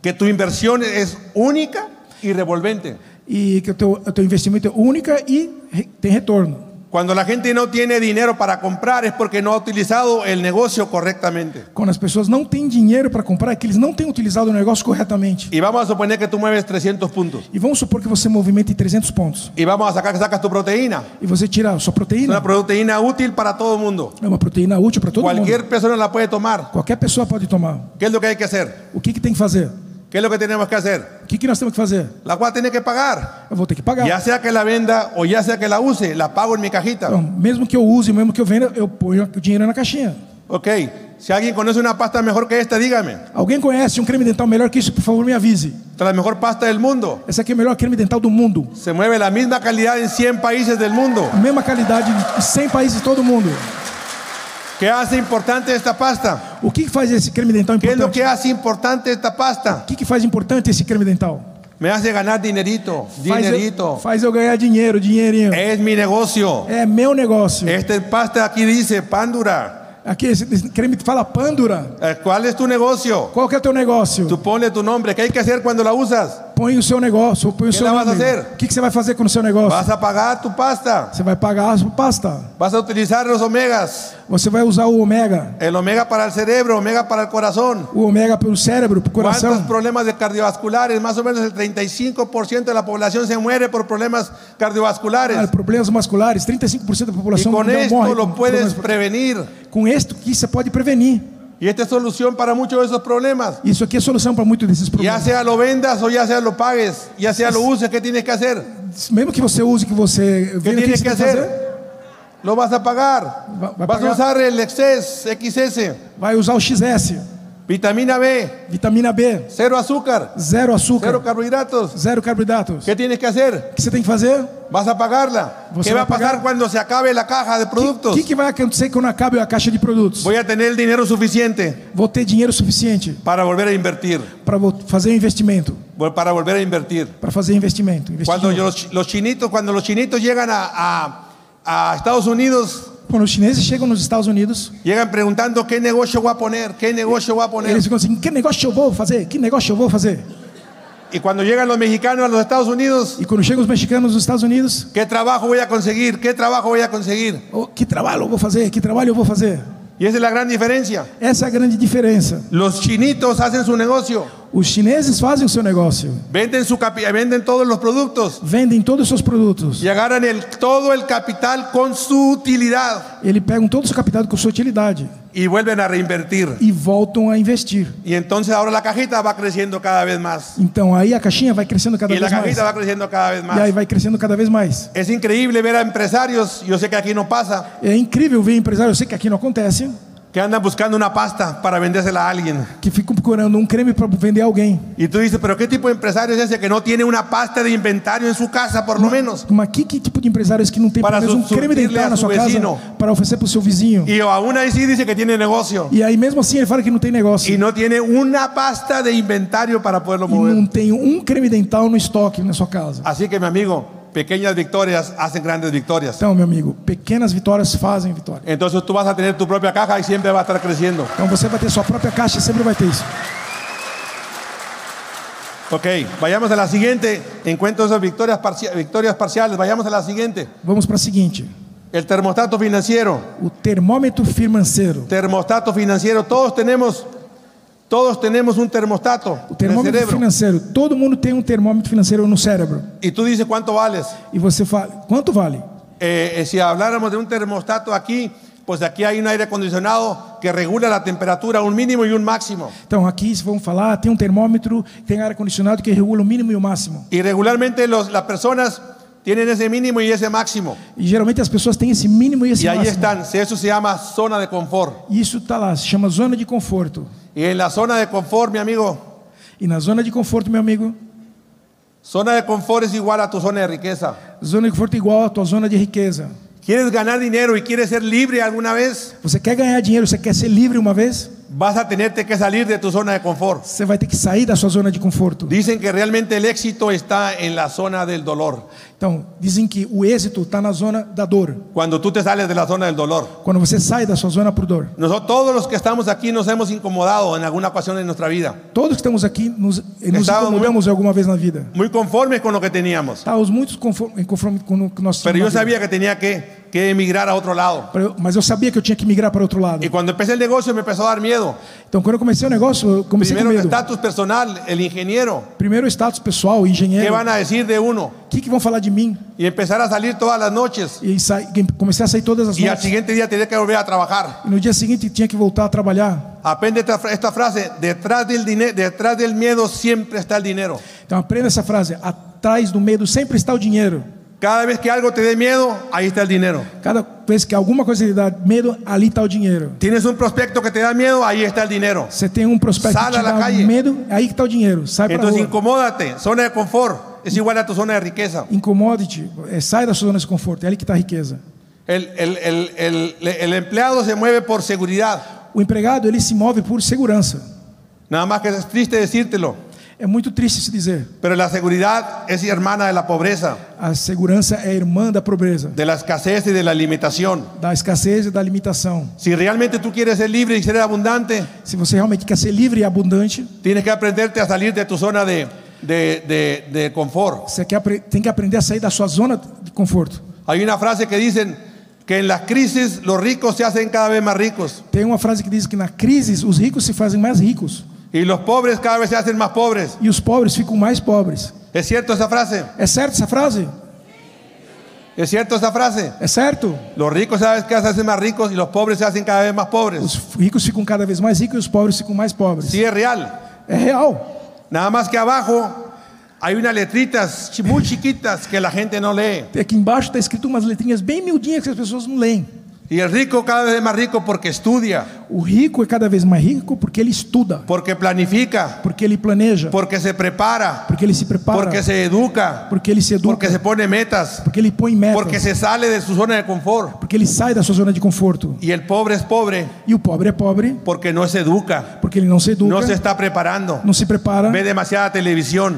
E: que tu inversión es única e revolvente.
F: e que o teu, o teu investimento é única e re- tem retorno.
E: Cuando la gente no tiene dinero para comprar es porque no ha utilizado el negocio correctamente.
F: Quando as pessoas não têm dinheiro para comprar, é que eles não têm utilizado o negócio corretamente.
E: Y vamos a suponer que tú mueves 300 puntos.
F: E vamos supor que você movimente 300 pontos.
E: Y vamos a sacar que sacas tu proteína.
F: E você tira a sua
E: Es
F: proteína.
E: una proteína útil para todo el mundo.
F: É uma proteína útil para todo
E: Cualquier
F: mundo.
E: persona la puede tomar.
F: Qualquer pessoa pode tomar.
E: ¿Qué es lo que hay que hacer?
F: O que, que tem que fazer?
E: ¿Qué es lo que tenemos que hacer?
F: O que, que nós temos que fazer?
E: La cual tiene que pagar.
F: Eu vou ter que pagar.
E: Ya sea que la venda o ya sea que la use, la pago en mi
F: Então,
E: cajita.
F: mesmo que eu use, mesmo que eu venda, eu ponho o dinheiro na caixinha.
E: Ok. Si alguien conoce una pasta mejor que esta, dígame.
F: Alguém conhece um creme dental melhor que isso? Por favor, me avise.
E: Esta es la mejor pasta del mundo.
F: Essa aqui é o melhor creme dental do mundo.
E: Se mueve la misma calidad en 100 países del mundo.
F: Mesma qualidade em 100 países de todo mundo.
E: ¿Qué hace importante esta pasta?
F: O que que faz esse creme dental
E: ¿Qué es lo
F: importante?
E: que hace importante esta pasta?
F: O que que faz importante esse creme dental?
E: Me hace ganar dinerito,
F: Faz
E: dinerito.
F: eu, faz eu ganhar dinheiro, dinheirinho.
E: Es mi negocio.
F: É meu negócio.
E: Esta pasta aquí dice Pandura.
F: Aqui esse esse creme fala pândura.
E: Eh, ¿Cuál es tu negocio?
F: Qual que é o teu negócio?
E: Tú ponle tu nombre. ¿Qué hay que hacer cuando la usas?
F: Põe o seu negócio, põe o
E: Que
F: seu
E: lá vai
F: nome.
E: fazer?
F: O que, que você vai fazer com o seu negócio?
E: Vas a pagar tu pasta.
F: Você vai pagar a sua pasta.
E: Vas a utilizar los omegas.
F: Você vai usar o ômega.
E: El omega para el cerebro, omega para el corazón.
F: O ômega para o cérebro, para o
E: ¿Cuántos
F: coração.
E: problemas de cardiovasculares? Más o menos el 35% de la población se muere por problemas
F: Cara,
E: cardiovasculares.
F: problemas musculares, 35% da
E: Y
F: população
E: con
F: mundial
E: esto
F: morre.
E: lo
F: com
E: puedes
F: problemas-
E: prevenir.
F: com isto que você pode prevenir.
E: Y esta es solución para muchos de esos problemas.
F: Isso aqui é solução para muitos desses
E: Ya
F: problemas.
E: sea lo vendas o ya sea lo pagues, ya sea lo uses, ¿qué tienes que hacer?
F: Mesmo que você use, que você
E: ¿Qué
F: veja o que
E: tienes
F: você
E: que
F: tem que fazer,
E: hacer? Lo vas a pagar.
F: Va- va a
E: Vas a
F: pagar.
E: usar el exces, XS,
F: vai usar o XS,
E: vitamina B,
F: vitamina B,
E: cero azúcar,
F: zero açúcar,
E: cero
F: zero,
E: carbohidratos.
F: carboidratos.
E: ¿Qué tienes que hacer?
F: O que você tem que fazer?
E: Vas a pagarla.
F: Você
E: ¿Qué va
F: va
E: a
F: a pagar.
E: pasar cuando se acabe la caja de
F: O
E: productos?
F: que, que vai acontecer quando acabe a caixa de produtos?
E: Voy a tener el dinero suficiente
F: Vou ter dinheiro suficiente
E: para volver a invertir,
F: para vo- fazer um investimento.
E: vol- para volver a invertir.
F: Para fazer investimento. investir
E: Cuando yo-
F: dinheiro.
E: los, chi- los chinitos, cuando los chinitos llegan a- a- a Estados Unidos,
F: Quando os chineses chegam nos Estados Unidos,
E: Llegan preguntando qué negocio voy a poner, qué negocio voy a poner.
F: eles ficam assim: que negócio eu vou fazer? Que negócio eu vou fazer?
E: Y cuando llegan los mexicanos a los Estados Unidos,
F: E quando chegam os mexicanos nos Estados Unidos,
E: ¿qué trabajo voy a conseguir? ¿Qué trabajo voy a conseguir?
F: oh, que trabalho eu vou fazer? Que trabalho eu vou fazer?
E: Y esa es la gran diferencia.
F: Essa é a grande diferença.
E: Los chinitos hacen su negocio,
F: Os chineses fazem o seu negócio,
E: venden, su capi- venden todos los productos
F: vendem todos os seus produtos.
E: y agarran el, todo el capital con su utilidad
F: Eles pegam todo o seu capital com sua utilidade
E: y vuelven a reinvertir.
F: e voltam a investir.
E: Y entonces ahora la cajita va creciendo cada vez más.
F: Então aí a caixinha vai crescendo cada
E: Y la
F: vez mais.
E: cajita va creciendo cada vez
F: E aí
E: más.
F: vai crescendo cada vez mais.
E: Es increíble ver a empresarios, yo sé que aquí no pasa,
F: É incrível ver empresário, eu sei que aqui não acontece,
E: que andan buscando una pasta para vendérsela a alguien.
F: que ficam procurando um creme para vender a alguém.
E: Y tú dices, pero ¿qué tipo de empresario es ese que no tiene una pasta de inventario en su casa, por lo menos?
F: Mas que, que tipo de empresário é esse que não tem
E: Para
F: pelo menos um
E: su-
F: creme
E: surtirle a
F: dental na
E: su
F: sua
E: vecino.
F: casa para oferecer para o seu vizinho?
E: Y aún ahí sí dice que tiene negocio.
F: E aí mesmo assim ele fala que não tem negócio.
E: Y no tiene una pasta de inventario para poderlo
F: e não
E: mover.
F: tem um creme dental no estoque na sua casa.
E: Así que, mi amigo, pequeñas victorias hacen grandes victorias.
F: Então, meu amigo, pequenas vitórias fazem vitória.
E: Entonces tú vas a tener tu propia caja y siempre va a estar creciendo.
F: Então você vai ter sua própria caixa e sempre vai ter isso.
E: Ok, vayamos a la siguiente. Encuentro esas victorias, parci- victorias parciales. Vayamos a la siguiente.
F: Vamos para a seguinte:
E: El termostato financiero.
F: o termômetro financeiro.
E: Termostato financiero. Todos tenemos, todos tenemos un termostato
F: O
E: en el
F: termômetro
E: cerebro.
F: financeiro. Todo mundo tem um termômetro financeiro no cérebro.
E: Y tú dices cuánto vales.
F: E você fala: quanto vale?
E: Eh, eh, si habláramos de un termostato aquí, pues aquí hay un aire acondicionado que regula la temperatura, un mínimo y un máximo.
F: Então, aqui se vamos falar, tem um termômetro, tem ar-condicionado que regula o mínimo e o máximo.
E: Y regularmente los- las personas tienen ese mínimo y ese máximo.
F: E geralmente as pessoas têm esse mínimo e esse
E: Y ahí
F: máximo.
E: están, Se eso se llama zona de confort.
F: E Isso está lá, se chama zona de conforto.
E: Y en la zona de confort, mi amigo,
F: E na zona de conforto, meu amigo,
E: zona de confort es igual a tu zona de riqueza.
F: zona de conforto é igual à tua zona de riqueza.
E: ¿Quieres ganar dinero y quieres ser libre alguna vez?
F: Você quer ganhar dinheiro, você quer ser livre uma vez?
E: Vas a tenerte que salir de tu zona de confort.
F: Você vai ter que sair da sua zona de conforto.
E: Dicen que realmente el éxito está en la zona del dolor.
F: Então, dizem que o êxito está na zona da dor.
E: Cuando tú te sales de la zona del dolor.
F: Quando você sai da sua zona por dor.
E: Nosotros, todos los que estamos aquí nos hemos incomodado en alguna ocasión de nuestra vida,
F: Todos que estamos aqui nos, eh, nos
E: Estávamos
F: incomodamos alguma vez na vida.
E: muy conformes con lo que teníamos.
F: Estávamos muito conforme, conforme com o que nós
E: Pero yo
F: tínhamos na vida.
E: sabía que tenía que, que emigrar a otro lado.
F: Pra eu- Mas eu sabia que eu tinha que migrar para outro lado.
E: Y cuando empecé el negocio me empezó a dar miedo.
F: Então, quando eu comecei o negócio, eu comecei
E: Primero
F: com
E: el
F: medo.
E: estatus personal, el ingeniero,
F: Primeiro o status pessoal,
E: ¿qué
F: engenheiro.
E: van a decir de uno?
F: O que, que vão falar de mim?
E: Y empezar a salir todas las noches
F: E sa... comecei a sair todas as
E: y al
F: noites.
E: siguiente día tener que volver a trabajar.
F: E no dia seguinte tinha que voltar a trabalhar.
E: Aprende esta, fra- esta frase, detrás del, dine- detrás del miedo siempre está el dinero.
F: Então, aprenda essa frase. Atrás do medo sempre está o dinheiro.
E: Cada vez que algo te dé miedo, ahí está el dinero.
F: Cada vez que alguma coisa lhe dá medo, ali está o dinheiro.
E: Tienes un prospecto que te da miedo, ahí está el dinero.
F: Você tem um prospecto
E: Sai
F: que
E: da Então,
F: te dá
E: calle.
F: medo, é aí que está o dinheiro. Sai para
E: Entonces
F: rua.
E: incomódate. Zona de confort es igual a tu zona de riqueza.
F: Incomode-te, é, sai da sua zona de conforto, é ali que está a riqueza.
E: El, el- el- el- el empleado se mueve por seguridad.
F: O empregado, ele se move por segurança.
E: Nada más que es triste decírtelo.
F: É muito triste se dizer.
E: Pero la seguridad es hermana de la pobreza,
F: A segurança é irmã da pobreza,
E: de la escasez y de la limitación.
F: da escassez e da limitação.
E: Si realmente tú quieres ser libre y ser abundante,
F: Se você realmente quer ser livre e abundante,
E: tienes que aprenderte a salir de tu zona de, de- de- de confort.
F: você quer, apre- tem que aprender a sair da sua zona de conforto.
E: Hay una frase que dicen que en las crisis los ricos se hacen cada vez más ricos
F: Tem uma frase que diz que na crise os ricos se fazem mais ricos
E: y los pobres cada vez se hacen más pobres.
F: e os pobres ficam mais pobres.
E: ¿Es cierto esa frase?
F: É certo essa frase?
E: ¿Es cierto esa frase?
F: É certo?
E: Los ricos cada vez que se hacen más ricos y los pobres se hacen cada vez más
F: Os
E: pobres.
F: ricos ficam cada vez mais ricos e os pobres ficam mais pobres.
E: Sí es real.
F: É real.
E: Nada más que abajo hay unas letritas chi- muy chiquitas que la gente no lee.
F: Aqui embaixo está escrito umas letrinhas bem miudinhas que as pessoas não leem.
E: Y el rico cada vez es más rico porque estudia,
F: O rico é cada vez mais rico porque ele estuda,
E: porque planifica,
F: porque ele planeja,
E: porque se prepara,
F: porque ele se prepara,
E: porque se educa,
F: porque ele se educa,
E: porque se pone metas,
F: porque ele põe metas,
E: porque se sale de su zona de confort.
F: porque ele sai da sua zona de conforto.
E: Y el pobre es pobre
F: E o pobre é pobre
E: porque no se educa,
F: porque ele não se educa,
E: no se está preparando,
F: não se prepara,
E: ve demasiada televisión,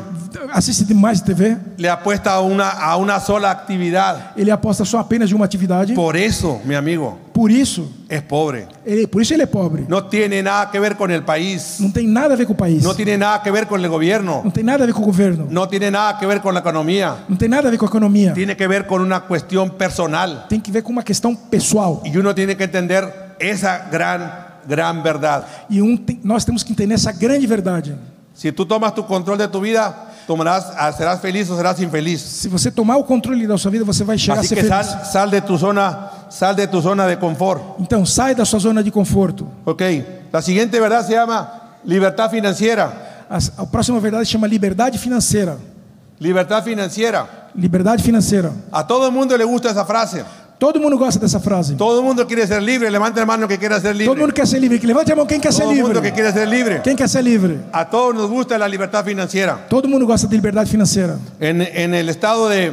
F: assiste demais TV,
E: le apuesta a una, a una sola actividad.
F: ele aposta só apenas de uma atividade.
E: Por eso, mi amigo,
F: Por isso,
E: es pobre.
F: ele, por isso ele é pobre.
E: No tiene nada que ver con el país,
F: Não tem nada a ver com o país.
E: no tiene nada que ver con el
F: Não
E: gobierno,
F: tem nada a ver com o governo.
E: no tiene nada que ver con la economía.
F: Não tem nada a ver com a economia.
E: Tiene que ver con una cuestión personal
F: Tem que ver com uma questão pessoal.
E: y uno tiene que entender esa gran, gran verdad.
F: E um tem- nós temos que entender essa grande verdade.
E: Si tú tomas tu control de tu vida, tomarás, ah, serás feliz o serás infeliz.
F: Se você tomar o controle da sua vida, você vai chegar a
E: Así
F: ser
E: que sal,
F: feliz.
E: sal de tu zona, sal de tu zona de confort.
F: Então, sai da sua zona de conforto.
E: Ok, la siguiente verdad se llama libertad financiera.
F: As- A, próxima verdade chama liberdade financeira.
E: Libertad financiera.
F: Liberdade financeira.
E: A todo el mundo le gusta esa frase.
F: Todo mundo gosta dessa frase.
E: Todo el mundo quiere ser libre. Levanta la mano que quiera ser libre.
F: Todo mundo quer ser livre. Que Levante a mão quem quer ser
E: Todo el mundo que
F: livre.
E: quiere ser libre.
F: Quem quer ser livre?
E: A todos nos gusta la libertad financiera.
F: Todo mundo gosta de liberdade financeira.
E: En, en el estado de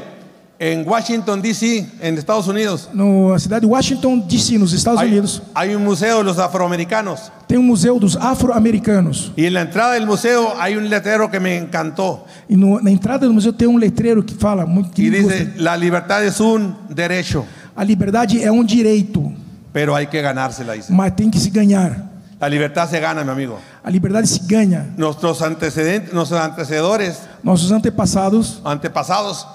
E: en Washington D.C. en Estados Unidos
F: No, na cidade de Washington, D.C., nos Estados
E: hay,
F: Unidos,
E: hay un museo de los afroamericanos
F: tem um museu dos afro-americanos.
E: y en la entrada del museo hay un letrero que me encantó
F: E no- na entrada do museu tem um letreiro que fala muito que
E: y
F: me
E: dice
F: gusta.
E: la libertad es un derecho,
F: a liberdade é um direito,
E: pero hay que ganársela dice.
F: mas tem que se ganhar.
E: La libertad se gana, mi amigo.
F: A liberdade se ganha.
E: Nuestros antecedentes, nuestros antecedores,
F: Nossos antepassados
E: antepasados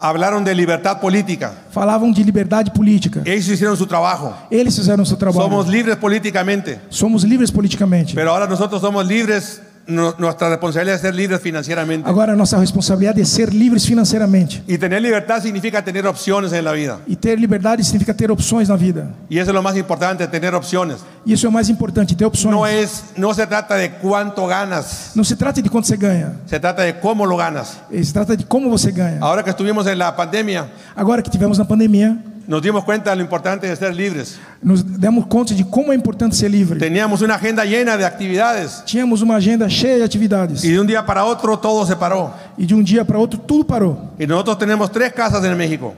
E: hablaron de libertad política.
F: falavam de liberdade política.
E: Ellos hicieron su trabajo.
F: Eles fizeram o seu trabalho.
E: Somos
F: Somos,
E: libres políticamente.
F: livres politicamente.
E: Pero ahora nosotros somos libres, nu- nuestra responsabilidad es ser libres financieramente.
F: Agora a nossa responsabilidade é ser livres financeiramente.
E: Y tener libertad significa tener opciones en la vida.
F: E ter liberdade significa ter opções na vida.
E: Y eso es lo más importante, tener opciones.
F: E Isso é o mais importante, ter opções.
E: No, es, no se trata de cuánto ganas,
F: Não se trata de quanto você ganha,
E: se trata de cómo lo ganas.
F: eh, se trata de como você ganha.
E: Ahora que estuvimos en la pandemia,
F: Agora que tivemos na pandemia,
E: nos dimos cuenta de lo importante de ser libres.
F: nos demos conta de como é importante ser livre.
E: Teníamos una agenda llena de actividades
F: Tínhamos uma agenda cheia de atividades
E: y de un día para otro todo se paró.
F: e de um dia para outro tudo parou.
E: Y nosotros tenemos tres casas en México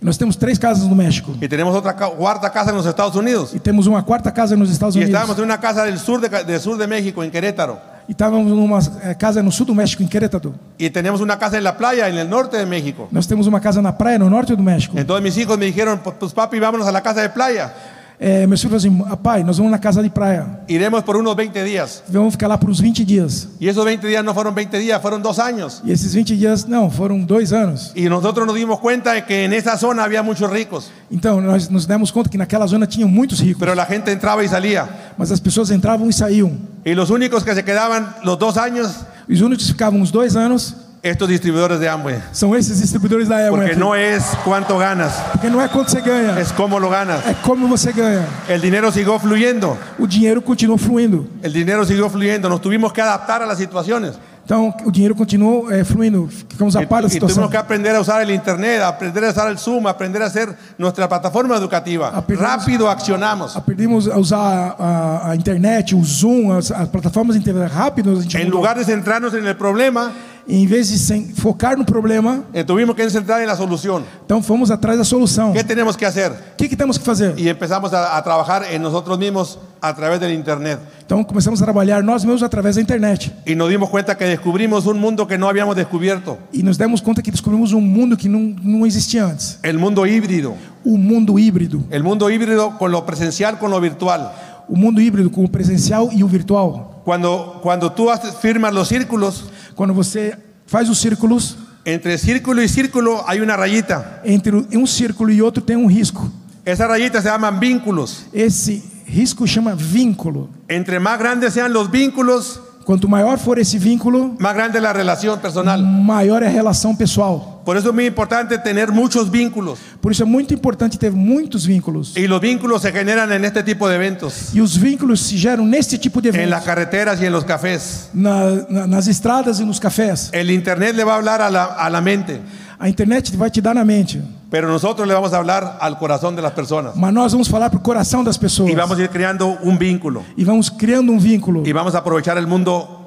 F: E nós temos três casas no México
E: y tenemos otra ca- cuarta casa en los Estados Unidos.
F: e temos uma quarta casa nos Estados
E: Y
F: Unidos
E: estábamos en una casa del sur de, ca- del sur de México, en Querétaro.
F: e estávamos numa eh, casa no sul do México em Querétaro.
E: y tenemos una casa en la playa en el norte de México.
F: Nós temos uma casa na praia no norte do México.
E: Entonces mis hijos me dijeron, "Pues, pues papi, vámonos a la casa de playa.
F: É, meus filhos falaram assim: "Ah, pai, nós vamos na casa de praia.
E: Iremos por unos 20 días.
F: Vamos ficar lá por uns 20 dias.
E: Y esos 20 días no fueron 20 días, fueron dos años.
F: E esses 20 dias, não, foram dois anos.
E: Y nosotros nos dimos cuenta de que en esa zona había muchos ricos,
F: Então nós nos demos conta que naquela zona tinham muitos ricos,
E: pero la gente entraba y salía.
F: mas as pessoas entravam e saíam.
E: Y los únicos que se quedaban los dos años,
F: Os únicos que ficavam uns dois anos
E: estos distribuidores de Amway.
F: são esses distribuidores da Elma.
E: Porque é- no es cuánto ganas,
F: Porque não é quanto você ganha,
E: es cómo lo ganas.
F: é como você ganha.
E: El dinero siguió fluyendo,
F: O dinheiro continua fluindo.
E: el dinero siguió fluyendo. Nos tuvimos que adaptar a las situaciones.
F: Então o dinheiro continuou é, fluindo, ficamos a par da
E: Y, y
F: situação.
E: tuvimos que aprender a usar el internet, aprender a usar el Zoom, aprender a hacer nuestra plataforma educativa.
F: Aprendimos-
E: Rápido accionamos.
F: Aprendemos Ah, a usar a, a- a internet, o Zoom, as, as plataformas de internet rápidas. A gente
E: En
F: mudou.
E: lugar de centrarnos en el problema,
F: Em vez de sem- focar no problema,
E: eh, tuvimos que centrar en la solución.
F: então fomos atrás da solução.
E: ¿Qué
F: O
E: tenemos que hacer?
F: que, que temos que fazer?
E: Y empezamos a, a trabajar en nosotros mismos a través del internet.
F: Então começamos a trabalhar nós mesmos através da internet.
E: Y nos dimos cuenta que descubrimos un mundo que no habíamos descubierto.
F: E nos demos conta que descobrimos um mundo que não, não existia antes.
E: El mundo híbrido.
F: O mundo híbrido.
E: El mundo híbrido con lo presencial, con lo virtual.
F: O mundo híbrido com o presencial e o virtual.
E: Cuando, cuando tú haces- firmas los círculos,
F: Quando você faz os círculos,
E: entre círculo y círculo hay una rayita.
F: entre um círculo e outro tem um risco.
E: Esas rayitas se llaman vínculos.
F: Esse risco chama vínculo.
E: Entre más grandes sean los vínculos,
F: Quanto maior for esse vínculo,
E: más grande la relación personal.
F: maior é a relação pessoal.
E: Por eso es muy importante tener muchos vínculos.
F: Por isso é muito importante ter muitos vínculos.
E: Y los vínculos se generan en este tipo de eventos.
F: E os vínculos se geram nesse tipo de
E: En
F: evento,
E: las carreteras y en los cafés.
F: na- na- nas estradas e nos cafés.
E: El internet le va a hablar a la, a la mente,
F: A internet vai te dar na mente,
E: pero nosotros le vamos a hablar al corazón de las personas.
F: mas nós vamos falar pro coração das pessoas
E: Y vamos a ir creando un vínculo.
F: E vamos criando um vínculo
E: Y vamos a aprovechar el mundo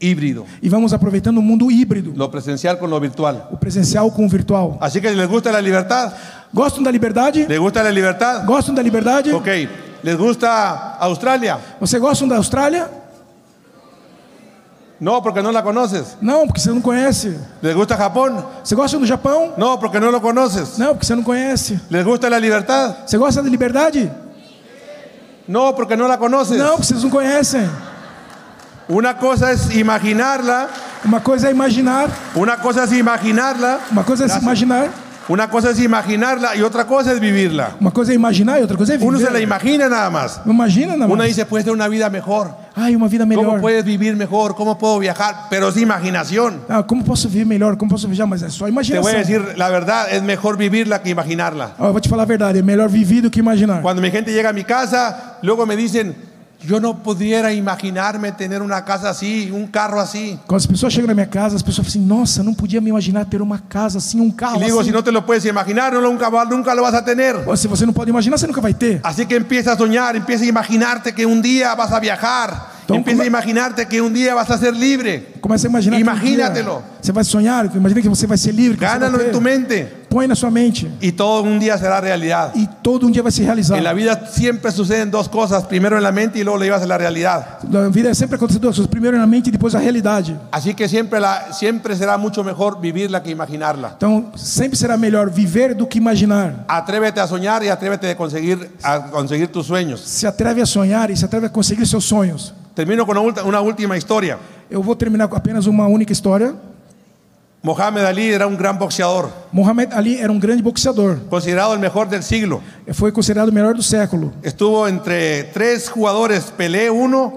E: híbrido,
F: e vamos aproveitando o mundo híbrido,
E: lo presencial con lo virtual.
F: o presencial com o virtual.
E: Así que les gusta la libertad,
F: Gostam da liberdade?
E: les gusta la libertad.
F: Gostam da liberdade?
E: Ok, les gusta Australia.
F: Você gostam da Austrália?
E: No, porque no la conoces.
F: Não, porque você não conhece.
E: Les gusta Japón.
F: Você gosta do Japão?
E: No, porque no lo conoces.
F: Não, porque você não conhece.
E: Les gusta la libertad.
F: Você gosta da liberdade?
E: No, porque no la conoces.
F: Não, porque vocês não conhecem.
E: Una cosa es imaginarla,
F: Uma coisa é imaginar,
E: una cosa es imaginarla,
F: uma coisa é se imaginar,
E: una cosa es imaginarla y otra cosa es vivirla.
F: uma coisa é imaginar e outra coisa é
E: Uno se la
F: viver.
E: imagina nada más.
F: Não imagina, não.
E: Uno dice, puedes tener una vida mejor.
F: Ai, uma vida melhor.
E: ¿Cómo puedes vivir mejor? ¿Cómo puedo viajar? Pero es imaginación.
F: Ah, como posso viver melhor? Como posso viajar? Mas é só
E: Te
F: imaginação.
E: voy a decir la verdad, es mejor vivirla que imaginarla.
F: Ah, eu vou te falar a verdade, é melhor viver do que imaginar.
E: Cuando mi gente llega a mi casa, luego me dicen, yo no pudiera imaginarme tener una casa así, un carro así.
F: Quando as pessoas chegam na minha casa, as pessoas falam assim, nossa, não podia me imaginar ter uma casa assim, um carro
E: Y digo,
F: assim.
E: si no te lo puedes imaginar, no lo- nunca, va- nunca lo vas a tener.
F: Pô, Se você não pode imaginar, você nunca vai ter.
E: Así que empieza a soñar, empieza a imaginarte que un día vas a viajar,
F: Tom,
E: empieza a
F: ¿cómo-
E: imaginarte que un día vas a ser libre.
F: Começa a imaginar. que um dia
E: Imagínatelo.
F: Você vai sonhar, imagina que você vai ser livre. que você vai
E: Gánalo
F: ter.
E: en tu mente
F: Põe na sua mente.
E: y todo un día será realidad.
F: E todo um dia vai se realizar.
E: En la vida siempre suceden dos cosas, primero en la mente y luego le llevas a la realidad.
F: Na vida é sempre acontece duas coisas. Primeiro na mente e depois a realidade.
E: Así que siempre, la, siempre será mucho mejor vivirla que imaginarla.
F: Então sempre será melhor viver do que imaginar.
E: Atrévete a soñar y atrévete a conseguir, a conseguir tus sueños.
F: Se atreve a sonhar e se atreve a conseguir seus sonhos.
E: Termino con una, ulti- una última historia.
F: Eu vou terminar com apenas uma única história.
E: Mohamed Ali era un gran boxeador,
F: Mohamed Ali era um grande boxeador.
E: considerado el mejor del siglo.
F: Foi considerado o melhor do século.
E: Estuvo entre tres jugadores, Pelé uno,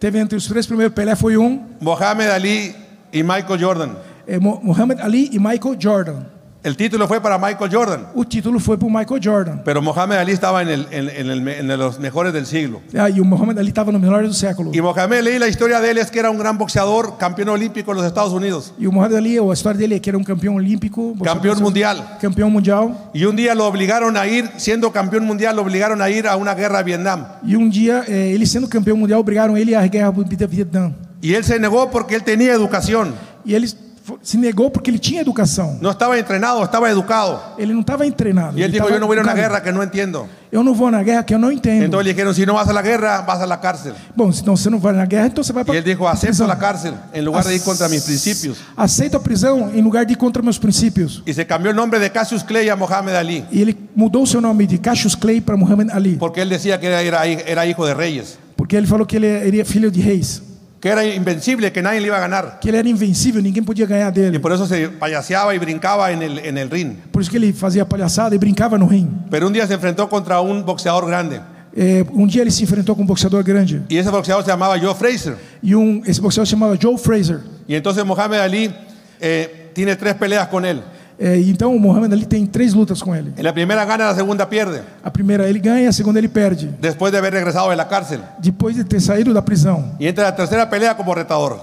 F: Teve entre os três primeiros, Pelé foi um,
E: Mohamed Ali y Michael Jordan.
F: eh, Mo- Muhammad Ali e Michael Jordan.
E: El título fue para Michael Jordan,
F: O título foi para o Michael Jordan.
E: pero Mohamed Ali estaba en, el- en- en el me- en los mejores del siglo.
F: Ah, e o Muhammad Ali estava no melhor do século.
E: Y Mohamed Ali, la historia de él es que era un gran boxeador, campeón olímpico en los Estados Unidos.
F: E o Muhammad Ali, a história dele é que era um campeão olímpico,
E: Campeão
F: boxeador-
E: mundial.
F: campeão mundial.
E: Y un día lo obligaron a ir, siendo campeón mundial, lo obligaron a ir a una guerra a Vietnam.
F: E um dia, eh, ele sendo campeão mundial, obrigaram ele à guerra do Viet- Vietnã.
E: Y él se negó porque él tenía educación.
F: E ele fo- se negou porque ele tinha educação.
E: No estaba entrenado, estaba educado.
F: Ele não estava treinado.
E: Y él
F: ele
E: dijo,
F: tava
E: yo no voy a ir a una
F: educado.
E: guerra Então que no entiendo.
F: Eu não vou na guerra que eu não entendo.
E: Entonces le dijeron, si no vas a la guerra, vas a la cárcel.
F: Bom, então você não vai na guerra, então você vai
E: Y
F: para
E: él dijo, acepto la cárcel en lugar de ir contra mis principios.
F: Aceito a prisão em lugar de ir contra meus princípios.
E: Y se cambió el nombre de Cassius Clay a Mohamed Ali,
F: E ele mudou seu nome de Cassius Clay para Muhammad Ali,
E: porque él decía que era, era, era hijo de reyes,
F: porque ele falou que ele era filho de reis,
E: que era invencible, que nadie le iba a ganar.
F: que ele era invencível, ninguém podia ganhar
E: Y
F: dele.
E: por eso se payaseaba y brincaba en el, en el ring.
F: Por isso que ele fazia palhaçada e brincava no rim.
E: Pero un día se enfrentó contra un boxeador grande.
F: É, um dia ele se enfrentou com um boxeador grande
E: Y ese boxeador se llamaba Joe Fraser.
F: e um esse boxeador se chamava Joe Fraser.
E: Y entonces Mohamed Ali eh, tiene tres peleas con él.
F: É, e então o Muhammad Ali tem três lutas com ele.
E: En la primera gana, la segunda pierde,
F: A primeira ele ganha, a segunda ele perde.
E: después de haber regresado de la cárcel.
F: Depois de ter saído da prisão,
E: Y entra a la tercera pelea como retador.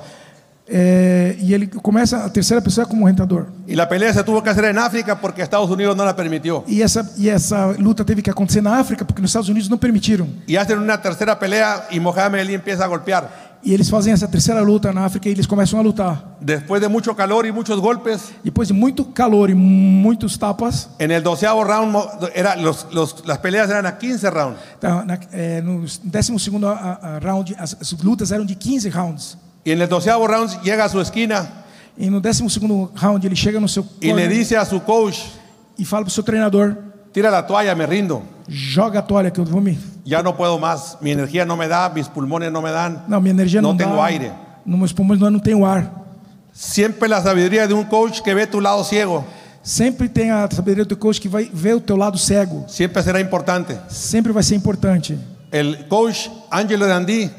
F: É, e ele começa, a terceira pessoa é como rentador.
E: Y la pelea se tuvo que hacer en África porque Estados Unidos no la permitió.
F: E essa, e essa luta teve que acontecer na África, porque nos Estados Unidos não permitiram.
E: Y hacen una tercera pelea y Mohamed Ali empieza a golpear.
F: E eles fazem essa terceira luta na África e eles começam a lutar.
E: Después de mucho calor y muchos golpes,
F: Depois de muito calor e muitos tapas,
E: en el doceavo round mo- era, los- los- las peleas eran a 15 rounds.
F: tá, na, é, no 12 round, as, as lutas eram de 15 rounds.
E: Y en el doceavo round llega a su esquina
F: E no 12 round ele é chega no seu
E: y le
F: corner
E: dice a su coach,
F: e fala pro seu treinador:
E: tira la toalla, me rindo.
F: joga a toalha que eu vou me.
E: Ya no puedo más, mi energía no me da, mis pulmones no me dan.
F: Não, minha energia não,
E: Não tenho
F: dá,
E: aire.
F: Nos meus pulmões não, não tenho ar.
E: Siempre la sabiduría de un coach que ve tu lado ciego,
F: Sempre tem a sabedoria do coach que vai ver o teu lado cego.
E: siempre será importante.
F: Sempre vai ser importante.
E: El coach Angelo Dandí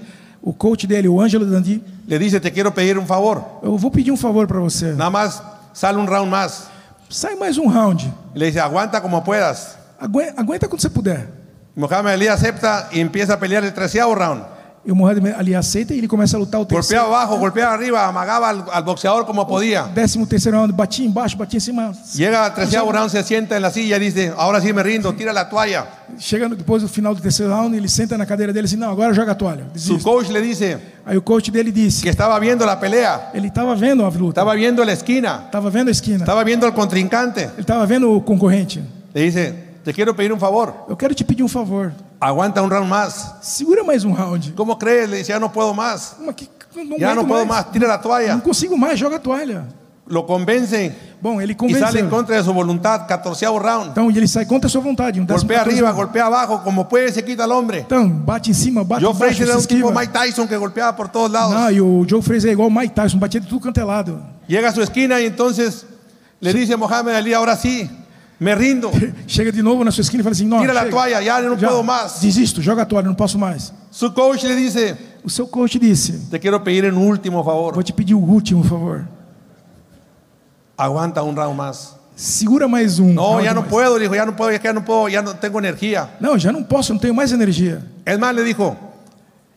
F: O coach dele, o Ângelo Dandi,
E: le dice, te quiero pedir un favor,
F: eu vou pedir um favor para você.
E: nada más sale un round más.
F: Sai mais um round.
E: Le dice, aguanta como puedas.
F: Aguen- Aguenta quando você puder.
E: Mohamed Ali acepta y empieza a pelear el treceavo round.
F: E o Mohamed Ali aceita e ele começa a lutar o terceiro.
E: Golpeaba abajo, golpeaba arriba, amagaba al, al boxeador como podía.
F: Décimo terceiro round, batia embaixo, batia em cima.
E: Llega al treceavo round, se sienta en la silla y dice, ahora sí me rindo, tira la toalla.
F: Chegando depois do final do terceiro round, ele senta na cadeira dele assim, não, agora joga a toalha.
E: Su
F: Desisto.
E: coach le dice
F: Aí o coach dele
E: que
F: disse,
E: estaba viendo la pelea,
F: ele estava vendo a luta,
E: estaba viendo la esquina,
F: estava vendo a esquina,
E: estaba viendo al contrincante.
F: ele estava vendo o concorrente.
E: Le dice, te quiero pedir un favor,
F: Eu quero te pedir um favor,
E: aguanta un round más.
F: segura mais um round.
E: ¿Cómo crees? Le dice, ya no puedo más,
F: Mas que- não, não
E: ya no
F: aguento
E: puedo
F: mais.
E: más, tira la
F: Não
E: toalla.
F: consigo mais, joga a toalha.
E: Lo convence
F: Bom, ele
E: y sale en
F: convenceu.
E: contra de su voluntad, catorceavo round.
F: Então, e ele sai contra a sua vontade. Um décimo
E: Golpea
F: catorze
E: arriba,
F: round.
E: golpea abajo, como puede se quita al hombre.
F: Então, bate em cima, bate
E: Joe
F: embaixo,
E: Frazier
F: se
E: era un tipo
F: esquiva.
E: Mike Tyson que golpeaba por todos lados.
F: Não, e o Joe Frazier é igual o Mike Tyson, batia de tudo quanto é lado.
E: Llega a su esquina y entonces le dice a Mohamed Ali, ahora sí, me rindo.
F: Chega de novo na sua esquina e fala assim, não,
E: Tira la
F: chega.
E: toalla, ya no
F: Já,
E: puedo más.
F: Desisto, joga a toalha, não posso mais.
E: Su coach le dice,
F: O seu coach disse,
E: te quiero pedir un último
F: vou
E: favor,
F: te pedir o último favor.
E: aguanta un round más.
F: Segura mais um.
E: No,
F: round
E: ya no
F: mais.
E: puedo, dijo, ya no puedo, ya que ya no puedo, ya no tengo energía.
F: Não, já não posso, não tenho mais energia.
E: Es más, le dijo,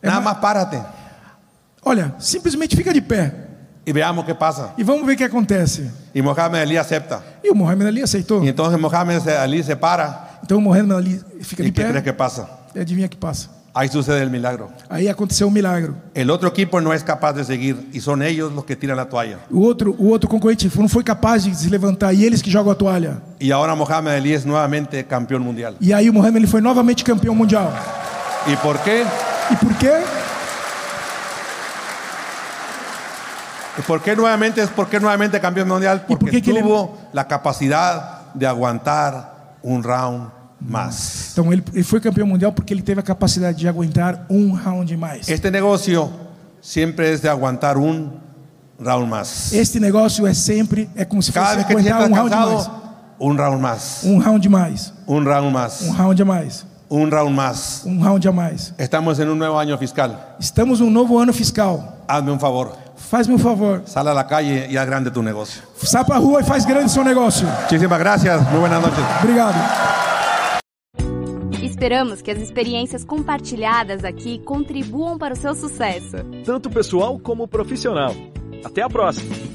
E: nada más párate
F: Olha, simplesmente fica de pé
E: y veamos qué pasa.
F: e vamos ver o que acontece.
E: Y Mohamed Ali acepta.
F: E o Mohamed Ali aceitou.
E: Y entonces Mohamed Ali se para
F: Então o Mohamed Ali fica
E: y
F: de
E: ¿qué crees
F: pé
E: que pasa?
F: e adivinha o que passa.
E: Ahí sucede el milagro.
F: Aí aconteceu um milagre.
E: El otro equipo no es capaz de seguir y son ellos los que tiran la toalla.
F: O outro, o outro concorrente não foi capaz de se levantar e eles que jogam a toalha.
E: Y ahora Mohamed Ali es nuevamente campeón mundial.
F: E aí o Mohamed ele foi novamente campeão mundial.
E: ¿Y por qué?
F: E por quê?
E: ¿Por qué nuevamente es porque nuevamente campeón mundial?
F: por
E: Porque
F: qué que le-
E: tuvo la capacidad de aguantar un round más.
F: Então ele, ele foi campeão mundial porque ele teve a capacidade de aguentar um round mais.
E: Este negocio siempre es de aguantar un round más.
F: Este negócio é sempre é como se fosse
E: Cada vez que te
F: aguentar
E: sientas
F: um round mais.
E: cansado, un round más,
F: Um round mais,
E: un round más,
F: um round a mais,
E: un round más.
F: um round a mais.
E: Estamos en un nuevo año fiscal.
F: Estamos num novo ano fiscal.
E: Hazme un favor,
F: Faz-me um favor.
E: sal a la calle y haz grande tu negocio.
F: Sai pra rua e faz grande seu negócio.
E: Muchísimas gracias, muy buenas noches.
F: Obrigado.
B: Esperamos que as experiências compartilhadas aqui contribuam para o seu sucesso.
A: tanto pessoal como profissional. Até a próxima!